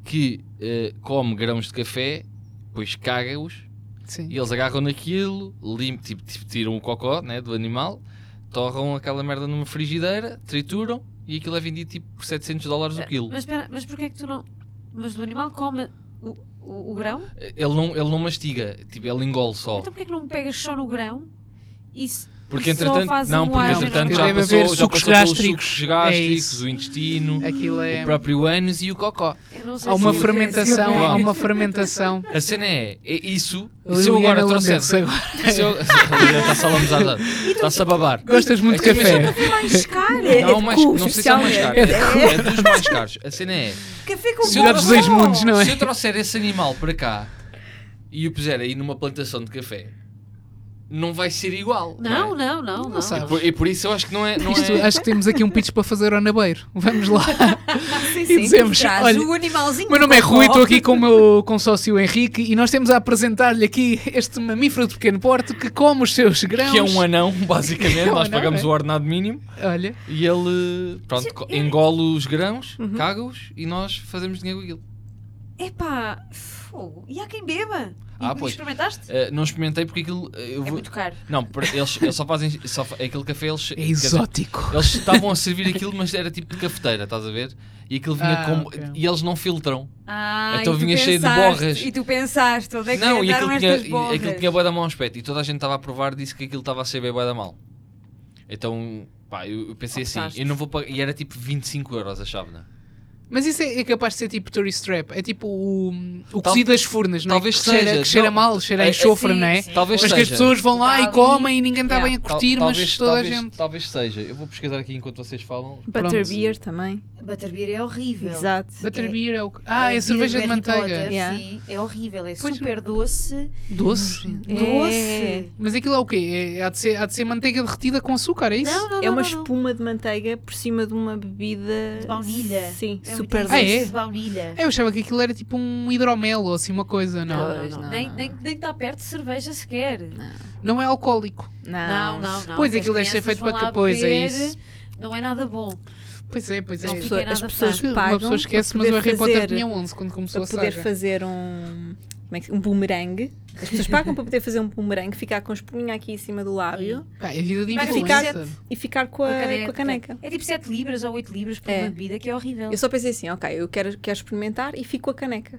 Speaker 3: que eh, come grãos de café, depois caga-os,
Speaker 2: Sim.
Speaker 3: e eles agarram naquilo, limpam, tipo, tipo, tiram o cocó né, do animal, torram aquela merda numa frigideira, trituram, e aquilo é vendido tipo por 700 dólares o quilo.
Speaker 4: Mas espera, mas porquê é que tu não... Mas o animal come o, o, o grão?
Speaker 3: Ele não, ele não mastiga, tipo, ele engole só.
Speaker 4: Então porquê é que não pegas só no grão? E se-
Speaker 3: Porque
Speaker 4: e só
Speaker 3: entretanto,
Speaker 4: fazes
Speaker 3: não,
Speaker 4: um
Speaker 3: porque
Speaker 4: ar?
Speaker 3: entretanto
Speaker 2: não.
Speaker 3: já
Speaker 2: Deve
Speaker 3: passou,
Speaker 2: haver
Speaker 3: já
Speaker 2: sucos
Speaker 3: passou pelos
Speaker 2: gástricos.
Speaker 3: sucos
Speaker 2: É
Speaker 3: gástricos,
Speaker 2: isso.
Speaker 3: o intestino,
Speaker 2: Aquilo
Speaker 3: o
Speaker 2: é.
Speaker 3: próprio ânus e o cocó.
Speaker 4: Eu não
Speaker 2: Há
Speaker 4: sei se é assim.
Speaker 2: uma
Speaker 4: eu-
Speaker 2: fermentação,
Speaker 3: Pronto.
Speaker 2: há uma fermentação.
Speaker 3: A cena é, é isso. Se eu
Speaker 2: Liliana
Speaker 3: agora
Speaker 2: Lourenço,
Speaker 3: trouxesse.
Speaker 2: agora.
Speaker 3: [LAUGHS] Se eu- [LAUGHS] Está-se a lambuzar, está-se a
Speaker 4: tipo,
Speaker 3: babar.
Speaker 2: Gostas muito de
Speaker 3: É que
Speaker 2: café?
Speaker 4: Mais caro.
Speaker 5: É
Speaker 3: Não, é o
Speaker 5: de
Speaker 3: mais,
Speaker 5: cu,
Speaker 3: não sei se é o mais caro.
Speaker 5: especialmente.
Speaker 3: É,
Speaker 4: [LAUGHS]
Speaker 3: é dos mais caros. A cena é.
Speaker 4: Café com
Speaker 3: Se eu
Speaker 2: Melhor [LAUGHS] dos dois mundos, não é?
Speaker 3: Se eu trouxer esse animal para cá e o puser aí numa plantação de café, não vai ser igual.
Speaker 4: Não,
Speaker 3: é?
Speaker 4: não, não. não.
Speaker 2: sabe.
Speaker 3: E por, e por isso eu acho que não é. Não
Speaker 2: Isto,
Speaker 3: é...
Speaker 2: acho que temos aqui um pitch para fazer ao Nabeiro. [LAUGHS] Vamos
Speaker 3: [LAUGHS]
Speaker 2: lá.
Speaker 5: Sim,
Speaker 2: E
Speaker 5: sim.
Speaker 2: dizemos:
Speaker 4: Traz
Speaker 2: olha,
Speaker 4: o animalzinho.
Speaker 2: O meu nome é
Speaker 4: do
Speaker 2: Rui,
Speaker 4: cocó.
Speaker 2: estou aqui com o meu consócio Henrique e nós temos a apresentar-lhe aqui este mamífero de pequeno porte que come os seus grãos.
Speaker 3: Que é
Speaker 2: [LAUGHS]
Speaker 3: um anão, basicamente.
Speaker 2: É um
Speaker 3: Nós
Speaker 2: anão,
Speaker 3: pagamos
Speaker 2: é.
Speaker 3: o ordenado mínimo
Speaker 2: Olha,
Speaker 3: e ele pronto, co- engole os grãos,
Speaker 2: Uhum.
Speaker 3: caga-os e nós fazemos dinheiro com aquilo.
Speaker 4: Epá, fogo. E há quem beba.
Speaker 3: Ah,
Speaker 4: e
Speaker 3: pois.
Speaker 4: experimentaste?
Speaker 3: Eh, não experimentei porque aquilo. eh, eu
Speaker 4: É
Speaker 3: vou-
Speaker 4: muito caro.
Speaker 3: Não, por- eles, eles só fazem. Só, fa- aquele café eles.
Speaker 2: é
Speaker 3: quer dizer,
Speaker 2: exótico.
Speaker 3: Eles estavam a servir aquilo, mas era tipo de cafeteira, estás a ver? E aquilo vinha
Speaker 2: Ah,
Speaker 3: com.
Speaker 2: ok.
Speaker 3: E eles não filtram.
Speaker 4: Ah,
Speaker 3: Então
Speaker 4: e tu
Speaker 3: vinha cheio de
Speaker 4: pensaste-
Speaker 3: borras.
Speaker 4: E tu pensaste, onde é que
Speaker 3: não, e
Speaker 4: andaram
Speaker 3: aquilo tinha,
Speaker 4: estas
Speaker 3: e,
Speaker 4: borras?
Speaker 3: aquilo tinha boa da mau aspecto. E toda a gente estava a provar, disse que aquilo estava a ser bem boa da mal. Então, pá, eu, eu pensei assim,
Speaker 4: Optaste.
Speaker 3: eu não vou pagar. E era tipo 25 euros a chávena.
Speaker 2: Mas isso é, é capaz de ser tipo tourist trap. É tipo o, o
Speaker 3: Tal-
Speaker 2: cozido das furnas, não é?
Speaker 3: talvez
Speaker 2: que cheira,
Speaker 3: seja.
Speaker 2: que cheira
Speaker 3: Não,
Speaker 2: mal, cheira a
Speaker 3: é- é-
Speaker 2: enxofre,
Speaker 4: sim,
Speaker 2: não é?
Speaker 4: sim.
Speaker 3: Talvez
Speaker 2: Mas que as
Speaker 3: seja.
Speaker 2: pessoas vão lá e
Speaker 4: Tal-
Speaker 2: comem e ninguém está
Speaker 4: Yeah.
Speaker 2: bem a curtir,
Speaker 3: Tal-
Speaker 2: mas toda
Speaker 3: talvez,
Speaker 2: a gente.
Speaker 3: Talvez seja. Eu vou pesquisar aqui enquanto vocês falam.
Speaker 5: Butterbeer também.
Speaker 8: Butterbeer é horrível.
Speaker 5: Exato.
Speaker 2: Butterbeer é o. que- Ah, é
Speaker 8: Bebida
Speaker 2: cerveja de
Speaker 8: Harry Potter,
Speaker 2: manteiga.
Speaker 5: Yeah.
Speaker 8: Sim, é horrível, é
Speaker 2: Pois-
Speaker 8: super doce.
Speaker 2: Doce.
Speaker 5: É.
Speaker 8: Doce.
Speaker 2: Mas aquilo é o quê? É, há, de ser, há de ser manteiga derretida com açúcar, é isso?
Speaker 8: Não, não,
Speaker 5: É uma
Speaker 8: não, não.
Speaker 5: espuma de manteiga por cima de uma bebida.
Speaker 8: De baunilha.
Speaker 5: Sim,
Speaker 8: É um
Speaker 5: super
Speaker 8: doce
Speaker 2: Ah, é?
Speaker 8: de baunilha.
Speaker 2: Eu achava que aquilo era tipo um hidromel ou assim uma coisa, não.
Speaker 5: Não, não,
Speaker 4: Nem nem- nem está perto de cerveja sequer.
Speaker 2: Não é alcoólico.
Speaker 5: Não,
Speaker 4: Não, não, não.
Speaker 2: Pois,
Speaker 4: As
Speaker 2: aquilo deve ser
Speaker 4: crianças
Speaker 2: feito
Speaker 4: vão
Speaker 2: para que-
Speaker 4: lá
Speaker 2: pois, é
Speaker 4: beber,
Speaker 2: isso.
Speaker 4: Não é nada bom.
Speaker 2: Pois é, pois é.
Speaker 5: As
Speaker 4: Não
Speaker 5: pessoas-
Speaker 4: fiquei nada
Speaker 5: as pessoas
Speaker 4: fácil.
Speaker 5: pagam
Speaker 2: Uma pessoa esquece,
Speaker 5: para
Speaker 2: mas o
Speaker 5: poder
Speaker 2: Harry Potter
Speaker 5: fazer,
Speaker 2: tinha 11 quando começou
Speaker 5: para
Speaker 2: a
Speaker 5: poder
Speaker 2: saga.
Speaker 5: fazer um. Como é que, um boomerang. As pessoas pagam para poder fazer um boomerang, ficar com a espuminha aqui em cima do lábio
Speaker 2: Pá, é vida de
Speaker 4: Vai
Speaker 2: influencer.
Speaker 5: ficar- e ficar com a, com a caneca.
Speaker 4: É tipo 7 libras ou 8 libras por
Speaker 5: É.
Speaker 4: uma bebida que é horrível.
Speaker 5: Eu só pensei assim, ok, eu quero, quero experimentar e fico com a caneca.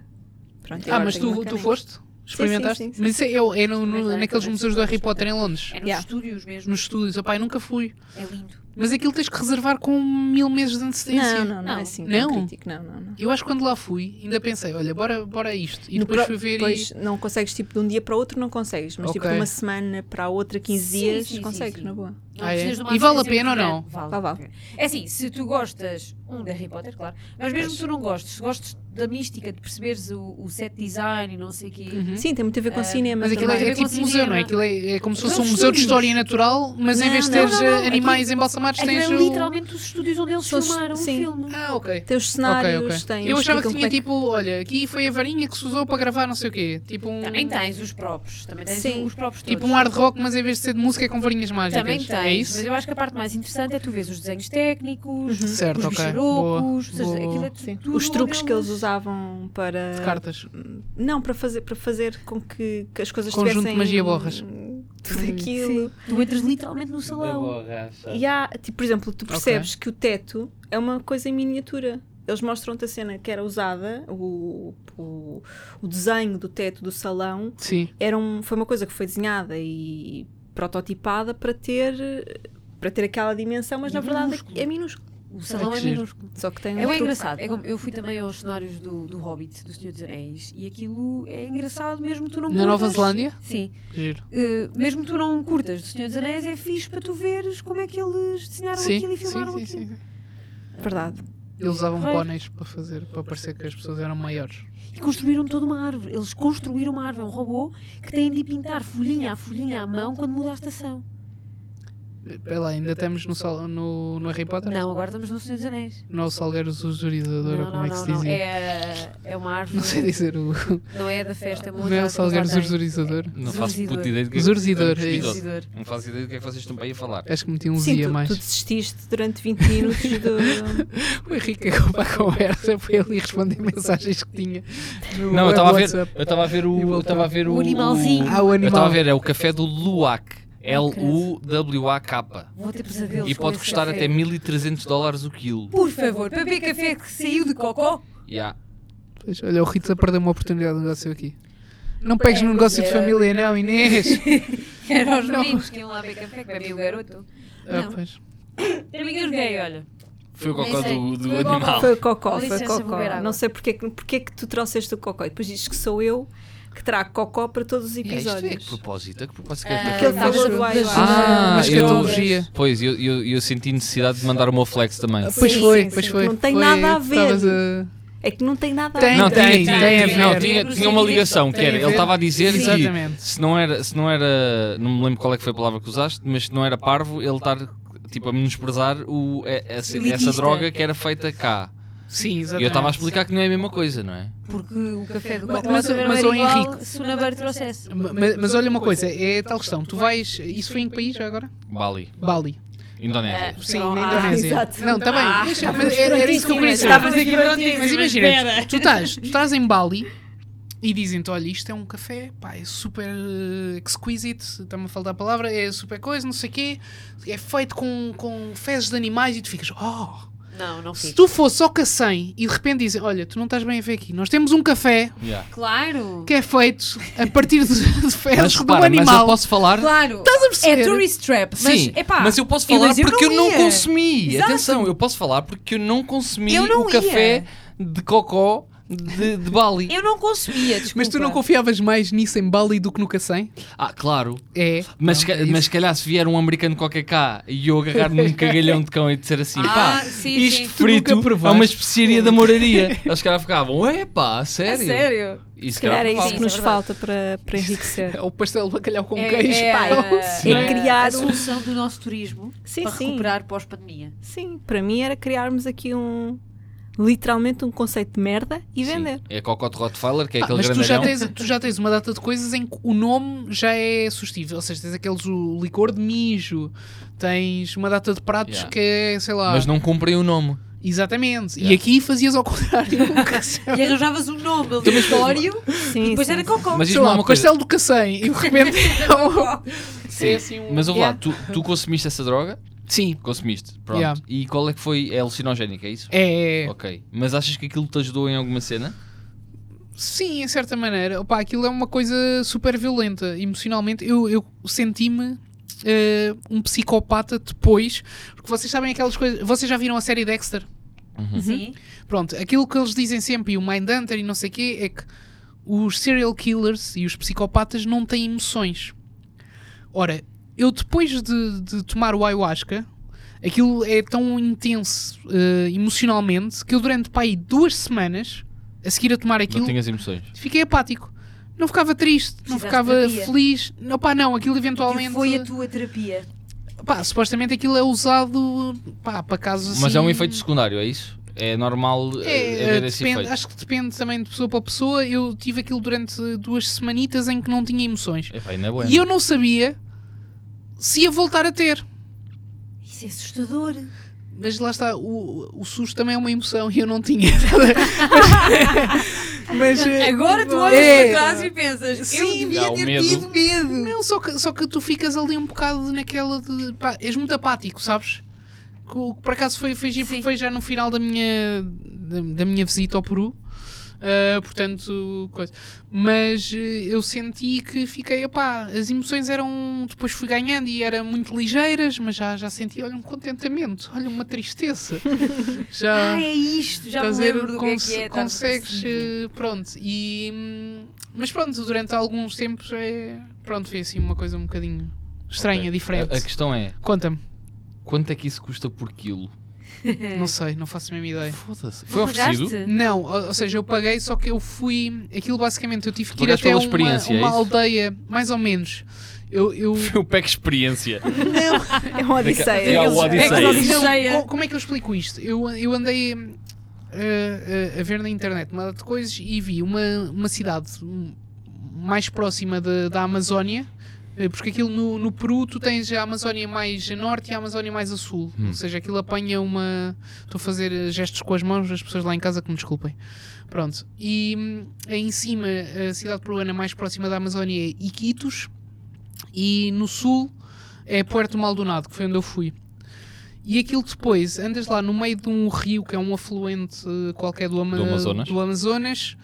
Speaker 5: Pronto,
Speaker 2: Ah,
Speaker 5: agora
Speaker 2: mas
Speaker 5: tenho uma
Speaker 2: tu, tu
Speaker 5: caneca.
Speaker 2: foste? Experimentaste?
Speaker 5: sim, sim.
Speaker 2: Mas isso é, é, é no- no-
Speaker 4: Experimentei,
Speaker 2: naqueles
Speaker 4: também
Speaker 2: museus do
Speaker 4: sou
Speaker 2: Harry Potter em Londres.
Speaker 4: É nos
Speaker 5: Yeah.
Speaker 4: estúdios mesmo.
Speaker 2: Nos estúdios. Opá, eu nunca fui.
Speaker 4: É lindo.
Speaker 2: Mas aquilo tens que reservar com mil meses de antecedência.
Speaker 5: Não, não, não, é
Speaker 4: Não.
Speaker 5: assim tão
Speaker 2: Não?
Speaker 5: crítico, não, não, não.
Speaker 2: Eu acho que quando lá fui, ainda pensei, olha, bora, bora isto. E
Speaker 5: No
Speaker 2: depois
Speaker 5: pro-
Speaker 2: fui ver
Speaker 5: depois
Speaker 2: e...
Speaker 5: não consegues, tipo, de um dia para o outro não consegues, mas tipo
Speaker 2: Ok.
Speaker 5: de uma semana para a outra, 15
Speaker 4: Sim,
Speaker 5: dias,
Speaker 4: sim, sim,
Speaker 5: consegues,
Speaker 4: sim.
Speaker 5: na boa.
Speaker 4: Não
Speaker 2: Ah, é?
Speaker 4: precisas de uma
Speaker 2: E vale a
Speaker 4: ausência
Speaker 2: pena ou
Speaker 4: muito
Speaker 2: não?
Speaker 4: grande. Vale,
Speaker 5: Vale,
Speaker 4: vale. É assim, se tu gostas, um, de Harry Potter, claro, mas mesmo se tu não gostes, se gostes da mística, de perceberes o, o set design e não sei o quê,
Speaker 2: Uhum.
Speaker 5: Sim, tem muito a ver com cinema
Speaker 2: Mas aquilo é,
Speaker 5: também.
Speaker 2: é tipo
Speaker 4: Também
Speaker 2: museu, não é?
Speaker 4: considera-
Speaker 2: Aquilo é, é como se
Speaker 4: São
Speaker 2: fosse um museu de
Speaker 4: estúdios.
Speaker 2: história natural, mas em
Speaker 5: Não,
Speaker 2: vez de
Speaker 5: não,
Speaker 2: teres
Speaker 5: não, não.
Speaker 2: eh, animais Samares
Speaker 4: Aquilo
Speaker 2: tens
Speaker 4: é
Speaker 2: o-
Speaker 4: literalmente os estúdios onde eles
Speaker 5: São os-
Speaker 4: filmaram
Speaker 5: sim.
Speaker 4: o filme.
Speaker 2: Ah, ok.
Speaker 5: Tem os cenários,
Speaker 2: Ok, ok.
Speaker 5: tem
Speaker 2: Eu
Speaker 5: os
Speaker 2: achava que
Speaker 5: ficam
Speaker 2: tinha
Speaker 5: como é
Speaker 2: tipo, olha, aqui foi a varinha que se usou para gravar não sei o quê. Tipo um,
Speaker 4: Também tens os próprios. Também tens
Speaker 5: Sim.
Speaker 4: os próprios
Speaker 2: tipo
Speaker 4: todos.
Speaker 2: um hard rock, mas em vez de ser de música é com varinhas mágicas.
Speaker 4: Também tens,
Speaker 2: É isso?
Speaker 4: mas eu acho que a parte mais interessante é tu vês os desenhos técnicos,
Speaker 2: Uhum. Certo,
Speaker 4: os
Speaker 2: ok.
Speaker 4: bicharocos, ou seja,
Speaker 2: Boa.
Speaker 4: aquilo é tu-
Speaker 5: Sim.
Speaker 2: tipo
Speaker 4: tudo
Speaker 5: os truques que
Speaker 4: modelos.
Speaker 5: eles usavam para
Speaker 2: De cartas.
Speaker 5: não para fazer para fazer com que, que as coisas
Speaker 2: Conjunto de
Speaker 5: tivessem
Speaker 2: magia borras.
Speaker 5: tudo aquilo
Speaker 4: Tu entras literalmente no salão.
Speaker 5: e há, tipo, por exemplo tu
Speaker 2: Ok.
Speaker 5: percebes que o teto é uma coisa em miniatura eles mostram-te a cena que era usada o, o, o desenho do teto do salão
Speaker 2: Sim.
Speaker 5: era um, foi uma coisa que foi desenhada e prototipada para ter para ter aquela dimensão mas na verdade é minúsculo
Speaker 4: O salão
Speaker 2: que
Speaker 4: é,
Speaker 2: giro.
Speaker 4: minúsculo.
Speaker 5: só que tem um
Speaker 4: É bem
Speaker 5: truque.
Speaker 4: engraçado. É como- eu fui também aos cenários do, do Hobbit, do Senhor dos Anéis, e aquilo é engraçado mesmo tu não
Speaker 2: Na Nova
Speaker 4: curtas.
Speaker 2: Zelândia?
Speaker 4: Sim.
Speaker 2: Giro.
Speaker 4: Uh, mesmo tu não curtas do Senhor dos Anéis, é fixe para tu veres como é que eles desenharam aquilo
Speaker 2: Sim,
Speaker 4: e filmaram
Speaker 2: sim, sim,
Speaker 4: aquilo.
Speaker 2: sim.
Speaker 5: verdade
Speaker 2: Eles usavam
Speaker 4: Porreiro.
Speaker 2: póneis para fazer, para parecer que as pessoas eram maiores.
Speaker 4: E construíram toda uma árvore. Eles construíram uma árvore, um robô, que tem de pintar folhinha a folhinha à mão quando muda a estação.
Speaker 2: Espera lá, ainda estamos no, sal, no, no Harry Potter?
Speaker 4: Não, agora estamos no Senhor dos Anéis.
Speaker 2: Não, é o Salgueiros
Speaker 4: Não,
Speaker 2: Usurizador, ou
Speaker 4: não,
Speaker 2: como é que se
Speaker 4: não, não.
Speaker 2: dizia?
Speaker 4: É, é uma árvore.
Speaker 2: Não sei dizer o.
Speaker 4: Não é da festa, é uma
Speaker 2: Não é o Salgueiros Usurizador?
Speaker 3: Não faço
Speaker 4: Zurzidor.
Speaker 3: puta ideia do que é que-
Speaker 2: Usurizador, é isso.
Speaker 4: Usurizador.
Speaker 3: Não faço ideia do que é que vocês estão para aí a falar.
Speaker 2: Acho que meti um
Speaker 5: Sim,
Speaker 2: Z a
Speaker 5: tu,
Speaker 2: mais.
Speaker 5: tu desististe durante 20 [LAUGHS] minutos do.
Speaker 2: O Henrique acabou para a conversa, foi ali responder mensagens que tinha. no
Speaker 3: Não, eu estava a ver,
Speaker 2: WhatsApp.
Speaker 3: eu estava a ver
Speaker 2: E
Speaker 3: o, eu
Speaker 2: voltava.
Speaker 3: estava a ver o,
Speaker 4: O animalzinho.
Speaker 2: Ah, o
Speaker 3: eu estava a
Speaker 2: animal.
Speaker 3: ver é o café do Luwak, L U W A K.
Speaker 4: Vou ter pesadelos.
Speaker 3: E
Speaker 4: com
Speaker 3: pode
Speaker 4: esse
Speaker 3: custar
Speaker 4: café.
Speaker 3: até 1300 dólares o quilo.
Speaker 4: Por favor, para beber café que saiu de cocó.
Speaker 3: Yeah.
Speaker 2: Pois, olha, o Rita perdeu uma oportunidade de negócio aqui. Não pegues no negócio de família, não, Inês!
Speaker 4: Era os meninos que iam lá beber café, que bebia o garoto.
Speaker 2: Ah,
Speaker 4: Não.
Speaker 2: pois.
Speaker 4: Eu me engasguei, olha.
Speaker 3: Foi o
Speaker 4: Nem
Speaker 3: cocó
Speaker 4: sei.
Speaker 3: do, do
Speaker 4: é Foi o cocó.
Speaker 3: animal.
Speaker 5: Foi o Cocó,
Speaker 4: Com
Speaker 5: foi o
Speaker 4: licença, vou beber
Speaker 5: Cocó.
Speaker 4: água.
Speaker 5: Não sei porque, é que- porque é que tu trouxeste o Cocó. E depois dizes que sou eu que trago Cocó para todos os
Speaker 3: Yeah, isto é que
Speaker 5: episódios. Ah,
Speaker 3: propósito, é que propósito que é
Speaker 5: Porque ele
Speaker 3: que-
Speaker 5: falou
Speaker 2: mas-
Speaker 5: do
Speaker 2: mas-
Speaker 5: Aiwa.
Speaker 3: Ah,
Speaker 2: Mas que
Speaker 3: eu-
Speaker 2: antologia.
Speaker 3: Pois, eu, eu, eu senti necessidade de mandar o meu flex também.
Speaker 2: Pois
Speaker 5: Sim,
Speaker 2: foi,
Speaker 5: sim,
Speaker 2: pois
Speaker 5: sim.
Speaker 2: foi.
Speaker 5: Não tem
Speaker 2: Foi
Speaker 5: nada a
Speaker 2: que
Speaker 5: ver.
Speaker 2: estavas a-
Speaker 5: É que não tem nada a
Speaker 2: Tem,
Speaker 5: ver.
Speaker 3: Não,
Speaker 2: tem, tem,
Speaker 3: tem, tem,
Speaker 2: tem,
Speaker 3: não,
Speaker 2: tem.
Speaker 3: tinha, tinha uma ligação, que
Speaker 2: Tem
Speaker 3: era,
Speaker 2: a
Speaker 3: ele
Speaker 2: ver.
Speaker 3: estava a dizer que
Speaker 2: Exatamente.
Speaker 3: se não, era, se não era, não me lembro qual é que foi a palavra que usaste, mas se não era parvo, ele estar tipo a menosprezar o, é- essa, essa
Speaker 4: Elitista.
Speaker 3: droga que era feita cá.
Speaker 2: Sim,
Speaker 3: E
Speaker 2: exatamente.
Speaker 3: eu estava a explicar que não é a mesma coisa, não é?
Speaker 4: Porque o café do
Speaker 2: Mas-
Speaker 4: cocó
Speaker 2: mas-
Speaker 4: também não
Speaker 2: mas,
Speaker 4: era
Speaker 2: ó,
Speaker 4: igual
Speaker 2: Henrique.
Speaker 4: se o Nabeiro trouxesse.
Speaker 2: Ma- ma- Mas, olha uma coisa, é tal questão. Tu vais. Isso foi em que país já agora?
Speaker 3: Bali,
Speaker 2: Bali.
Speaker 3: Indonésia.
Speaker 2: Sim,
Speaker 4: Ah,
Speaker 2: na Indonésia.
Speaker 5: exato.
Speaker 2: Não, também. deixa- Tá mas era, era isso que eu queria
Speaker 4: é
Speaker 2: saber.
Speaker 5: Estavas aqui
Speaker 2: Mas imagina, tu estás, tu estás em Bali e dizem-te: olha, isto é um café, pá, é super eh, exquisite, está-me a faltar a palavra, é super coisa, não sei o quê, é feito com, com fezes de animais e tu ficas, oh,
Speaker 4: Não, não
Speaker 2: se
Speaker 4: fica.
Speaker 2: tu fosse ao Cacém e de repente dizem: olha, tu não estás bem a ver aqui, nós temos um café
Speaker 3: Yeah.
Speaker 4: Claro!
Speaker 2: que é feito a partir de, [LAUGHS] de fezes
Speaker 3: Mas
Speaker 2: de um
Speaker 3: repara, mas eu
Speaker 2: animal.
Speaker 3: posso falar.
Speaker 4: Claro!
Speaker 2: Estás a perceber?
Speaker 4: É tourist trap, mas
Speaker 3: Sim,
Speaker 4: epá,
Speaker 3: mas eu posso falar
Speaker 4: Inês, eu
Speaker 3: porque eu não
Speaker 4: ia.
Speaker 3: consumi.
Speaker 4: Exato.
Speaker 3: Atenção, eu posso falar porque eu não consumi
Speaker 4: Eu não
Speaker 3: o café de cocó de, de Bali.
Speaker 4: Eu não consumia, desculpa.
Speaker 2: [LAUGHS] Mas tu não confiavas mais nisso em Bali do que no Cacém?
Speaker 3: Ah, claro.
Speaker 2: É.
Speaker 3: Mas,
Speaker 2: Não,
Speaker 3: ca-
Speaker 2: é isso.
Speaker 3: mas se calhar se vier um americano qualquer cá e eu agarrar
Speaker 2: [LAUGHS]
Speaker 3: num cagalhão de cão e dizer assim,
Speaker 4: Ah,
Speaker 3: pá,
Speaker 4: sim,
Speaker 3: isto
Speaker 4: sim.
Speaker 2: Tu
Speaker 3: frito
Speaker 2: nunca
Speaker 3: é
Speaker 2: provaste.
Speaker 3: uma especiaria
Speaker 2: [LAUGHS]
Speaker 3: da moraria. Eles caras ficavam, é pá, a sério?
Speaker 4: sério?
Speaker 3: E se
Speaker 5: Se calhar é isso
Speaker 3: provavam.
Speaker 5: que
Speaker 4: Sim,
Speaker 5: nos
Speaker 4: isso é
Speaker 5: falta para, para enriquecer.
Speaker 2: É o pastel de bacalhau com
Speaker 4: É,
Speaker 2: queijo.
Speaker 4: é,
Speaker 2: pá.
Speaker 4: a-
Speaker 5: É criar
Speaker 4: a
Speaker 5: um-
Speaker 4: solução do nosso turismo
Speaker 5: Sim,
Speaker 4: para
Speaker 5: sim.
Speaker 4: recuperar pós-pandemia.
Speaker 5: Sim, para mim era criarmos aqui um. literalmente um conceito de merda e
Speaker 3: Sim,
Speaker 5: vender.
Speaker 3: É cocó de Rottweiler, que é
Speaker 2: Ah,
Speaker 3: aquele
Speaker 2: mas
Speaker 3: grandalhão.
Speaker 2: tu já, tens, tu já tens uma data de coisas em que o nome já é sustível. Ou seja, tens aqueles o licor de mijo, tens uma data de pratos
Speaker 3: Yeah.
Speaker 2: que é, sei lá.
Speaker 3: Mas não comprei o nome.
Speaker 2: Exatamente. E
Speaker 3: Yeah.
Speaker 2: aqui fazias ao
Speaker 3: [LAUGHS]
Speaker 2: contrário. É
Speaker 4: E arranjavas um nome aleatório
Speaker 5: Sim,
Speaker 4: e depois
Speaker 5: sim,
Speaker 4: era
Speaker 5: sim.
Speaker 4: cocó.
Speaker 3: Mas
Speaker 2: sei
Speaker 3: isto não é
Speaker 2: lá,
Speaker 3: uma coisa.
Speaker 2: pastel do cacém. E de
Speaker 3: [LAUGHS]
Speaker 2: repente. é assim um-
Speaker 3: Mas ouve lá,
Speaker 2: Yeah.
Speaker 3: tu, tu consumiste essa droga?
Speaker 2: Sim.
Speaker 3: Consumiste, pronto.
Speaker 2: Yeah.
Speaker 3: E qual é que foi? É alucinogénica, é isso?
Speaker 2: É.
Speaker 3: Ok. Mas achas que aquilo te ajudou em alguma cena?
Speaker 2: Sim, em certa maneira. Opa, aquilo é uma coisa super violenta. Emocionalmente, eu, eu senti-me eh, um psicopata depois. Porque vocês sabem aquelas coisas. Vocês já viram a série Dexter?
Speaker 4: Sim.
Speaker 2: Pronto, aquilo que eles dizem sempre, e o Mindhunter e não sei o quê, é que os serial killers e os psicopatas não têm emoções. Ora, eu depois de, de tomar o ayahuasca, aquilo é tão intenso eh, emocionalmente que eu durante pá, aí duas semanas a seguir a tomar aquilo
Speaker 3: Não tinhas emoções.
Speaker 2: fiquei apático. Não ficava triste, não
Speaker 4: Precisaste
Speaker 2: ficava
Speaker 4: terapia.
Speaker 2: feliz. Não, pá, não, aquilo
Speaker 4: Que
Speaker 2: eventualmente.
Speaker 4: foi a tua terapia.
Speaker 2: Pá, supostamente aquilo é usado pá, para casos assim.
Speaker 3: Mas é um efeito secundário, é isso? É normal
Speaker 2: É,
Speaker 3: é, haver esse
Speaker 2: depende-
Speaker 3: efeito.
Speaker 2: acho que depende também de pessoa para pessoa. Eu tive aquilo durante duas semanitas em que não tinha emoções.
Speaker 3: Epá, ainda é bueno.
Speaker 2: E eu não sabia se ia voltar a ter.
Speaker 8: Isso é assustador.
Speaker 2: Mas lá está, o, o susto também é uma emoção e eu não tinha. [LAUGHS] mas, mas, eh,
Speaker 4: Agora tu olhas
Speaker 2: É.
Speaker 4: para trás e pensas, eu
Speaker 2: Sim.
Speaker 4: devia
Speaker 3: Dá o
Speaker 4: ter
Speaker 3: medo.
Speaker 4: tido medo.
Speaker 2: Não, só que, só que tu ficas ali um bocado naquela de. Pá, és muito apático, sabes? Que o- que por acaso foi, foi, giro, porque foi já no final da minha, da, da minha visita ao Peru. Ah, portanto, coisa. Mas eh, eu senti que fiquei, opá, as emoções eram. Depois fui ganhando e eram muito ligeiras, mas já, já senti, olha, um contentamento, olha, uma tristeza. já
Speaker 4: Ah, é isto, já me
Speaker 2: estás a ver,
Speaker 4: lembro do que é que
Speaker 2: conse-
Speaker 4: é. estar
Speaker 2: Consegues,
Speaker 4: depressivo.
Speaker 2: eh, pronto. E, hum, mas pronto, durante alguns tempos é. Pronto, foi assim uma coisa um bocadinho estranha, diferente.
Speaker 3: A, a questão é,
Speaker 2: Conta-me,
Speaker 3: quanto é que isso custa por quilo?
Speaker 4: É.
Speaker 2: não sei, não faço a mesma ideia.
Speaker 3: Foda-se. Foi
Speaker 4: Não
Speaker 3: oferecido?
Speaker 4: pagaste?
Speaker 2: Não, ou ou seja, eu paguei, só que eu fui. Aquilo basicamente, eu tive que ir
Speaker 3: Pagaste
Speaker 2: até
Speaker 3: pela
Speaker 2: uma,
Speaker 3: experiência, é
Speaker 2: uma
Speaker 3: isso?
Speaker 2: aldeia, mais ou menos. Eu. eu
Speaker 3: [LAUGHS] Foi o pack experiência.
Speaker 5: É uma
Speaker 3: É
Speaker 5: odisseia.
Speaker 3: uma odisseia.
Speaker 5: É uma
Speaker 2: Não,
Speaker 4: Cheia.
Speaker 2: co- como é que eu explico isto? Eu, eu andei hum, a, a- a ver na internet uma data de coisas e vi uma, uma cidade hum, mais próxima da, da Amazónia, eh, porque aquilo no, no Peru tu tens a Amazónia mais a norte e a Amazónia mais a sul. Ou seja, aquilo apanha uma. Estou a fazer eh, gestos com as mãos, as pessoas lá em casa que me desculpem. Pronto. E hum, em cima, a cidade peruana mais próxima da Amazónia é Iquitos e no sul é Puerto Maldonado, que foi onde eu fui. E aquilo depois, andas lá no meio de um rio que é um afluente eh, qualquer do, Ama
Speaker 3: Do Amazonas.
Speaker 2: do Amazonas.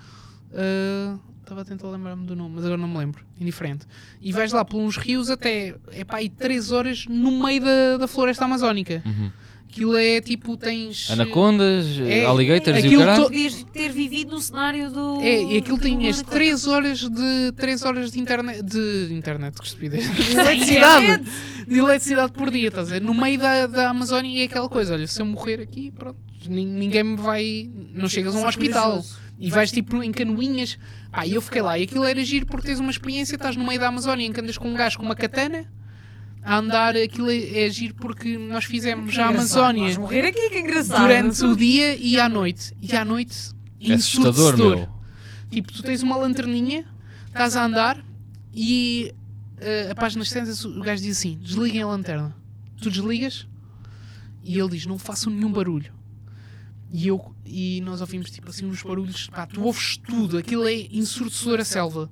Speaker 2: Ah, Estava a tentar lembrar-me do nome, mas agora não me lembro. Indiferente. E vais lá por uns rios até, é pá, aí 3 horas no meio da, da floresta amazónica.
Speaker 3: Uhum.
Speaker 2: Aquilo é tipo, tens... eh,
Speaker 3: Anacondas, eh,
Speaker 2: É.
Speaker 3: alligators e o
Speaker 2: Aquilo
Speaker 3: caralho.
Speaker 2: to-
Speaker 8: Podias ter vivido no cenário do.
Speaker 2: É, e aquilo tem as
Speaker 8: do-
Speaker 2: 3 horas de 3 horas de internet de internet, que estupidez. [LAUGHS] De
Speaker 4: Eletricidade.
Speaker 2: eletricidade. De eletricidade por dia, estás a ver? No meio da, da Amazónia é aquela coisa, olha, se eu morrer aqui, pronto, nin- ninguém me vai, não chegas
Speaker 4: é
Speaker 2: a um hospital. E vais tipo em canoinhas. Pá, e eu fiquei lá e aquilo era giro porque tens uma experiência, estás no meio da Amazónia em que andas com um gajo com uma katana a andar, aquilo é, é giro porque nós fizemos já a Amazónia
Speaker 4: Vais morrer aqui, que engraçado.
Speaker 2: durante o dia e à noite. E à noite,
Speaker 3: É assustador,
Speaker 2: ensurdecedor.
Speaker 3: meu.
Speaker 2: Tipo, tu tens uma lanterninha, estás a andar e eh, a página extensa, o gajo diz assim: desliguem a lanterna. Tu desligas e ele diz: não façam nenhum barulho. E, eu, e nós ouvimos tipo assim uns barulhos, pá, tu ouves tudo, aquilo é ensurdecedor a selva.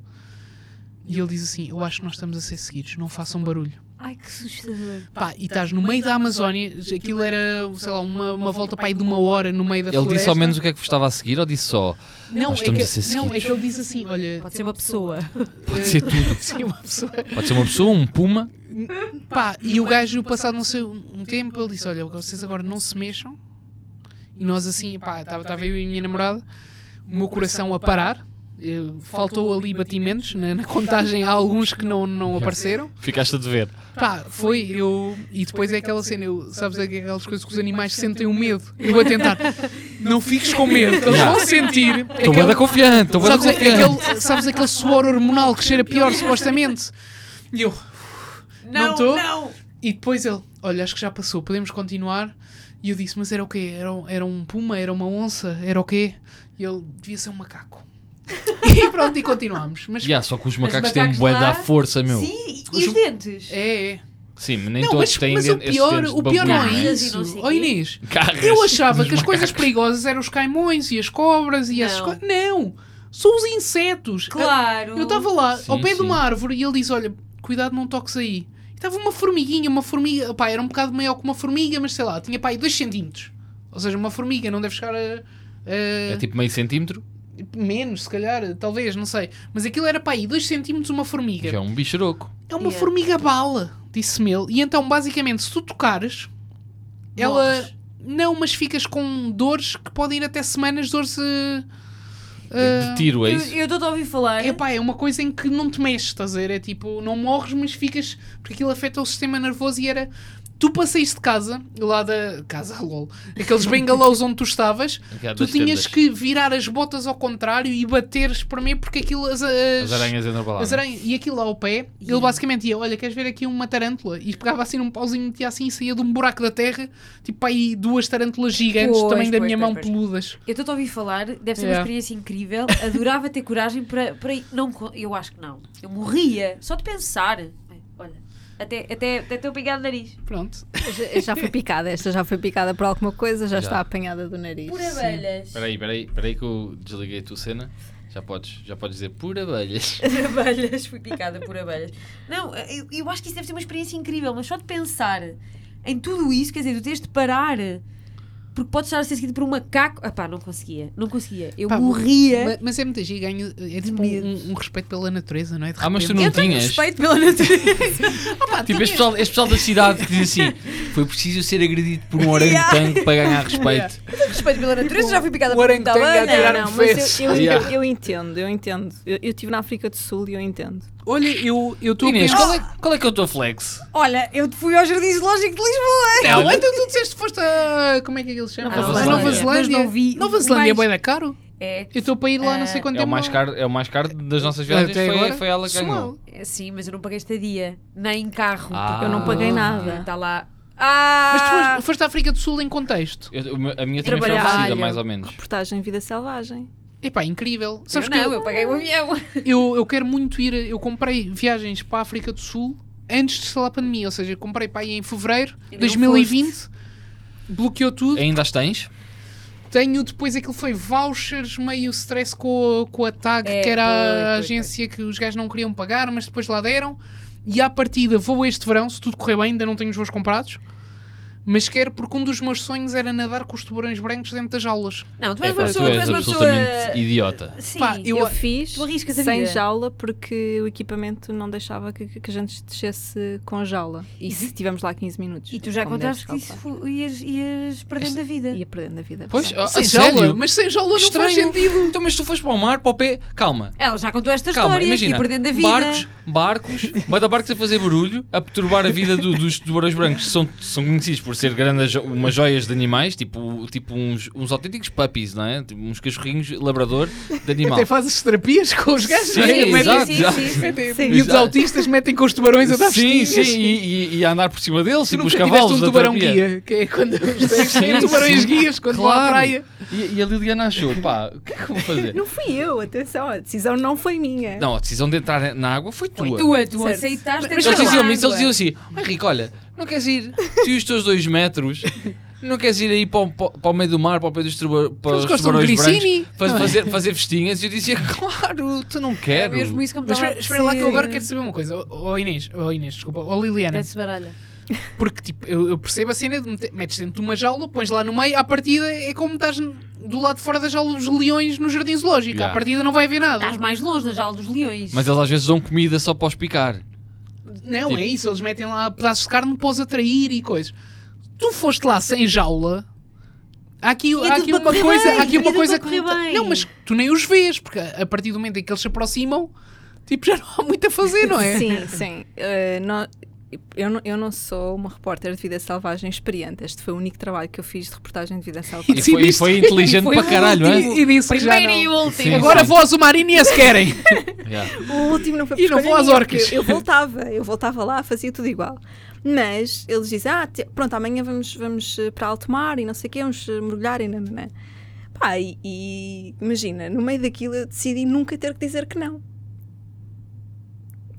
Speaker 2: E ele diz assim: Eu acho que nós estamos a ser seguidos, não façam barulho.
Speaker 8: Ai, que assustador.
Speaker 2: Pá, e estás no meio da Amazónia, aquilo era, sei lá, uma, uma volta para aí de uma hora no meio da
Speaker 3: Ele disse
Speaker 2: floresta.
Speaker 3: ao menos o que é que vos estava a seguir ou disse só?
Speaker 2: Não,
Speaker 3: Nós
Speaker 2: é
Speaker 3: estamos
Speaker 2: que,
Speaker 3: a ser
Speaker 2: não, é que ele diz assim: Olha, [LAUGHS]
Speaker 4: Pode ser uma pessoa.
Speaker 3: Pode ser tudo.
Speaker 2: Sim, uma pessoa.
Speaker 3: Pode ser uma pessoa, um puma.
Speaker 2: Pá, e o gajo, passado não sei um um tempo, ele disse: Olha, vocês agora não se mexam. E nós assim, pá, estava eu e a minha namorada, o meu coração a parar. Eh, Faltou ali batimentos, né, na, na contagem há alguns que não, não apareceram.
Speaker 3: Ficaste a dever.
Speaker 2: Pá, foi eu. E depois é aquela cena, eu, sabes, é aquelas coisas que os animais sentem o medo. Eu vou [LAUGHS] tentar, não fiques com medo, eles vão sentir.
Speaker 3: Estou bem da confiante, estou bem da
Speaker 2: Sabes,
Speaker 3: confiante.
Speaker 2: aquele, sabes aquele suor hormonal que cheira pior, supostamente? E eu, Não tô?
Speaker 4: não.
Speaker 2: E depois ele, olha, acho que já passou, podemos continuar. E eu disse, mas era o quê? Era, um- era um puma? Era uma onça? Era o quê? E ele, devia ser um macaco. [LAUGHS] e pronto, e continuámos. Mas
Speaker 3: Yeah, só que os
Speaker 4: Mas
Speaker 3: macacos têm
Speaker 4: macacos
Speaker 3: bué
Speaker 4: lá-
Speaker 3: da força, meu. Sim,
Speaker 4: Sim, e- e os dentes?
Speaker 2: é, é.
Speaker 3: mas nem
Speaker 2: não,
Speaker 3: todos
Speaker 2: mas,
Speaker 3: têm
Speaker 2: mas o
Speaker 3: dentes- esses
Speaker 2: pior,
Speaker 3: dentes de
Speaker 2: o pior não
Speaker 3: bambu,
Speaker 2: é
Speaker 3: né?
Speaker 8: Carras e não
Speaker 2: isso.
Speaker 8: sei
Speaker 2: Ó
Speaker 8: quê.
Speaker 3: [LAUGHS]
Speaker 2: Inês,
Speaker 3: Carras.
Speaker 2: eu achava que as
Speaker 3: Os
Speaker 2: coisas perigosas eram os caimões e as cobras e essas
Speaker 4: Não.
Speaker 2: coisas. Não, são os insetos.
Speaker 4: Claro.
Speaker 2: Eu estava lá,
Speaker 3: Sim,
Speaker 2: ao pé de
Speaker 3: sim.
Speaker 2: uma árvore, e ele diz: Olha, cuidado, não toques aí. E Estava uma formiguinha, uma formiga. Pá, era um bocado maior que uma formiga, mas sei lá, tinha pá, 2 centímetros. Ou seja, uma formiga não deve chegar a. a-
Speaker 3: É tipo meio centímetro,
Speaker 2: Menos, se calhar, talvez, não sei. Mas aquilo era pá, aí 2 centímetros uma formiga.
Speaker 3: já é um bicharoco.
Speaker 2: É uma
Speaker 4: Yeah.
Speaker 2: formiga bala, disse-me ele. E então, basicamente, se tu tocares, ela.
Speaker 4: Morres.
Speaker 2: Não, mas ficas com dores que podem ir até semanas, dores. eh, eh,
Speaker 3: De tiro, é
Speaker 4: Eu-
Speaker 3: isso?
Speaker 4: Eu estou a ouvir falar.
Speaker 2: é pá, é uma coisa em que não te mexes, estás a ver? É tipo, não morres, mas ficas. Porque aquilo afeta o sistema nervoso e era. Tu para saíres de casa, lá da casa, [LAUGHS] lol, aqueles bengalôs onde tu estavas,
Speaker 3: Aquela
Speaker 2: tu
Speaker 3: das
Speaker 2: tinhas
Speaker 3: É tendas.
Speaker 2: que virar as botas ao contrário e bateres para mim, porque aquilo. As, as-
Speaker 3: As aranhas andam para lá.
Speaker 2: as
Speaker 3: não é?
Speaker 2: aranhas- e aquilo lá ao pé, ele basicamente ia: Olha, queres ver aqui uma tarântula? E pegava assim num pauzinho, metia assim e saía de um buraco da terra, tipo aí duas tarântulas gigantes,
Speaker 4: Pois,
Speaker 2: também da
Speaker 4: pois,
Speaker 2: minha mão
Speaker 4: pois, pois.
Speaker 2: peludas.
Speaker 4: Eu estou a ouvir falar, deve ser
Speaker 2: Yeah.
Speaker 4: uma experiência incrível. Adorava ter coragem para, para ir. Não, co- eu acho que não. Eu morria só de pensar. Ai, Olha, até até até estou a pegar o nariz.
Speaker 2: Pronto.
Speaker 5: Já- Já foi picada, esta já foi picada por alguma coisa, já,
Speaker 3: Já.
Speaker 5: está apanhada do nariz.
Speaker 4: Por abelhas.
Speaker 3: Espera aí, espera aí, espera aí que eu desliguei a tua cena. Já podes, já podes dizer por
Speaker 2: [LAUGHS]
Speaker 3: abelhas.
Speaker 4: Por abelhas, fui picada por abelhas. Não, eu, eu acho que isso deve ser uma experiência incrível, mas só de pensar em tudo isso, quer dizer, tu tens de parar. Porque pode estar a ser seguido por um macaco. Ah pá, não conseguia, não conseguia. Eu
Speaker 2: Pá,
Speaker 4: morria.
Speaker 2: Mas, mas é muito giro, ganho- é tipo
Speaker 4: medo.
Speaker 2: um, um respeito pela natureza, não é? De
Speaker 3: Ah, mas tu
Speaker 2: repente.
Speaker 3: não
Speaker 4: eu tenho
Speaker 3: tinhas.
Speaker 4: respeito pela natureza.
Speaker 3: Tipo, este pessoal, este pessoal da cidade que diz assim: foi preciso ser agredido por um orangotango para
Speaker 2: [LAUGHS]
Speaker 3: ganhar respeito.
Speaker 4: [LAUGHS] respeito pela natureza, já fui picada
Speaker 2: O
Speaker 4: por um
Speaker 2: orangotango a
Speaker 4: tabana.
Speaker 2: tirar
Speaker 5: Não,
Speaker 2: um
Speaker 5: não,
Speaker 2: fez.
Speaker 5: mas eu, eu,
Speaker 3: Yeah. [LAUGHS]
Speaker 5: eu entendo, eu entendo. Eu eu estive na África do Sul e eu entendo.
Speaker 2: Olha, eu eu estou a
Speaker 3: Inês,
Speaker 2: pensar.
Speaker 3: qual é, qual é que é o teu flex?
Speaker 4: Olha, eu fui ao Jardim Zoológico de Lisboa.
Speaker 2: Não, então tu disseste que foste a. Como é que é que eles chamam?
Speaker 4: Nova
Speaker 2: Ah, Nova
Speaker 3: Zelândia.
Speaker 2: Zelândia.
Speaker 4: Mas não vi
Speaker 2: Nova
Speaker 4: o
Speaker 2: Zelândia é
Speaker 4: mais-
Speaker 2: bué da caro.
Speaker 4: É,
Speaker 2: Eu estou para ir lá não sei quanto
Speaker 3: É o,
Speaker 2: tempo.
Speaker 3: mais caro, é o mais caro das nossas viagens.
Speaker 2: Até
Speaker 3: Foi,
Speaker 2: agora,
Speaker 3: foi ela que
Speaker 2: sou
Speaker 3: ganhou.
Speaker 4: é, sim, mas eu não paguei estadia. Nem em carro,
Speaker 3: Ah.
Speaker 4: porque eu não paguei nada. Está lá.
Speaker 2: Mas tu
Speaker 4: Ah!
Speaker 2: foste, foste à África do Sul em contexto.
Speaker 3: Eu- o meu- a minha também foi
Speaker 4: Trabalhar.
Speaker 3: oferecida, mais ou menos.
Speaker 5: Reportagem Vida Selvagem.
Speaker 2: Epá, incrível. Sabes
Speaker 4: eu
Speaker 2: que
Speaker 4: não,
Speaker 2: eu,
Speaker 4: eu paguei o avião.
Speaker 2: eu, eu quero muito ir. Eu comprei viagens para a África do Sul antes de instalar a pandemia. Ou seja, eu comprei para aí em fevereiro
Speaker 4: E
Speaker 2: de
Speaker 4: não
Speaker 2: 2020. Bloqueou tudo.
Speaker 3: Ainda as tens?
Speaker 2: Tenho depois aquilo foi vouchers, meio stress com, a- com a TAG,
Speaker 4: É,
Speaker 2: que era
Speaker 4: pois,
Speaker 2: a
Speaker 4: pois,
Speaker 2: agência que os gajos não queriam pagar, mas depois lá deram. E à partida vou este verão, se tudo correr bem, ainda não tenho os voos comprados. Mas quero, porque um dos meus sonhos era nadar com os tubarões brancos dentro das aulas.
Speaker 4: Não, tu
Speaker 3: É,
Speaker 4: és uma
Speaker 3: pá, tu
Speaker 4: pessoa. Tu
Speaker 3: és
Speaker 4: és uma pessoa.
Speaker 3: absolutamente idiota.
Speaker 4: Sim,
Speaker 2: Pá,
Speaker 5: Eu,
Speaker 2: Eu-
Speaker 5: fiz
Speaker 4: tu arriscas a
Speaker 5: sem
Speaker 4: vida.
Speaker 5: jaula porque o equipamento não deixava que, que a gente descesse com jaula. E se estivemos lá 15 minutos.
Speaker 4: E tu já
Speaker 5: como
Speaker 4: contaste que
Speaker 5: deves
Speaker 4: isso
Speaker 5: calcular.
Speaker 4: fu- ias, ias perdendo a vida.
Speaker 5: Ia perdendo a vida.
Speaker 3: Pois,
Speaker 5: Sim.
Speaker 3: a, a
Speaker 2: sem jaula?
Speaker 3: Ah, sério?
Speaker 2: Mas sem jaula não faz
Speaker 3: Estranho.
Speaker 2: sentido.
Speaker 3: Então, mas tu foste para o mar, para o pé. Calma,
Speaker 4: Ela já contou esta
Speaker 3: Calma,
Speaker 4: história
Speaker 3: imagina.
Speaker 4: e perdendo a vida.
Speaker 3: Barcos, barcos, manda barcos a fazer barulho, a perturbar a vida do- dos tubarões brancos, que são, são conhecidos por ser grandes jo- umas joias de animais, tipo, tipo uns, uns autênticos puppies, não é? Tipo uns cachorrinhos labrador de animal.
Speaker 2: Até fazes terapias com os gajos.
Speaker 3: Sim,
Speaker 2: não é?
Speaker 4: Sim,
Speaker 3: exato,
Speaker 4: sim,
Speaker 3: já.
Speaker 4: sim, sim.
Speaker 2: Metem-
Speaker 5: Sim.
Speaker 2: E os
Speaker 3: Exato.
Speaker 2: autistas metem com os tubarões a dar
Speaker 3: Sim, sim,
Speaker 2: festinhas.
Speaker 3: e, e- e a andar por cima deles,
Speaker 2: Tu
Speaker 3: tipo os
Speaker 2: nunca tiveste
Speaker 3: cavalos
Speaker 2: um
Speaker 3: da
Speaker 2: tubarão
Speaker 3: terapia.
Speaker 2: guia, que é quando os têm [LAUGHS]
Speaker 3: sim.
Speaker 2: tubarões guias quando vão à
Speaker 3: Claro.
Speaker 2: praia.
Speaker 3: E, e a Liliana achou, pá, o que é que eu vou fazer?
Speaker 5: Não fui eu, atenção, a decisão não foi minha.
Speaker 3: Não, a decisão de entrar na água foi tua.
Speaker 4: Foi tua, tu
Speaker 5: Certo.
Speaker 4: aceitaste
Speaker 3: Eles
Speaker 4: entrar na
Speaker 3: diziam-me isso, eles
Speaker 4: água.
Speaker 3: diziam assim: "Ah, Rico, olha, não queres ir? Se os teus dois metros, não queres ir aí para, o- para o- para o meio do mar, para o pé dos turba- para
Speaker 2: Eles
Speaker 3: os
Speaker 2: gostam de
Speaker 3: tubarões brancos,
Speaker 2: grissini,
Speaker 3: para fazer, fazer festinhas? E eu dizia: Claro, tu não
Speaker 4: É
Speaker 3: quero.
Speaker 4: mesmo isso que me
Speaker 2: Mas
Speaker 4: estava
Speaker 2: espera,
Speaker 4: a
Speaker 2: espera lá que eu
Speaker 4: apetecer.
Speaker 2: agora quero saber uma coisa. Ó ó Inês, ó Inês, desculpa, ó Liliana.
Speaker 4: Dá-se baralha.
Speaker 2: Porque tipo, eu, eu percebo a cena de meter, metes dentro de uma jaula, pões lá no meio, à partida é como estás do lado de fora da jaula dos leões no jardim zoológico.
Speaker 3: Já.
Speaker 2: À partida não vai haver nada.
Speaker 4: Estás mais longe da jaula dos leões.
Speaker 3: Mas eles às vezes dão comida só para os picar.
Speaker 2: Não,
Speaker 3: Tipo-
Speaker 2: é isso, eles metem lá pedaços de carne para os atrair e coisas. Tu foste lá sem jaula. Há aqui,
Speaker 4: Tinha
Speaker 2: há
Speaker 4: tudo
Speaker 2: aqui
Speaker 4: para
Speaker 2: uma
Speaker 4: correr
Speaker 2: coisa,
Speaker 4: bem,
Speaker 2: há aqui
Speaker 4: tinha
Speaker 2: uma
Speaker 4: tudo
Speaker 2: coisa
Speaker 4: para
Speaker 2: que.
Speaker 4: correr bem.
Speaker 2: Não, mas tu nem os vês, porque a a partir do momento em que eles se aproximam, tipo, já não há muito a fazer, não é?
Speaker 5: Sim, sim. Eh, nó- eu, não, eu não sou uma repórter de vida selvagem experiente. Este foi o único trabalho que eu fiz de reportagem de vida selvagem.
Speaker 3: E foi, e foi inteligente
Speaker 4: Foi
Speaker 3: para caralho, não é?
Speaker 2: E, e disse que já
Speaker 4: Primeiro e
Speaker 2: não.
Speaker 4: último.
Speaker 3: Sim,
Speaker 2: Agora
Speaker 3: sim.
Speaker 2: vou ao submarino e as querem.
Speaker 3: Yeah.
Speaker 5: O último não foi
Speaker 2: E
Speaker 5: por
Speaker 2: não
Speaker 5: escolha
Speaker 2: vou às
Speaker 5: minha,
Speaker 2: orcas.
Speaker 5: porque Eu voltava, eu voltava lá, fazia tudo igual. Mas eles dizem, ah, te- pronto, amanhã vamos, vamos eh, para alto mar e não sei o quê, vamos eh, mergulhar e nananã. Pá, e, e imagina, no meio daquilo eu decidi nunca ter que dizer que não.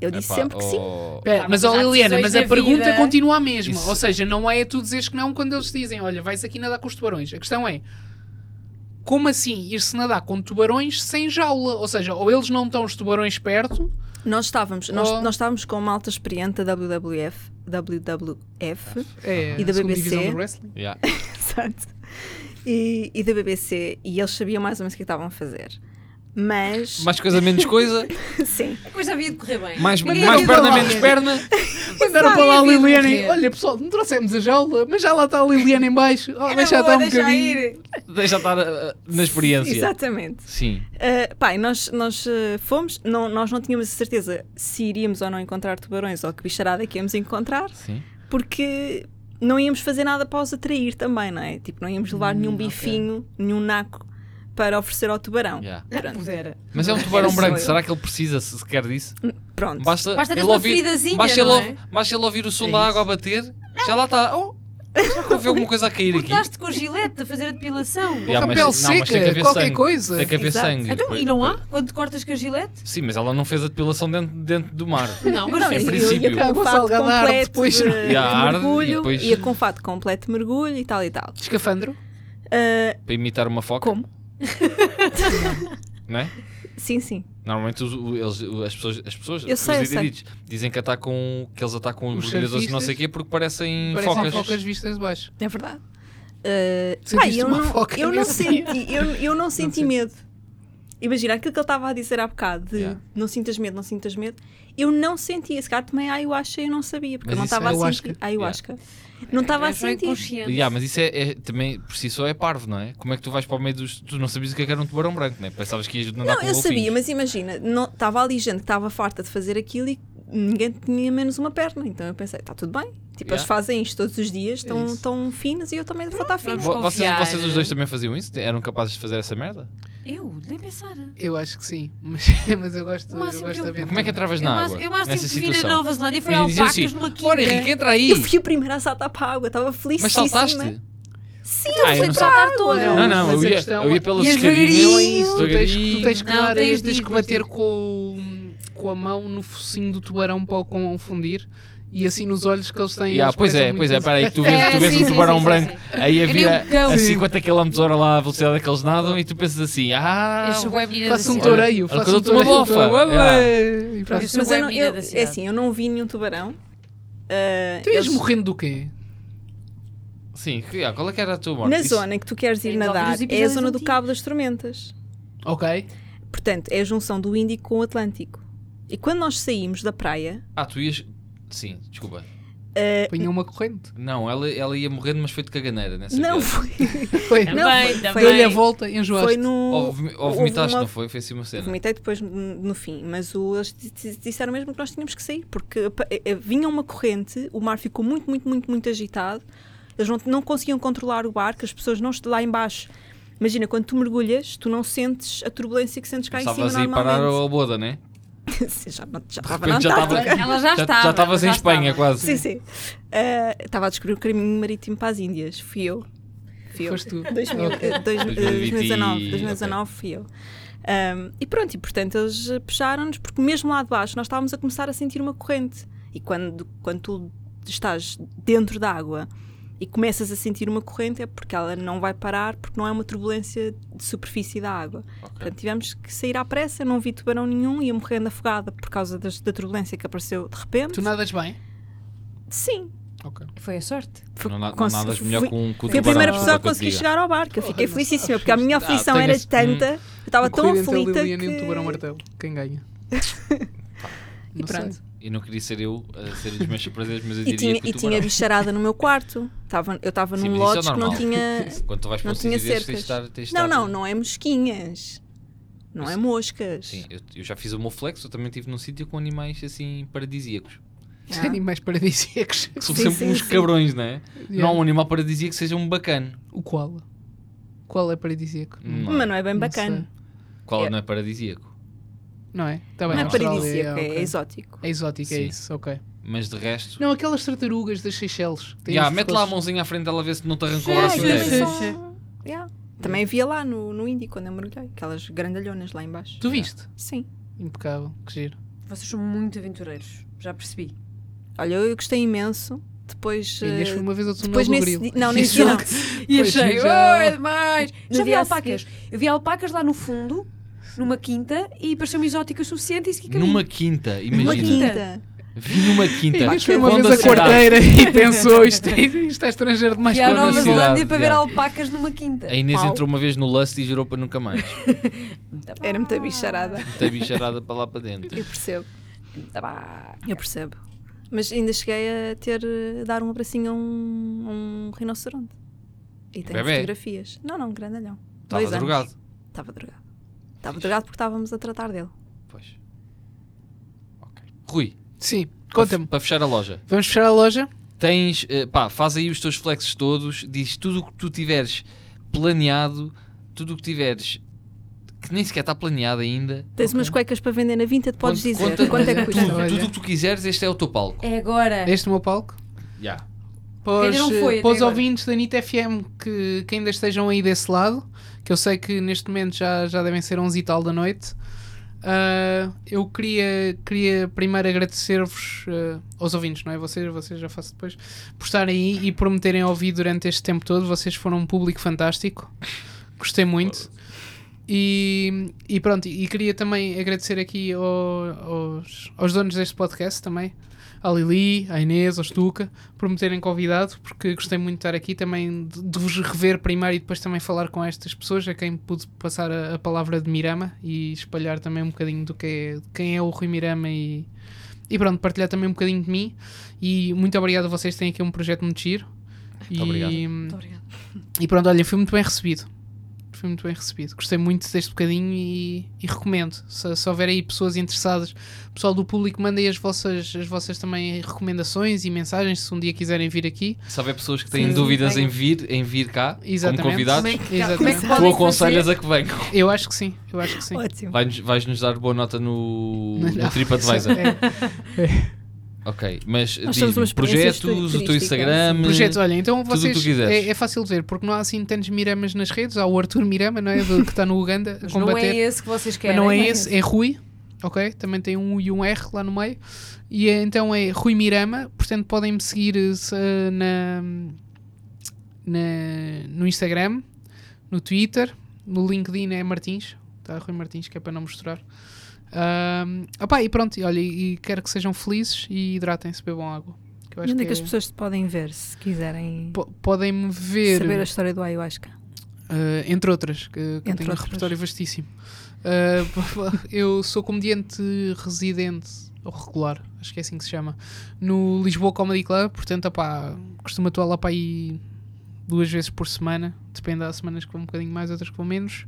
Speaker 5: Eu disse
Speaker 3: Epá,
Speaker 5: sempre que sim.
Speaker 3: oh,
Speaker 2: [LAUGHS] Pera, mas,
Speaker 4: Tá, mas
Speaker 2: ó
Speaker 4: há
Speaker 2: Liliana,
Speaker 4: decisões
Speaker 2: mas a
Speaker 4: na
Speaker 2: pergunta
Speaker 4: vida.
Speaker 2: continua a mesma.
Speaker 3: Isso.
Speaker 2: Ou seja, não é tu dizeres que não quando eles dizem, olha, vais aqui nadar com os tubarões. A questão é, como assim ir-se nadar com tubarões sem jaula? Ou seja, ou eles não estão os tubarões perto,
Speaker 5: Nós estávamos, nós,
Speaker 2: Oh.
Speaker 5: nós estávamos com uma alta experiente da WWF, WWF
Speaker 2: é,
Speaker 5: E da
Speaker 2: a segunda
Speaker 5: BBC?
Speaker 2: divisão do wrestling.
Speaker 3: yeah.
Speaker 5: [LAUGHS] Exato. E, e da BBC, e eles sabiam mais ou menos o que estavam a fazer. Mas,
Speaker 3: Mais coisa, menos coisa.
Speaker 5: [LAUGHS] sim,
Speaker 4: Depois havia de correr bem.
Speaker 3: Mais,
Speaker 2: Ninguém
Speaker 3: mais
Speaker 2: quer
Speaker 3: perna,
Speaker 2: falar.
Speaker 3: menos perna.
Speaker 2: Mandaram para lá a
Speaker 4: eu vi
Speaker 2: Liliana e,
Speaker 4: morrer.
Speaker 2: olha pessoal, não trouxemos a jaula, mas já lá está a Liliana em baixo. Oh, deixa estar um bocadinho.
Speaker 3: Deixa estar ah, ah, na experiência.
Speaker 5: exatamente.
Speaker 3: Sim.
Speaker 5: Uh, pai, nós, nós uh, fomos, não, nós não tínhamos a certeza se iríamos ou não encontrar tubarões ou que bicharada que íamos encontrar,
Speaker 3: Sim.
Speaker 5: porque não íamos fazer nada para os atrair também, não é? Tipo, não íamos levar
Speaker 3: Hum,
Speaker 5: nenhum bifinho, nenhum naco para oferecer ao tubarão.
Speaker 3: Yeah.
Speaker 5: Pronto.
Speaker 4: Pudera.
Speaker 3: Mas é um
Speaker 5: Era
Speaker 3: tubarão
Speaker 5: só
Speaker 3: branco,
Speaker 5: eu.
Speaker 3: será que ele precisa se- sequer disso?
Speaker 5: Pronto.
Speaker 3: Basta,
Speaker 4: Basta
Speaker 3: ele
Speaker 4: ter uma
Speaker 3: ouvir,
Speaker 4: feridazinha,
Speaker 3: basta, ele
Speaker 4: não
Speaker 3: ouvir, basta ele ouvir o som
Speaker 2: É
Speaker 3: da
Speaker 2: isso.
Speaker 3: água a bater, já lá está. Oh, já houve alguma coisa a cair aqui.
Speaker 8: Cortaste com a gilete a fazer a depilação.
Speaker 3: Yeah, mas-
Speaker 2: Papel
Speaker 3: não, mas tem que
Speaker 2: seca,
Speaker 3: haver
Speaker 2: qualquer
Speaker 3: sangue.
Speaker 2: coisa.
Speaker 3: Tem que haver
Speaker 4: Exato.
Speaker 3: sangue.
Speaker 8: Então,
Speaker 3: um depois-
Speaker 8: e não há? Quando cortas com a gilete?
Speaker 3: Sim, mas ela não fez a depilação dentro, dentro do mar.
Speaker 8: Não, mas
Speaker 5: Não,
Speaker 4: é
Speaker 3: Em
Speaker 5: e-
Speaker 3: princípio.
Speaker 5: e com
Speaker 2: Água
Speaker 5: o fato
Speaker 2: salgada arde
Speaker 5: um completo
Speaker 2: depois.
Speaker 5: de,
Speaker 3: [LAUGHS] E a
Speaker 5: de
Speaker 3: arde, e
Speaker 5: mergulho, e
Speaker 3: depois-
Speaker 5: ia com o fato completo de mergulho e tal e tal.
Speaker 2: [LAUGHS] Escafandro?
Speaker 5: Ah,
Speaker 3: Para imitar uma foca.
Speaker 5: como?
Speaker 3: Não é?
Speaker 5: Sim, sim.
Speaker 3: Normalmente os- o- eles- o- as pessoas, as pessoas
Speaker 5: Eu sei, eu
Speaker 3: os
Speaker 5: sei.
Speaker 3: idirites, dizem que, atacam, que eles atacam
Speaker 2: Os
Speaker 3: os mergulhadores e não sei o
Speaker 2: surfistas.
Speaker 3: quê porque parecem,
Speaker 2: Parecem
Speaker 3: focas.
Speaker 2: focas. vistas de baixo.
Speaker 5: É verdade. Uh,
Speaker 2: Sentiste
Speaker 5: pá, eu,
Speaker 2: uma
Speaker 5: não,
Speaker 2: foca
Speaker 5: eu não
Speaker 2: nesse
Speaker 5: senti, eu, eu não senti
Speaker 2: sei.
Speaker 5: medo. Imagina aquilo que ele estava a dizer há bocado de
Speaker 3: Yeah.
Speaker 5: não sintas medo, não sintas medo. Eu não senti esse gato também ayahuasca eu não sabia, porque
Speaker 3: Mas
Speaker 5: eu não
Speaker 3: isso
Speaker 5: estava
Speaker 2: é
Speaker 5: a
Speaker 2: ayahuasca?
Speaker 5: sentir ayahuasca. Não estava a
Speaker 8: Mas não é
Speaker 5: sentir.
Speaker 8: consciente.
Speaker 3: Yeah, mas isso é, é- também por si só é parvo, não é? Como é que tu vais para o meio dos. Tu não sabias o que é que era um tubarão branco, não é? Pensavas que ias andar
Speaker 5: Não,
Speaker 3: com
Speaker 5: eu sabia,
Speaker 3: golfinhos.
Speaker 5: mas imagina, não- estava ali gente que estava farta de fazer aquilo e ninguém tinha menos uma perna. Então eu pensei, está tudo bem. Tipo, eles
Speaker 3: Yeah.
Speaker 5: fazem isto todos os dias, estão
Speaker 2: isso.
Speaker 5: tão finos e eu também vou estar fina.
Speaker 8: vamos
Speaker 3: Vo- Vocês,
Speaker 8: Desconfiar.
Speaker 3: vocês os dois também faziam isso? Eram capazes de fazer essa merda?
Speaker 8: Eu, nem pensar. Eu
Speaker 2: Eu acho que sim, [LAUGHS] mas, mas eu gosto,
Speaker 8: O
Speaker 2: eu
Speaker 8: máximo
Speaker 2: gosto
Speaker 8: que
Speaker 2: da
Speaker 8: eu-
Speaker 2: aventura.
Speaker 3: Como é que entravas na
Speaker 8: máximo-
Speaker 3: água?
Speaker 8: Eu máximo
Speaker 3: nessa
Speaker 8: que vi na
Speaker 3: situação?
Speaker 8: Nova Zelândia foi
Speaker 3: Imagina, assim,
Speaker 8: alpacas
Speaker 3: diziam
Speaker 8: numa
Speaker 3: Ora, Henrique,
Speaker 8: quinta.
Speaker 3: entra aí!
Speaker 5: Eu fui a primeira a saltar para a água, estava
Speaker 3: Mas
Speaker 5: felicíssima.
Speaker 3: saltaste?
Speaker 5: Sim, eu
Speaker 3: Ah, eu
Speaker 5: fui
Speaker 3: não
Speaker 5: para a água.
Speaker 2: Não,
Speaker 3: Não, não,
Speaker 2: mas
Speaker 3: eu
Speaker 2: a
Speaker 3: ia,
Speaker 2: questão
Speaker 3: eu
Speaker 2: é-
Speaker 3: ia pelas
Speaker 8: E as
Speaker 3: escadinhas.
Speaker 2: Não é isso, tu tens, tu
Speaker 3: devagarinho.
Speaker 2: tens que
Speaker 8: Não,
Speaker 2: dar,
Speaker 8: tens
Speaker 2: tens
Speaker 8: de-
Speaker 2: que bater
Speaker 5: tipo.
Speaker 2: com, o- com a mão no focinho do tubarão para o confundir e assim nos olhos que eles têm.
Speaker 3: Yeah,
Speaker 2: eles
Speaker 3: pois é,
Speaker 2: parecem
Speaker 3: pois é,
Speaker 2: muito-
Speaker 3: espera aí, tu vês,
Speaker 8: É,
Speaker 3: tu vês
Speaker 8: sim,
Speaker 3: um
Speaker 8: sim,
Speaker 3: tubarão
Speaker 8: sim,
Speaker 3: branco
Speaker 8: sim,
Speaker 3: aí a
Speaker 8: nem
Speaker 3: vir
Speaker 8: um
Speaker 3: a,
Speaker 8: cão.
Speaker 3: a 50 km hora lá, a velocidade que eles nadam, e tu pensas assim, ah,
Speaker 8: Eu sou bué menina
Speaker 2: Faça um
Speaker 8: da cidade.
Speaker 2: toureio,
Speaker 3: Olha,
Speaker 2: faça um
Speaker 3: olha que eu dou-te
Speaker 2: toureio.
Speaker 3: uma bofa.
Speaker 2: ué, e pronto.
Speaker 8: Isso
Speaker 5: Mas
Speaker 8: não é
Speaker 5: eu não,
Speaker 8: a vida
Speaker 5: eu,
Speaker 8: da
Speaker 5: é
Speaker 8: cidade.
Speaker 5: assim, eu não vi nenhum tubarão. Ah,
Speaker 2: Tu ias
Speaker 5: eles-
Speaker 2: morrendo do quê?
Speaker 3: sim, que- ah, qual é que era a tua morte?
Speaker 5: na
Speaker 3: Isso-
Speaker 5: zona em que tu queres ir
Speaker 8: Ainda ouvi
Speaker 5: nadar
Speaker 8: os
Speaker 5: é a
Speaker 8: episódios
Speaker 5: zona do
Speaker 8: antigos.
Speaker 5: Cabo das Tormentas.
Speaker 2: Ok.
Speaker 5: Portanto, é a junção do Índico com o Atlântico. E quando nós saímos da praia,
Speaker 3: Ah, tu ias... Sim, desculpa.
Speaker 5: É.
Speaker 2: Apanhou uma corrente.
Speaker 3: Não, ela, ela ia morrendo, mas foi de caganeira nessa
Speaker 5: não
Speaker 3: piada.
Speaker 5: foi.
Speaker 2: Foi.
Speaker 5: Não,
Speaker 8: Também,
Speaker 5: foi-
Speaker 8: também.
Speaker 2: Deu-lhe a volta e enjoaste.
Speaker 5: Foi no.
Speaker 3: Ou vomi- ou
Speaker 5: houve
Speaker 3: vomitaste,
Speaker 5: uma-
Speaker 3: não foi? Foi assim uma cena.
Speaker 5: Vomitei depois no- no fim, mas o- eles di- di- disseram mesmo que nós tínhamos que sair, porque pa- eh, eh, vinha uma corrente, o mar ficou muito, muito, muito, muito agitado, eles não, não conseguiam controlar o barco, as pessoas não estão lá embaixo. Imagina, quando tu mergulhas, tu não sentes a turbulência que sentes cá em cima
Speaker 3: Estavas aí parar
Speaker 5: normalmente.
Speaker 3: ao boda, né?
Speaker 5: [LAUGHS] Sim, já, já
Speaker 3: De
Speaker 5: estava na
Speaker 3: repente já
Speaker 5: Antártica.
Speaker 3: estava... assim.
Speaker 8: Ela já estava.
Speaker 3: Já estavas em
Speaker 8: já
Speaker 3: Espanha,
Speaker 8: estava.
Speaker 3: quase.
Speaker 5: Sim, sim. Ah, Estava a descobrir o caminho marítimo para as Índias, fui eu. Fui eu.
Speaker 2: Foste tu.
Speaker 5: 2000, eh, dois- eh,
Speaker 3: 2020,
Speaker 5: 2019, 2019 fui eu. Um, e pronto, e portanto eles eh, puxaram-nos, porque mesmo lá de baixo nós estávamos a começar a sentir uma corrente. E quando, quando tu estás dentro da água e começas a sentir uma corrente é porque ela não vai parar, porque não é uma turbulência de superfície da água. Portanto, tivemos que sair à pressa, não vi tubarão nenhum, ia morrendo afogada por causa das- da turbulência que apareceu de repente.
Speaker 2: Tu nadas bem?
Speaker 5: Sim.
Speaker 4: Foi a sorte.
Speaker 5: Foi-
Speaker 3: Não, na- não
Speaker 5: cons-
Speaker 3: nadas
Speaker 5: fui-
Speaker 3: melhor um com, com o
Speaker 5: Fui a
Speaker 3: tubarão,
Speaker 5: primeira pessoa
Speaker 3: desculpa
Speaker 5: que consegui
Speaker 3: eu te diga.
Speaker 5: chegar ao barco. Eu fiquei felicíssima, porque a minha
Speaker 2: Ah,
Speaker 5: aflição
Speaker 3: tenho
Speaker 5: era
Speaker 3: esse-
Speaker 5: tanta, eu
Speaker 2: um
Speaker 5: estava tão
Speaker 2: Corrida entre a
Speaker 5: aflita
Speaker 2: então Liliana e é o tubarão é
Speaker 5: que...
Speaker 2: martelo. Quem ganha?
Speaker 5: [LAUGHS] E
Speaker 2: Não
Speaker 5: pronto.
Speaker 2: sei.
Speaker 3: E não queria ser eu a ser as minhas surpresas, mas eu
Speaker 5: E
Speaker 3: diria
Speaker 2: é
Speaker 5: tinha,
Speaker 3: que o
Speaker 5: e
Speaker 3: tubarão.
Speaker 5: tinha bicharada no meu quarto. Tava, eu estava
Speaker 3: Sim,
Speaker 5: num
Speaker 3: mas isso é
Speaker 5: lodge que não
Speaker 3: normal. [LAUGHS]
Speaker 5: tinha...
Speaker 3: Quando tu vais para
Speaker 5: Não
Speaker 3: um
Speaker 5: tinha
Speaker 3: sítio desses, tens de
Speaker 5: cercas.
Speaker 3: estar... tens de
Speaker 5: Não,
Speaker 3: estar-
Speaker 5: não, não é mosquinhas. Não é moscas.
Speaker 3: Sim, eu, eu já fiz o meu flex, eu também estive num sítio com animais assim paradisíacos.
Speaker 5: É.
Speaker 2: Os é
Speaker 3: é
Speaker 5: Ah.
Speaker 2: animais paradisíacos. [LAUGHS]
Speaker 3: Que são
Speaker 5: Sim,
Speaker 3: sempre
Speaker 5: sim,
Speaker 3: uns
Speaker 5: sim.
Speaker 3: cabrões, não é? Não há
Speaker 2: Yeah.
Speaker 3: um animal paradisíaco que seja um bacana.
Speaker 2: O koala. O koala é paradisíaco.
Speaker 3: Não.
Speaker 5: Mas não é bem
Speaker 2: Não
Speaker 5: bacana.
Speaker 3: Qual
Speaker 5: É.
Speaker 3: não é paradisíaco?
Speaker 2: Não é? Tá
Speaker 5: Não,
Speaker 2: bem,
Speaker 5: é
Speaker 2: na Austrália,
Speaker 5: paradisíaco, é,
Speaker 2: ok.
Speaker 5: exótico.
Speaker 2: É exótico, é
Speaker 3: Sim.
Speaker 2: isso, ok.
Speaker 3: Mas de resto.
Speaker 2: Não, aquelas tartarugas das Seychelles. Têm
Speaker 3: Ya,
Speaker 2: os
Speaker 3: mete lá a
Speaker 2: pescoços-
Speaker 3: mãozinha à frente dela, vê se não te arrancou o
Speaker 8: Sim,
Speaker 3: braço
Speaker 8: sim,
Speaker 3: inteiro.
Speaker 8: sim.
Speaker 5: Yeah. Também havia lá no, no Índico, quando eu mergulhei. Aquelas grandalhonas lá embaixo.
Speaker 2: Tu viste?
Speaker 5: Sim.
Speaker 2: Impecável, que giro.
Speaker 8: Vocês são muito aventureiros. Já percebi.
Speaker 5: Olha, eu eu gostei imenso. Depois...
Speaker 2: Ainda
Speaker 5: eh,
Speaker 2: fui uma vez ao túnel
Speaker 5: Depois
Speaker 2: do
Speaker 5: nesse
Speaker 2: Grilo.
Speaker 5: dia, não, nesse dia não.
Speaker 8: E
Speaker 2: Pois,
Speaker 8: achei,
Speaker 2: já-
Speaker 8: oh, é demais!
Speaker 5: No
Speaker 8: Já vi
Speaker 5: dia a
Speaker 8: alpacas. Eu vi alpacas lá no fundo, numa quinta, e pareceu-me exótica o suficiente e segui caminho.
Speaker 3: Numa quinta,
Speaker 5: Uma
Speaker 3: imagina.
Speaker 5: quinta.
Speaker 3: Vi numa quinta.
Speaker 2: [LAUGHS] Inês foi uma
Speaker 3: Onde
Speaker 2: vez
Speaker 3: a
Speaker 2: a
Speaker 3: cidade-
Speaker 2: quarteira
Speaker 3: [LAUGHS]
Speaker 2: e pensou isto [LAUGHS] é, isto é estrangeiro demais
Speaker 8: E à
Speaker 3: Fui na
Speaker 2: para
Speaker 8: Nova
Speaker 2: nós.
Speaker 3: cidade,
Speaker 8: Zelândia para ver
Speaker 3: já.
Speaker 8: alpacas numa quinta.
Speaker 3: A Inês
Speaker 5: Pau.
Speaker 3: entrou uma vez no Lust e girou para nunca mais.
Speaker 5: Era muita bicharada.
Speaker 3: Tem bicharada para lá para dentro.
Speaker 5: Tá Eu percebo.
Speaker 8: Tá bá.
Speaker 5: Eu percebo. Mas ainda cheguei a ter eh, dar um abracinho a um, um rinoceronte. E tenho
Speaker 3: Bebê?
Speaker 5: fotografias. Não, não, grandalhão.
Speaker 3: Estava
Speaker 5: Dois anos.
Speaker 3: drogado.
Speaker 5: Estava drogado. Estava drogado porque estávamos a tratar dele.
Speaker 3: Pois. Ok. Rui,
Speaker 2: Sim,
Speaker 3: para fe-
Speaker 2: conta-me.
Speaker 3: Para fechar a loja.
Speaker 2: Vamos fechar a loja?
Speaker 3: Tens, eh, pá, faz aí os teus flexes todos, diz tudo o que tu tiveres planeado, tudo o que tiveres que nem sequer está planeado ainda.
Speaker 5: Tens umas quecas para vender na Vinted, podes
Speaker 3: Conta-
Speaker 5: dizer
Speaker 3: conta-
Speaker 5: quanto é que
Speaker 3: tudo,
Speaker 5: custa.
Speaker 2: custa?
Speaker 3: Tudo o que tu quiseres, este é o teu palco.
Speaker 4: É agora.
Speaker 2: Este é o meu palco.
Speaker 3: Já.
Speaker 2: Para os,
Speaker 4: Ainda não foi
Speaker 2: eh,
Speaker 4: até
Speaker 2: para os
Speaker 4: agora.
Speaker 2: ouvintes da NIT FM que, que ainda estejam aí desse lado, que eu sei que neste momento já, já devem ser 11 e tal da noite, ah, eu queria, queria primeiro agradecer-vos ah, aos ouvintes, não é? Vocês, vocês já faço depois, por estarem aí e por me terem ouvido durante este tempo todo. Vocês foram um público fantástico, gostei muito. E, e pronto, e queria também agradecer aqui ao- aos, aos donos deste podcast também, à Lili, à Inês, ao Stuca, por me terem convidado, porque gostei muito de estar aqui também, de, de vos rever primeiro e depois também falar com estas pessoas, a quem pude passar a, a palavra de Mirama e espalhar também um bocadinho do que é, de quem é o Rui Mirama e, e pronto, partilhar também um bocadinho de mim. E muito obrigado a vocês, têm aqui um projeto muito giro. e, hum,
Speaker 3: obrigado.
Speaker 4: obrigada.
Speaker 2: e pronto, olha, fui muito bem recebido. Fui muito bem recebido. Gostei muito deste bocadinho e, e recomendo. Se, se houver aí pessoas interessadas, pessoal do público, mandem as vossas, as vossas também recomendações e mensagens se um dia quiserem vir aqui.
Speaker 3: Se houver pessoas que têm
Speaker 4: Sim,
Speaker 3: dúvidas
Speaker 4: tenho.
Speaker 3: em vir, em vir cá,
Speaker 2: Exatamente.
Speaker 3: como convidados,
Speaker 4: Como é que,
Speaker 2: Exatamente.
Speaker 4: como é que
Speaker 2: Tu
Speaker 3: tu
Speaker 4: podem
Speaker 3: aconselhas
Speaker 4: fazer?
Speaker 3: a que venham.
Speaker 2: Eu acho que sim, eu acho que sim.
Speaker 5: Ótimo.
Speaker 3: Vais, nos dar boa nota no,
Speaker 2: Não,
Speaker 3: no
Speaker 2: não.
Speaker 3: TripAdvisor.
Speaker 2: É.
Speaker 3: ok, mas
Speaker 5: Nós somos
Speaker 3: diz-me,
Speaker 5: uma experiência
Speaker 3: projetos, o teu
Speaker 5: turística.
Speaker 3: Instagram.
Speaker 2: Projetos, olha, então
Speaker 3: Hum, Tudo o que tu
Speaker 2: vocês.
Speaker 3: quiseres.
Speaker 2: É, é fácil de ver, porque não há assim tantos Miramas nas redes. Há o Arthur Mirama, não é? Do, que está no Uganda a
Speaker 4: Mas não é
Speaker 2: combater.
Speaker 4: esse que vocês
Speaker 2: Mas
Speaker 4: querem.
Speaker 2: não é esse, é Rui, ok? Também tem um U e um R lá no meio. E é- então é Rui Mirama, portanto podem me seguir eh, se, eh, na, na- no Instagram, no Twitter, no LinkedIn é Martins, tá? Rui Martins, que é para não misturar. Ahm, opá, e pronto, e olha, e quero que sejam felizes e hidratem-se, bebam água. que eu acho
Speaker 5: Onde é
Speaker 2: que
Speaker 5: que as
Speaker 2: é-
Speaker 5: pessoas te podem ver se quiserem
Speaker 2: po- Podem-me ver.
Speaker 5: saber a história do ayahuasca?
Speaker 2: Uh, entre outras, que, que
Speaker 5: Entre
Speaker 2: eu tenho um
Speaker 5: outras.
Speaker 2: repertório vastíssimo. Uh, [LAUGHS] eu sou comediante residente, ou regular, acho que é assim que se chama, no Lisboa Comedy Club, portanto, opá, costumo atuar lá para aí duas vezes por semana, depende, há semanas que vou um bocadinho mais, outras que vou menos.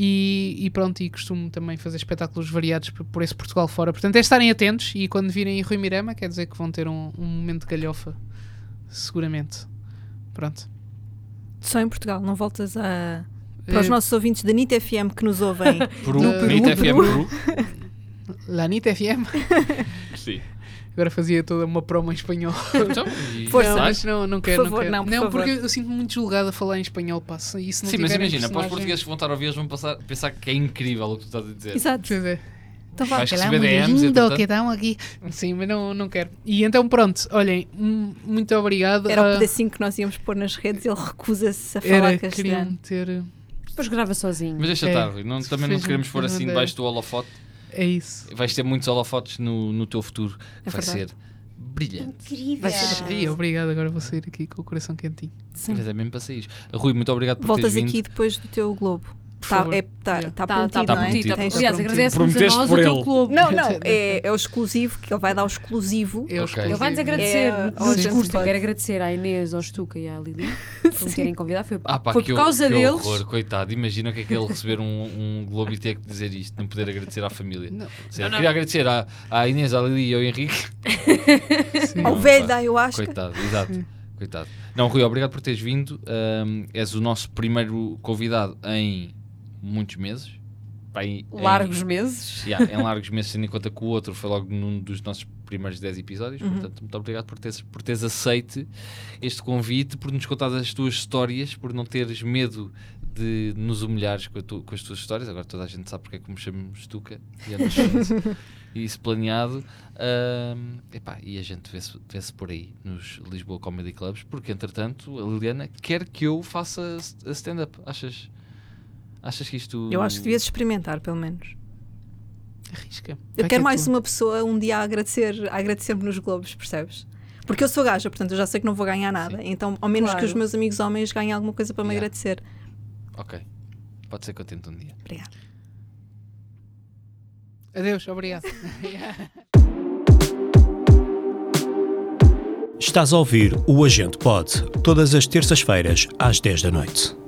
Speaker 2: E, e pronto, e costumo também fazer espetáculos variados por, por esse Portugal fora. Portanto, é estarem atentos e quando virem Rui Mirama, quer dizer que vão ter um, um momento de galhofa, seguramente. Pronto.
Speaker 5: Só em Portugal, não voltas a. Para
Speaker 2: Eh,
Speaker 5: os nossos ouvintes da NIT FM que nos ouvem, [LAUGHS]
Speaker 3: Peru,
Speaker 2: No Peru,
Speaker 3: Nita FM Peru.
Speaker 2: Lanita FM.
Speaker 3: Sim.
Speaker 2: Agora fazia toda uma promo em espanhol.
Speaker 3: Então,
Speaker 2: [LAUGHS]
Speaker 3: e
Speaker 5: Força.
Speaker 2: Não,
Speaker 3: Não,
Speaker 2: mas não, não quero,
Speaker 5: favor,
Speaker 2: não quero.
Speaker 5: não, por favor.
Speaker 2: porque eu sinto-me muito julgado a falar em espanhol, pá. se- E se não
Speaker 3: Sim, mas
Speaker 2: tiverem
Speaker 3: imagina, para os
Speaker 2: personagem-
Speaker 3: portugueses que vão estar a ouvir, eles vão passar, pensar que é incrível o que tu estás a dizer.
Speaker 5: exato.
Speaker 2: Pois é.
Speaker 5: Então vá.
Speaker 3: Vais receber DMs e
Speaker 2: Lindo
Speaker 3: tudo.
Speaker 2: que estão aqui. Sim, mas não, não quero. E então pronto, olhem, hum, muito obrigado.
Speaker 5: Era
Speaker 2: Ah,
Speaker 5: o pedacinho que nós íamos pôr nas redes e ele recusa-se a falar
Speaker 2: era, queriam
Speaker 5: castelhano.
Speaker 2: ter.
Speaker 8: Depois grava sozinho.
Speaker 3: Mas deixa
Speaker 2: É.
Speaker 3: estar, Rui, não- também não
Speaker 2: Fez-me
Speaker 3: te queremos pôr assim
Speaker 2: entender.
Speaker 3: debaixo do holofote.
Speaker 2: É isso.
Speaker 3: Vais ter muitos holofotes no, no teu futuro.
Speaker 5: É
Speaker 3: Vai ser brilhante.
Speaker 8: Incrível.
Speaker 5: Vai ser
Speaker 2: Ai, obrigado, agora vou sair aqui com o coração quentinho.
Speaker 5: Sim.
Speaker 3: Mas é mesmo para sair. Rui, muito obrigado por
Speaker 5: Voltas
Speaker 3: teres vindo.
Speaker 5: aqui depois do teu globo.
Speaker 2: Por
Speaker 5: Está
Speaker 2: favor.
Speaker 5: é, tá, tá prometido,
Speaker 4: Está
Speaker 3: tá
Speaker 5: não é?
Speaker 3: prometido.
Speaker 5: Tens-
Speaker 4: Aliás,
Speaker 2: Prometido.
Speaker 4: agradecemos a
Speaker 3: Prometeste
Speaker 4: nós o
Speaker 3: por
Speaker 4: teu
Speaker 3: ele.
Speaker 4: clube.
Speaker 5: Não, [LAUGHS] não, é, é o exclusivo, que ele vai dar o exclusivo.
Speaker 2: Eu
Speaker 3: Ok.
Speaker 2: escolhi-
Speaker 4: Ele vai-nos agradecer
Speaker 5: É,
Speaker 4: no
Speaker 5: hoje não
Speaker 4: discurso. Eu
Speaker 5: pode.
Speaker 4: quero
Speaker 8: Agradecer à Inês, ao Stuca e à Lili por me terem convidado. Foi,
Speaker 3: Ah, pá,
Speaker 8: foi
Speaker 3: que
Speaker 8: por
Speaker 3: hor-
Speaker 8: causa
Speaker 3: que
Speaker 8: deles.
Speaker 3: horror, coitado. Imagina o que é que é ele receber um, um Globo e ter que dizer isto, não poder agradecer à família.
Speaker 2: Não.
Speaker 3: Sério, Queria agradecer à, à Inês, à Lili e ao Henrique.
Speaker 2: Sim.
Speaker 5: [LAUGHS] Ao
Speaker 3: Não,
Speaker 5: velho
Speaker 3: pá.
Speaker 5: da ayahuasca.
Speaker 3: Coitado, exato. Coitado. Não, Rui, obrigado por teres vindo. Ahm, és o nosso primeiro convidado em muitos meses. Pá, em- em-
Speaker 4: Largos meses.
Speaker 3: Yeah, em largos meses, tendo em conta que o outro foi logo num dos nossos primeiros 10 episódios.
Speaker 5: Uhum.
Speaker 3: Portanto, muito obrigado por teres, por teres aceite este convite, por nos contares as tuas histórias, por não teres medo de nos humilhares com, a tu- com as tuas histórias. Agora toda a gente sabe porque é que me chamo Stuka
Speaker 5: [LAUGHS]
Speaker 3: e eu não chamo isso- isso planeado. Ahm, epá, e a gente vê-se vê-se por aí nos Lisboa Comedy Clubs, porque entretanto a Liliana quer que eu faça s- a stand-up. Achas? Achas que isto.
Speaker 5: Eu acho que devias experimentar, pelo menos.
Speaker 2: Arrisca.
Speaker 5: Eu
Speaker 2: Vai que é
Speaker 5: quero mais
Speaker 2: tua.
Speaker 5: uma pessoa um dia a agradecer, a agradecer-me nos Globos, percebes? Porque eu sou gaja, portanto eu já sei que não vou ganhar nada. Então, ao menos
Speaker 4: Claro.
Speaker 5: que os meus amigos homens ganhem alguma coisa para me
Speaker 3: Yeah.
Speaker 5: agradecer.
Speaker 3: Ok. Pode ser que eu tente um dia.
Speaker 5: Obrigada. um.
Speaker 2: Adeus, obrigado.
Speaker 1: Estás a ouvir o Agente Pod, todas as terças-feiras, às 10 da noite.